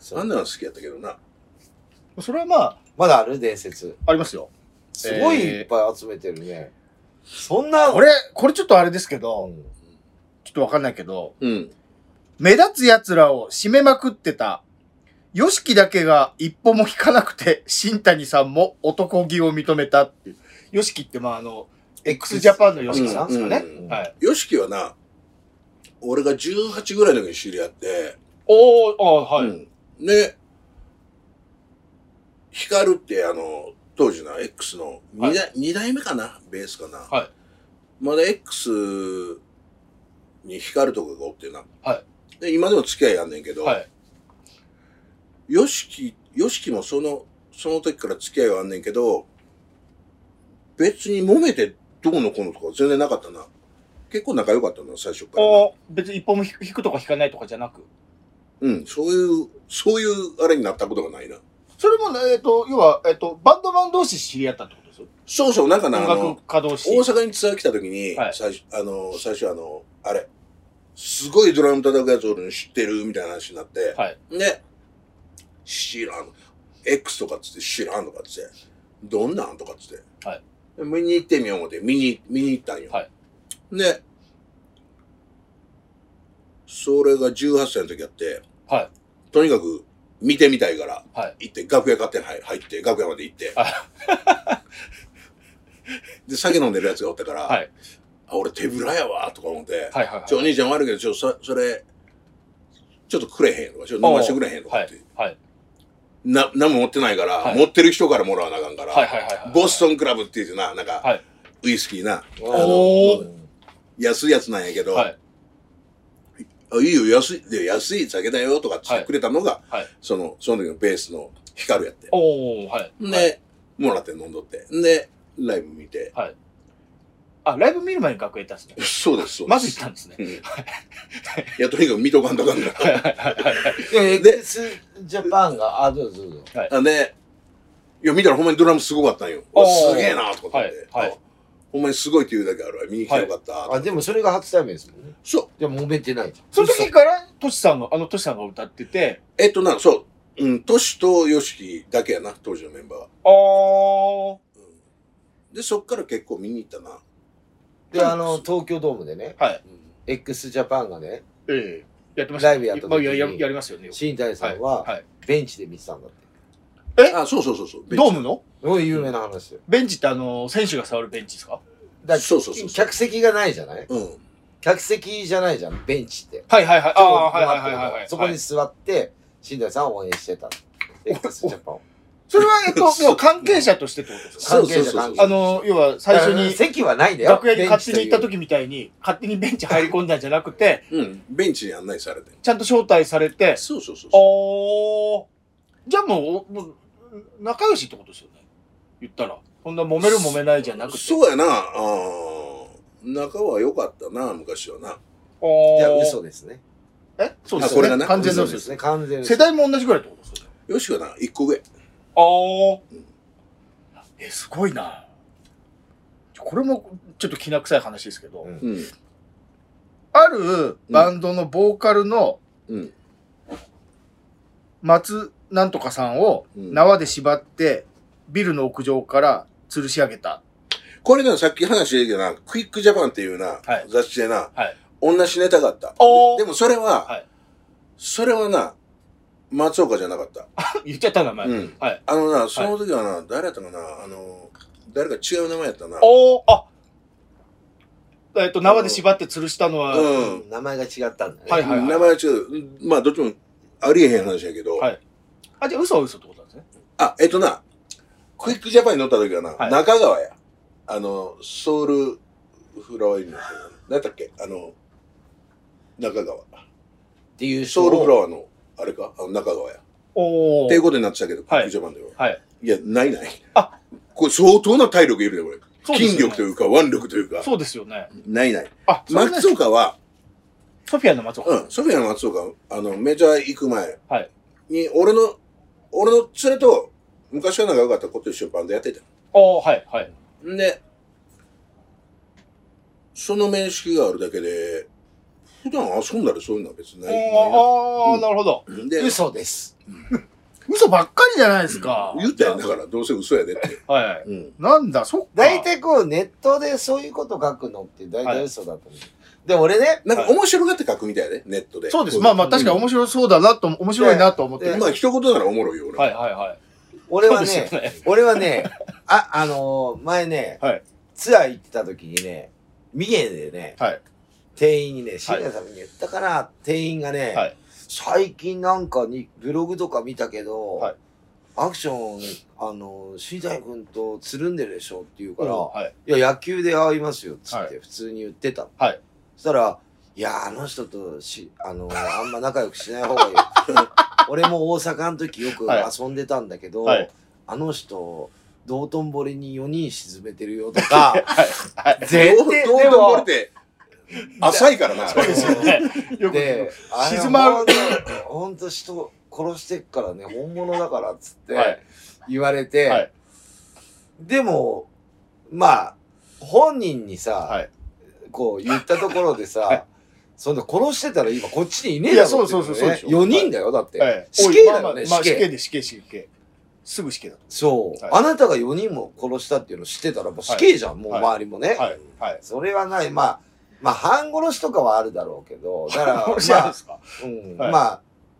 Speaker 1: そ
Speaker 4: あん
Speaker 1: う
Speaker 4: なの好きやったけどな。
Speaker 2: それはまあ、
Speaker 1: まだある伝説。
Speaker 2: ありますよ。
Speaker 1: すごいいっぱい集めてるね。そんな、
Speaker 5: これ、これちょっとあれですけ
Speaker 1: う
Speaker 5: ど、
Speaker 1: ん
Speaker 5: ちょっとわかんないけど、
Speaker 4: うん。
Speaker 5: 目立つ奴らを締めまくってた、ヨシキだけが一歩も引かなくて、新谷さんも男気を認めたっていう。
Speaker 2: ヨシキってまああの、
Speaker 1: X
Speaker 2: X ジャパンのヨシキさんですかね。
Speaker 4: うん
Speaker 1: うん
Speaker 2: はい。
Speaker 4: ヨシキはな、俺が18ぐらいの時に知り合って、
Speaker 2: おー、あーはい。
Speaker 4: うんね、ヒカルってあの、当時の X の
Speaker 2: はい
Speaker 4: 2, 代二代目かな、ベースかな。
Speaker 2: はい
Speaker 4: まだ X にヒカルとかがおってな。
Speaker 2: は
Speaker 4: で今でも付き合いあんねんけど、
Speaker 2: はい。
Speaker 4: よしき、よしきもその、その時から付き合いはあんねんけど、別に揉めてどうのこうのとか全然なかったな。結構仲良かったな、最初からな。
Speaker 2: おー別に一本も引く引くとか引かないとかじゃなく。
Speaker 4: うん、そういう、そういうあれになったことがないな。
Speaker 2: それもね、えっ、と、要は、えっ、と、バンドマン同士知り合ったってことですよ。
Speaker 4: そうそう、なんかな、あ
Speaker 2: 音
Speaker 4: の
Speaker 2: 楽、家同士。
Speaker 4: 大阪にツアー来た時に、
Speaker 2: はい
Speaker 4: 最初、あの、最初あの、あれ、すごいドラム叩くやつ俺の知ってるみたいな話になって、
Speaker 2: はい
Speaker 4: ね、知らん、X とかっつって知らんとかっつって、どんなんとかっつって、
Speaker 2: はい
Speaker 4: 見に行ってみよう思って、見に、見に行ったんよ。
Speaker 2: はい
Speaker 4: ね、それが18歳の時やって、
Speaker 2: はい
Speaker 4: とにかく見てみたいから、
Speaker 2: はい
Speaker 4: 行って、楽屋勝手に入入って、楽屋まで行って、 で、酒飲んでるやつがおったから、
Speaker 2: はい
Speaker 4: あ、俺手ぶらやわ、とか思って、
Speaker 2: はいはいはい。
Speaker 4: ちょ、お兄ちゃん悪いけど、ちょ、そそれ、ちょっとくれへんとか、ちょっと飲ましてくれへんとか
Speaker 2: は
Speaker 4: っ
Speaker 2: い
Speaker 4: て、。
Speaker 2: はい。
Speaker 4: な、何も持ってないから、
Speaker 2: はい
Speaker 4: 持ってる人からもらわなあかんから、
Speaker 2: はいはいはいはい。
Speaker 4: ボスト
Speaker 2: ン。
Speaker 4: ンクラブっていうな、なんか、
Speaker 2: はい
Speaker 4: ウイスキーな、
Speaker 1: おー
Speaker 4: 安いやつなんやけど、
Speaker 2: はい。
Speaker 4: あいいよ、安い、で安い酒だよとかって言ってくれたのが、
Speaker 2: はいはい
Speaker 4: その、その時のベースのヒカルやって。
Speaker 2: おー、はい。
Speaker 4: で、
Speaker 2: はい。
Speaker 4: もらって飲んどって。で、ライブ見て。
Speaker 2: あ、ライブ見る前に楽屋行ったんですね。
Speaker 4: そうです、そうです。
Speaker 2: まず行ったんですね。
Speaker 4: うんいや、とにかく見とかんとか んか
Speaker 2: は
Speaker 4: ら。
Speaker 2: いはいはいはい。
Speaker 1: で、X ジャパンが、あ、どうぞどうぞ。
Speaker 4: あで、いや、見たらほんまにドラムすごかったんよ。
Speaker 2: おー
Speaker 4: わすげえなとかってって、
Speaker 2: はいはい
Speaker 4: ほんまにすごいって言うだけあるわ。見に来てよかった、
Speaker 1: あ、でもそれが初対面ですもんね。
Speaker 4: そう。
Speaker 1: じゃあ揉めてないじゃん。
Speaker 2: その時から、トシさんが、あのトシさんが歌ってて、
Speaker 4: えっとな、そう。うん、トシとヨシキだけやな、当時のメンバーは。
Speaker 2: あー、
Speaker 4: で、そっから結構見に行ったな。
Speaker 1: で、あの、東京ドームでね、
Speaker 2: はい。
Speaker 1: X ジャパンがね、
Speaker 2: ええやってました
Speaker 1: ライブやった時に
Speaker 2: まあ、やややりますよね。
Speaker 1: 新谷さん
Speaker 2: はい
Speaker 1: は
Speaker 2: はい
Speaker 1: ベンチで見てたんだって。
Speaker 4: あ、そうそうそうそう。
Speaker 2: ドームの
Speaker 1: すごい有名な話だよ。
Speaker 2: ベンチってあの、選手が触るベンチですか
Speaker 1: だ
Speaker 4: そうそうそう
Speaker 1: 客席がないじゃない
Speaker 4: うん。
Speaker 1: 客席じゃないじゃん、ベンチって。
Speaker 2: はいはいはい。ああ、はいはいはいはい。
Speaker 1: そこ
Speaker 2: は
Speaker 1: に
Speaker 2: い
Speaker 1: 座って、新谷さんを応援してた。x ジャパンを。
Speaker 2: それは、えっと、要は関係者としてってことですか
Speaker 4: そうそうそ
Speaker 1: 関
Speaker 4: う
Speaker 1: 係者関係者
Speaker 2: あの、要は最初に
Speaker 1: 席はないんだよ。
Speaker 2: 楽屋に勝手に行った
Speaker 1: ベンチ
Speaker 2: 時みたいに、勝手にベンチ入り込んだんじゃなくて、
Speaker 4: うん。ベンチに案内されて。
Speaker 2: ちゃんと招待されて、
Speaker 4: そうそうそう
Speaker 2: あ
Speaker 4: そう。
Speaker 2: ー、じゃあもう、もう仲良しってことですよね。言ったら。そんな揉める揉めないじゃなくて。
Speaker 4: そうやな。あー仲は良かったな、昔はな。
Speaker 2: あ
Speaker 1: といういや、
Speaker 2: ー
Speaker 1: 嘘ですね。
Speaker 2: えそうで
Speaker 4: あ、
Speaker 2: す
Speaker 4: こ
Speaker 2: よ
Speaker 4: れ
Speaker 2: ね。
Speaker 4: がな。
Speaker 2: 完全な
Speaker 1: 嘘
Speaker 2: 嘘
Speaker 1: で
Speaker 2: です
Speaker 1: ね。完全に嘘
Speaker 2: 世代も同じぐらいってことですよね。
Speaker 4: よしはな、一個上。
Speaker 2: あー。え、すごいな。これもちょっときな臭い話ですけど、
Speaker 1: うん
Speaker 4: うん。
Speaker 5: あるバンドのボーカルの
Speaker 4: うん。
Speaker 5: 松なんとかさんを
Speaker 4: うん
Speaker 5: 縄で縛ってビルの屋上から吊るし上げた。
Speaker 4: これな、さっき話したけどな、クイックジャパンっていうな、
Speaker 2: はい
Speaker 4: 雑誌でな、
Speaker 2: はい
Speaker 4: 同じネタがあった。
Speaker 2: おー
Speaker 4: でもそれは、
Speaker 2: はい
Speaker 4: それはな、松岡じゃなかった。
Speaker 2: 言っちゃった名前。
Speaker 4: うん。
Speaker 2: はい。
Speaker 4: あのな、その時はな、誰やったかな、あの、誰か違う名前やったな。
Speaker 2: おー、あえっと、縄で縛って吊るしたのは、
Speaker 4: うん。
Speaker 1: 名前が違ったんだね。
Speaker 2: はいはいはい
Speaker 4: 名前は違う。うんまあ、どっちもありえへん話やけど。
Speaker 2: はいあ、じゃあ嘘は嘘ってことなんですね。
Speaker 4: あ、えっとな、クイックジャパンに乗った時はな、
Speaker 2: はい
Speaker 4: 中川や。あの、ソウルフラワーになった何だっけあの、中川。
Speaker 1: っていう人
Speaker 4: ソ
Speaker 1: を
Speaker 4: ウルフラワーの、あれかあの中川や。
Speaker 2: お
Speaker 4: っ
Speaker 2: ー
Speaker 4: ていうことになってたけど、クイッ
Speaker 2: はい
Speaker 4: クジャパンでは。
Speaker 2: はい。
Speaker 4: いや、ないない。
Speaker 2: あ
Speaker 4: これ相当な体力いるよ、これ。
Speaker 2: そうです
Speaker 4: 筋
Speaker 2: よね
Speaker 4: 力というか、腕力というか。
Speaker 2: そうですよね。
Speaker 4: ないない。
Speaker 2: あ、それね
Speaker 4: 松岡は、
Speaker 2: ソフィアの松岡。
Speaker 4: うん、ソフィアの松岡、あの、メジャー行く前
Speaker 2: はい
Speaker 4: に、俺の、俺の連れと、昔は仲良かったこと一緒にバンドやってた。
Speaker 2: おー、はい、はい。
Speaker 4: んで、その面識があるだけで、普段遊んだりそういうのは別に
Speaker 2: お
Speaker 4: ない。
Speaker 2: ー、あー、なるほど。
Speaker 4: ないなで、
Speaker 1: 嘘です。
Speaker 5: 嘘ばっかりじゃないですか。
Speaker 4: 言ったやんだから、どうせ嘘やでって。
Speaker 2: はい。
Speaker 4: うん。
Speaker 5: なんだ、そっか。
Speaker 1: 大体こう、ネットでそういうこと書くのって大体嘘だと思う。で、俺ね、
Speaker 4: なんか面白がって書くみたいやで、ネットで。
Speaker 5: そうです。まあまあ確かに面白そうだなと、面白いなと思って
Speaker 1: で。
Speaker 4: まあ一言ならおもろいよ、俺も。
Speaker 2: はい、はい、はい。
Speaker 1: 俺は
Speaker 2: そう
Speaker 1: ね
Speaker 2: です、よね。
Speaker 1: 俺はね、あ、あのー前ね、
Speaker 2: はい
Speaker 1: ツアー行ってた時にね、三重でね、
Speaker 2: はい
Speaker 1: 店員にね、深夜さんに言ったから、店員がね、
Speaker 2: はい
Speaker 1: 最近なんかにブログとか見たけど、
Speaker 2: はい
Speaker 1: アクション、あのー、新谷君とつるんでるでしょって言うから、
Speaker 2: はい。
Speaker 1: いや、野球で会いますよ、つっ
Speaker 2: は
Speaker 1: て普通に言ってたの。
Speaker 2: はい
Speaker 1: そしたら、いや、あの人とし、あのー、あんま仲良くしない方がいい。 俺も大阪の時よく
Speaker 2: はい
Speaker 1: 遊んでたんだけど、
Speaker 2: はい
Speaker 1: あの人、道頓堀に4人沈めてるよとか、
Speaker 2: はい。
Speaker 1: 絶対
Speaker 4: どう
Speaker 1: で
Speaker 4: どう
Speaker 1: も
Speaker 4: 漏れて、浅いからな、あれ
Speaker 1: そうですよ
Speaker 2: ねよく。
Speaker 1: で、あれ
Speaker 2: 静まる
Speaker 1: ほんとほんと人殺してっからね、本物だからっつって、
Speaker 2: はい
Speaker 1: 言われて、
Speaker 2: はい
Speaker 1: でも、まあ、本人にさ、
Speaker 2: はい
Speaker 1: こう言ったところでさ、
Speaker 2: はい
Speaker 1: そんな殺してたら今こっちにいねえ
Speaker 2: い
Speaker 1: だ
Speaker 2: や
Speaker 1: ろってい
Speaker 2: そうそうそうそうでしょ
Speaker 1: 4人だよ、だって。
Speaker 2: はい
Speaker 1: 死刑だよ
Speaker 2: まあま
Speaker 1: ね、
Speaker 2: あまあ
Speaker 1: 死
Speaker 2: 死刑
Speaker 1: 刑。
Speaker 2: で死刑、死刑。すぐ死刑だと。
Speaker 1: そう、
Speaker 2: はい
Speaker 1: あなたが4人も殺したっていうの知ってたらもう死刑じゃん、もう
Speaker 2: はい
Speaker 1: 周りもね、
Speaker 2: はい。はい。
Speaker 1: それはない。まあ、まあ、半殺しとかはあるだろうけど、だから、 ま
Speaker 2: 殺し合うん
Speaker 1: あ
Speaker 2: で、すか
Speaker 1: うん、
Speaker 2: はい
Speaker 1: まあ、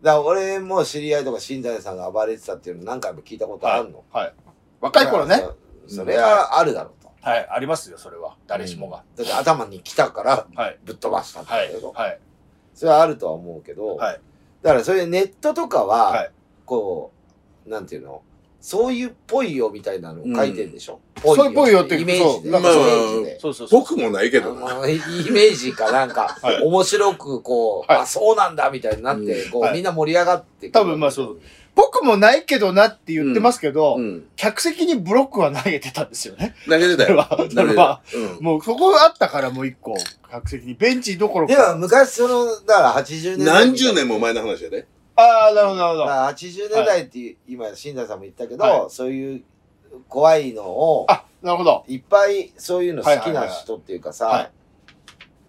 Speaker 1: だから俺も知り合いとか新谷さんが暴れてたっていうの何回も聞いたことあるの。
Speaker 2: はい。
Speaker 5: 若い頃
Speaker 1: だ
Speaker 5: ね
Speaker 1: か。ら。それはあるだろうと。
Speaker 2: はい。ありますよ、それは。誰しもが。
Speaker 1: だって頭に来たから
Speaker 2: はい。
Speaker 1: ぶっ飛ばしたん
Speaker 2: は
Speaker 1: だ
Speaker 2: い
Speaker 1: けど。。
Speaker 2: はい。
Speaker 1: それはあるとは思うけど、
Speaker 2: はい
Speaker 1: だからそれネットとかは、
Speaker 2: はい
Speaker 1: こう、なんていうのそういうっぽいよみたいなのを書いてるでしょ、ぽ
Speaker 5: そういうっぽいよって
Speaker 1: イメージで。
Speaker 5: そう
Speaker 4: まあ
Speaker 1: イメージで
Speaker 2: そうそうそう。
Speaker 4: 僕もないけど
Speaker 1: あ
Speaker 4: な。
Speaker 1: のイメージかなんか、
Speaker 2: はい
Speaker 1: 面白くこう、
Speaker 2: はい
Speaker 1: あ、そうなんだみたいになって、
Speaker 4: うん
Speaker 1: こう、
Speaker 2: はい
Speaker 1: みんな盛り上がってくる
Speaker 2: 多分まあそう。
Speaker 5: 僕もないけどなって言ってますけど、
Speaker 4: うん。
Speaker 2: 客席にブロックは投げてたんですよね。
Speaker 4: 投げてた
Speaker 2: それ
Speaker 4: よ。
Speaker 2: は。それは。
Speaker 4: うん。
Speaker 5: もうそこあったからもう一個、客席に。ベンチどころ
Speaker 1: で
Speaker 5: か。
Speaker 1: は、昔その、だから80年代。
Speaker 4: 何十年も前の話やで。
Speaker 2: ああ、なるほど、なるほ
Speaker 1: だか
Speaker 2: ど。
Speaker 1: ら80年代っていう、今、新田さんも言ったけど、
Speaker 2: は
Speaker 1: そういう怖いのを、
Speaker 2: あ、なるほど。
Speaker 1: いっぱいそういうの好きな人っていうかさ、
Speaker 2: はいはいは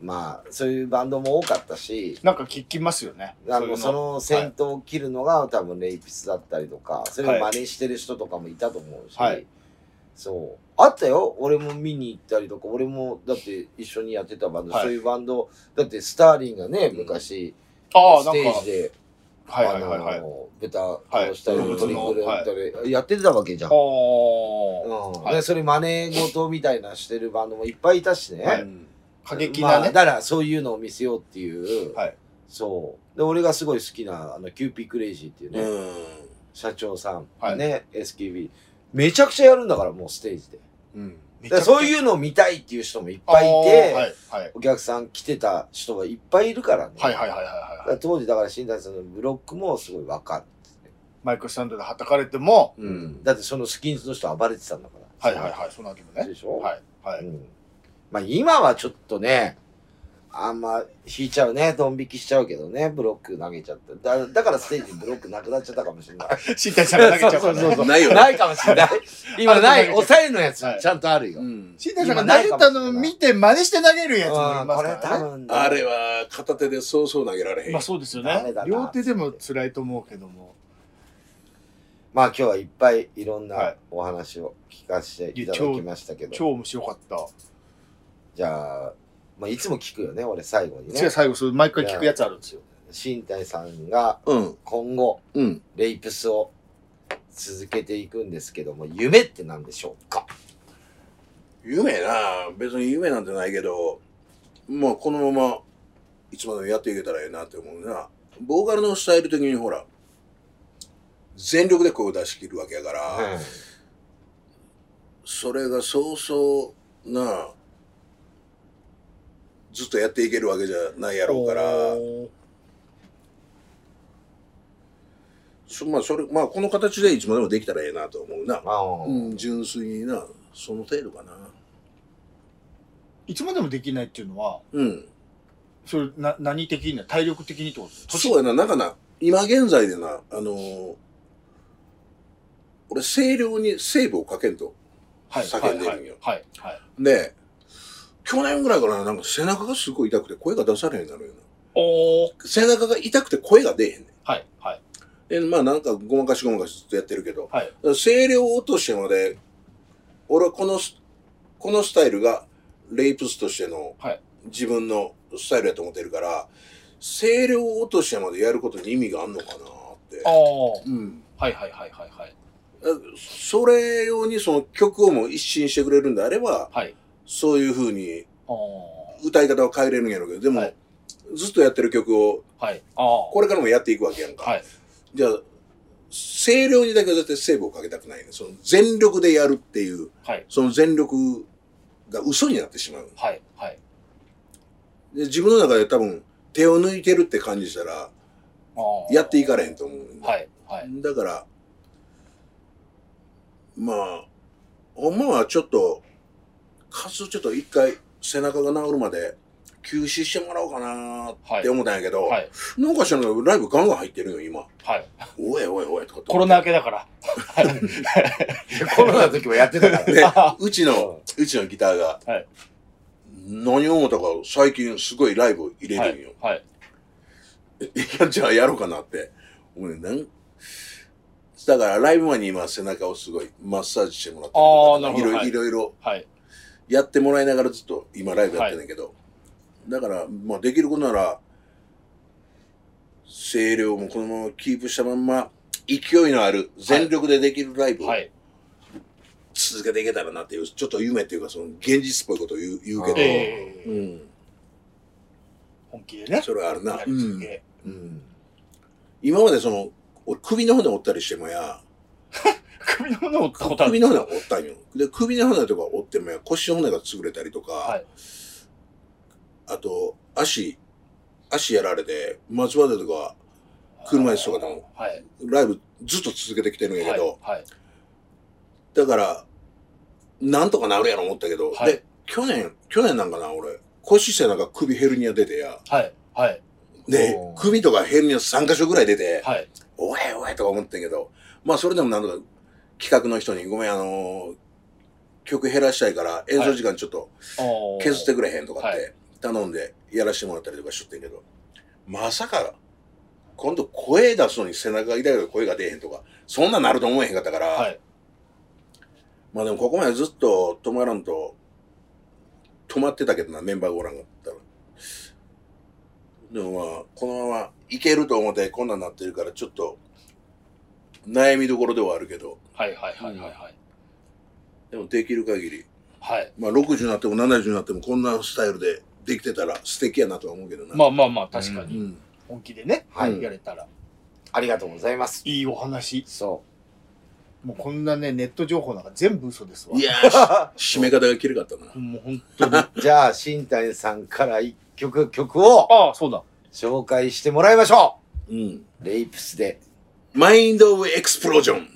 Speaker 1: まあそういうバンドも多かったし、
Speaker 2: なんか聞きますよね。
Speaker 1: あのそ
Speaker 2: の
Speaker 1: の戦闘を切るのが多分レイピスだったりとか、それを真似してる人とかもいたと思うし、
Speaker 2: はい
Speaker 1: そう。あったよ俺も見に行ったりとか、俺もだって一緒にやってたバンド、
Speaker 2: はい
Speaker 1: そういうバンド、だってスターリンがね、昔、
Speaker 2: ああ、
Speaker 1: ス
Speaker 2: なんか
Speaker 1: テージ、で、
Speaker 2: はいはいはいはい。
Speaker 1: あ
Speaker 2: あ
Speaker 1: の豚倒したり、
Speaker 4: はい
Speaker 1: 鶏肉やったり、やってたわけじゃん。
Speaker 2: あ、
Speaker 1: うん
Speaker 2: はい
Speaker 1: でそれ真似事みたいなしてるバンドもいっぱいいたしね、
Speaker 2: は
Speaker 5: 過激な
Speaker 1: まあ
Speaker 5: ね。
Speaker 1: だからそういうのを見せようっていう、
Speaker 2: はい
Speaker 1: そうで俺がすごい好きなあのキューピークレイジーっていうね、社長さん、
Speaker 2: はい
Speaker 1: ね SKB めちゃくちゃやるんだからもうステージで
Speaker 2: うん。
Speaker 1: だからそういうのを見たいっていう人もいっぱいいて、
Speaker 2: はいはい。
Speaker 1: お客さん来てた人がいっぱいいるからね、
Speaker 2: はいはいはいはい
Speaker 1: だ
Speaker 2: はい
Speaker 1: か。ら当時だから新谷さんのブロックもすごいわかる、
Speaker 2: マイクスタンドで叩かれても、
Speaker 4: うん
Speaker 1: だってそのスキンズの人暴れてたんだから
Speaker 2: はいはいはい、その時もね。
Speaker 1: でしょ、
Speaker 2: はいは
Speaker 1: う
Speaker 2: い。
Speaker 1: んまあ今はちょっとね、あんま引いちゃうね、ドン引きしちゃうけどね、ブロック投げちゃって。だだからステージにブロックなくなっちゃったかもしれない。
Speaker 2: 新谷さんが投げちゃうからね。
Speaker 1: そうそう そう
Speaker 4: ないよね。
Speaker 1: ないかもしれない。今ない、抑えのやつ
Speaker 2: はい
Speaker 1: ちゃんとあるよ。
Speaker 4: うん
Speaker 5: 新田さんが投げたのを見て真似して投げるやつも
Speaker 1: あ
Speaker 5: い
Speaker 1: ー
Speaker 5: ま
Speaker 1: こ
Speaker 5: す
Speaker 1: れ
Speaker 5: か
Speaker 1: 多
Speaker 5: らね。
Speaker 1: 分ね
Speaker 4: あれは片手でそうそう投げられへん。
Speaker 2: まあそうですよ
Speaker 1: ダメ
Speaker 2: ね。
Speaker 1: だな
Speaker 5: 両手でも辛いと思うけども。
Speaker 1: まあ今日はいっぱいいろん
Speaker 2: は
Speaker 1: ないお話を聞かせていただきましたけど。
Speaker 2: 超面白かった。
Speaker 1: じゃあ、まあいつも聞くよね、俺最後に
Speaker 2: 次は
Speaker 1: ね。
Speaker 2: 最後、それ毎回聞くやつあるんですよ。
Speaker 1: 新谷さんが
Speaker 4: うん。
Speaker 1: 今後、
Speaker 4: うん。
Speaker 1: レイプスを続けていくんですけども、夢って何でしょうか
Speaker 4: 夢な別に夢なんてないけど、まあこのままいつまでもやっていけたらええなって思うな。ボーカルのスタイル的にほら、全力で声を出し切るわけやから、それがそうそうな、ずっとやっていけるわけじゃないやろうから、そまあそれ、まあこの形でいつまでもできたらええなと思うな。
Speaker 1: あー
Speaker 4: うん、純粋にな、その程度かな。
Speaker 2: いつまでもできないっていうのは、
Speaker 4: うん。
Speaker 2: それな何的な体力的にってことです
Speaker 4: そうやな、なんかな、今現在でな、あのー俺、清涼にセーブをかけんと。
Speaker 2: はい
Speaker 4: 叫んでるんよ
Speaker 2: はいはい。
Speaker 4: で、去年ぐらいからななんか背中がすごい痛くて声が出されへんようになるよな。
Speaker 2: おお。
Speaker 4: 背中が痛くて声が出えへんね
Speaker 2: はいはい
Speaker 4: ん。で、まあなんかごまかしごまかしずっとやってるけど、
Speaker 2: はい。
Speaker 4: 清涼落としてまで、俺はこのス、このスタイルがレイプスとしての
Speaker 2: はい、
Speaker 4: 自分のスタイルやと思ってるから、清涼落としてまでやることに意味があんのかなって。
Speaker 2: ああ。は
Speaker 4: うん。
Speaker 2: いはいはいはいはい。
Speaker 4: それ用にその曲をもう一新してくれるんであれば、
Speaker 2: はい。
Speaker 4: そういう風に
Speaker 2: あ
Speaker 4: 歌い方は変えれるんやろうけど、でも、
Speaker 2: はい
Speaker 4: ずっとやってる曲を
Speaker 2: あ。はい。ああ。
Speaker 4: これからもやっていくわけやんか。
Speaker 2: はい。
Speaker 4: じゃあ、声量にだけは絶対セーブをかけたくないね。その全力でやるっていう、
Speaker 2: はい
Speaker 4: その全力が嘘になってしまう。
Speaker 2: はいはい。
Speaker 4: で自分の中で多分手を抜いてるって感じしたら、
Speaker 2: ああ。
Speaker 4: やっていかれへんと思う。
Speaker 2: はいはい。
Speaker 4: だから、まあ、ほんまはちょっと、数ちょっと一回背中が治るまで休止してもらおうかなーって思ったんやけど、
Speaker 2: はい
Speaker 4: なんかしらのライブガンガン入ってるよ、今。
Speaker 2: はい。
Speaker 4: おいおいおいとかって
Speaker 2: コロナ明けだから。
Speaker 1: コロナの時もやって たから。
Speaker 4: で、うちの、うちのギターが、
Speaker 2: はい
Speaker 4: 何を思ったか最近すごいライブを入
Speaker 2: は
Speaker 4: れるんよ
Speaker 2: い。。はい。
Speaker 4: いや、 じゃあやろうかなって。俺、なん、だからライブ前に今背中をすごいマッサージしてもらって
Speaker 2: あーなるほど
Speaker 4: いろ
Speaker 2: はい
Speaker 4: いろいろ
Speaker 2: はい。
Speaker 4: やってもらいながらずっと今ライブやってんだけど、だから、まあ、できることなら声量もこのままキープしたまんま勢いのある全力でできるライブを
Speaker 2: はい。
Speaker 4: 続けていけたらなっていうちょっと夢っていうかその現実っぽいことを言う言う
Speaker 1: え
Speaker 4: け
Speaker 2: え
Speaker 4: ど、
Speaker 2: え。
Speaker 4: うん、
Speaker 2: 本気でね。
Speaker 4: それはあるな
Speaker 2: や、り続け
Speaker 1: うん。
Speaker 4: 今までその俺首の骨折ったりしてもや
Speaker 2: 首の骨折ったことあ
Speaker 4: 首
Speaker 2: る。
Speaker 4: の骨折ったんよで首の骨とか折ってもや腰の骨が潰れたりとか、
Speaker 2: はい
Speaker 4: あと足足やられて松葉でとか車椅子とかでも
Speaker 2: はい。
Speaker 4: ライブずっと続けてきてるんやけど、
Speaker 2: はい。
Speaker 4: だから、なんとかなるやろ思ったけど、
Speaker 2: はい
Speaker 4: で、去年、去年なんかな、俺、腰背中首ヘルニア出てや、
Speaker 2: はい。はい。
Speaker 4: で
Speaker 1: お、ー
Speaker 4: 首とかヘルニア3箇所ぐらい出て、
Speaker 2: はい。
Speaker 4: おいおいとか思ってんけど、まあそれでもなんとか企画の人に、ごめん、あのー曲減らしたいから演奏時間ちょっと削ってくれへんとかっ
Speaker 2: は
Speaker 4: て頼んでやらしてもらったりとかしとってんけど、まさか、今度声出すのに背中が痛いから声が出えへんとか、そんなんなると思えへんかったから、
Speaker 2: はい。
Speaker 4: まあでもここまでずっと止まらんと、止まってたけどな、メンバーがおらんかったら。でもまあ、このままいけると思ってこんなんなってるからちょっと悩みどころではあるけど
Speaker 2: はいはいはいはいはい。
Speaker 4: でもできる限り
Speaker 2: はい。
Speaker 4: まあ60になっても70になってもこんなスタイルでできてたら素敵やなとは思うけどな、
Speaker 2: まあまあまあ、確か
Speaker 4: う
Speaker 2: に。
Speaker 4: ん、
Speaker 2: 本気でね、
Speaker 4: はい
Speaker 2: やれたら。
Speaker 1: ありがとうございます。
Speaker 2: いいお話。
Speaker 1: そ
Speaker 2: もうこんなね、ネット情報なんか全部嘘ですわ
Speaker 4: い。やー し締め方がきれかったな
Speaker 2: もう本当に。あ
Speaker 1: う。じゃあ、新谷さんから一曲、曲を
Speaker 2: あ、そうだ。
Speaker 1: 紹介してもらいましょ
Speaker 4: うん
Speaker 1: う。レイプスで。
Speaker 4: マインド・オブ・エクスプロージョン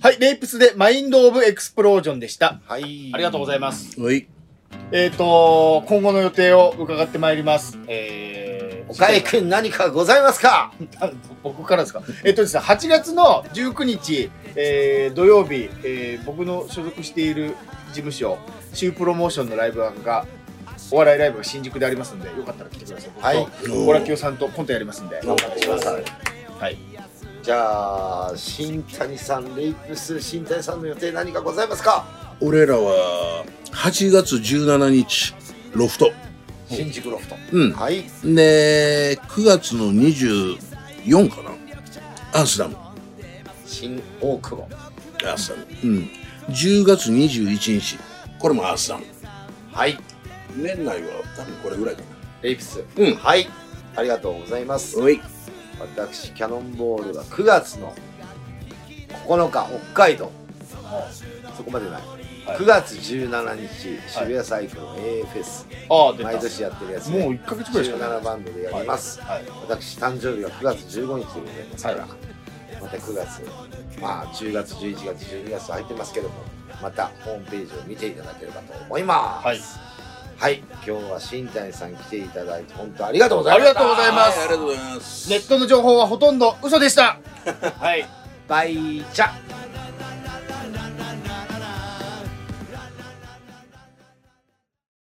Speaker 5: はい、レイプスでマインド・オブ・エクスプロージョンでした。
Speaker 1: はい。
Speaker 2: ありがとうございます。
Speaker 4: はい
Speaker 5: えっ、と、今後の予定を伺ってまいります。えー、
Speaker 1: 岡井くん何かございますか
Speaker 5: あ 僕からですか。えっとですね、8月の19日、えー土曜日、えー僕の所属している事務所、シュープロモーションのライブが、お笑いライブが新宿でありますんで、よかったら来てください。僕と
Speaker 1: はい
Speaker 5: オラキオさんとコントやりますんで。
Speaker 1: お願いします。
Speaker 5: はい。
Speaker 1: じゃあ、新谷さん、レイプス、新谷さんの予定何かございますか
Speaker 4: 俺らは8月17日ロフト
Speaker 1: 新宿ロフト。
Speaker 4: うん
Speaker 1: はい。
Speaker 4: で9月の24かなアースダム
Speaker 1: 新大久保。
Speaker 4: アースダムうん10月21日これもアースダム
Speaker 1: はい。
Speaker 4: 年内は多分これぐらいか
Speaker 1: レイプス。
Speaker 4: うん
Speaker 1: はい。ありがとうございます。
Speaker 4: なはい
Speaker 1: 私キャノンボールが9月の9日北海道そこまでない、
Speaker 2: はい
Speaker 1: 9月17日渋谷サイクルの A フェス、
Speaker 2: ああ、出た。
Speaker 1: 毎年やってるやつ
Speaker 2: もう
Speaker 1: で
Speaker 2: 1ヶ月ぐらいしかない。
Speaker 1: 17バンドでやります、
Speaker 2: はい。
Speaker 1: 私誕生日が9月15日でございますから、
Speaker 2: は
Speaker 1: また9月まあ10月11月12月と入ってますけどもまたホームページを見ていただければと思います
Speaker 2: はい。
Speaker 1: はい、今日は新谷さん来ていただいて本当ありがとうござ
Speaker 5: あ
Speaker 1: い
Speaker 5: り
Speaker 1: まし
Speaker 5: が
Speaker 1: た
Speaker 5: とうございま
Speaker 4: はいあ
Speaker 5: す。
Speaker 4: りがとうございます
Speaker 5: ネットの情報はほとんど嘘でした。
Speaker 2: はい。
Speaker 1: バイチャ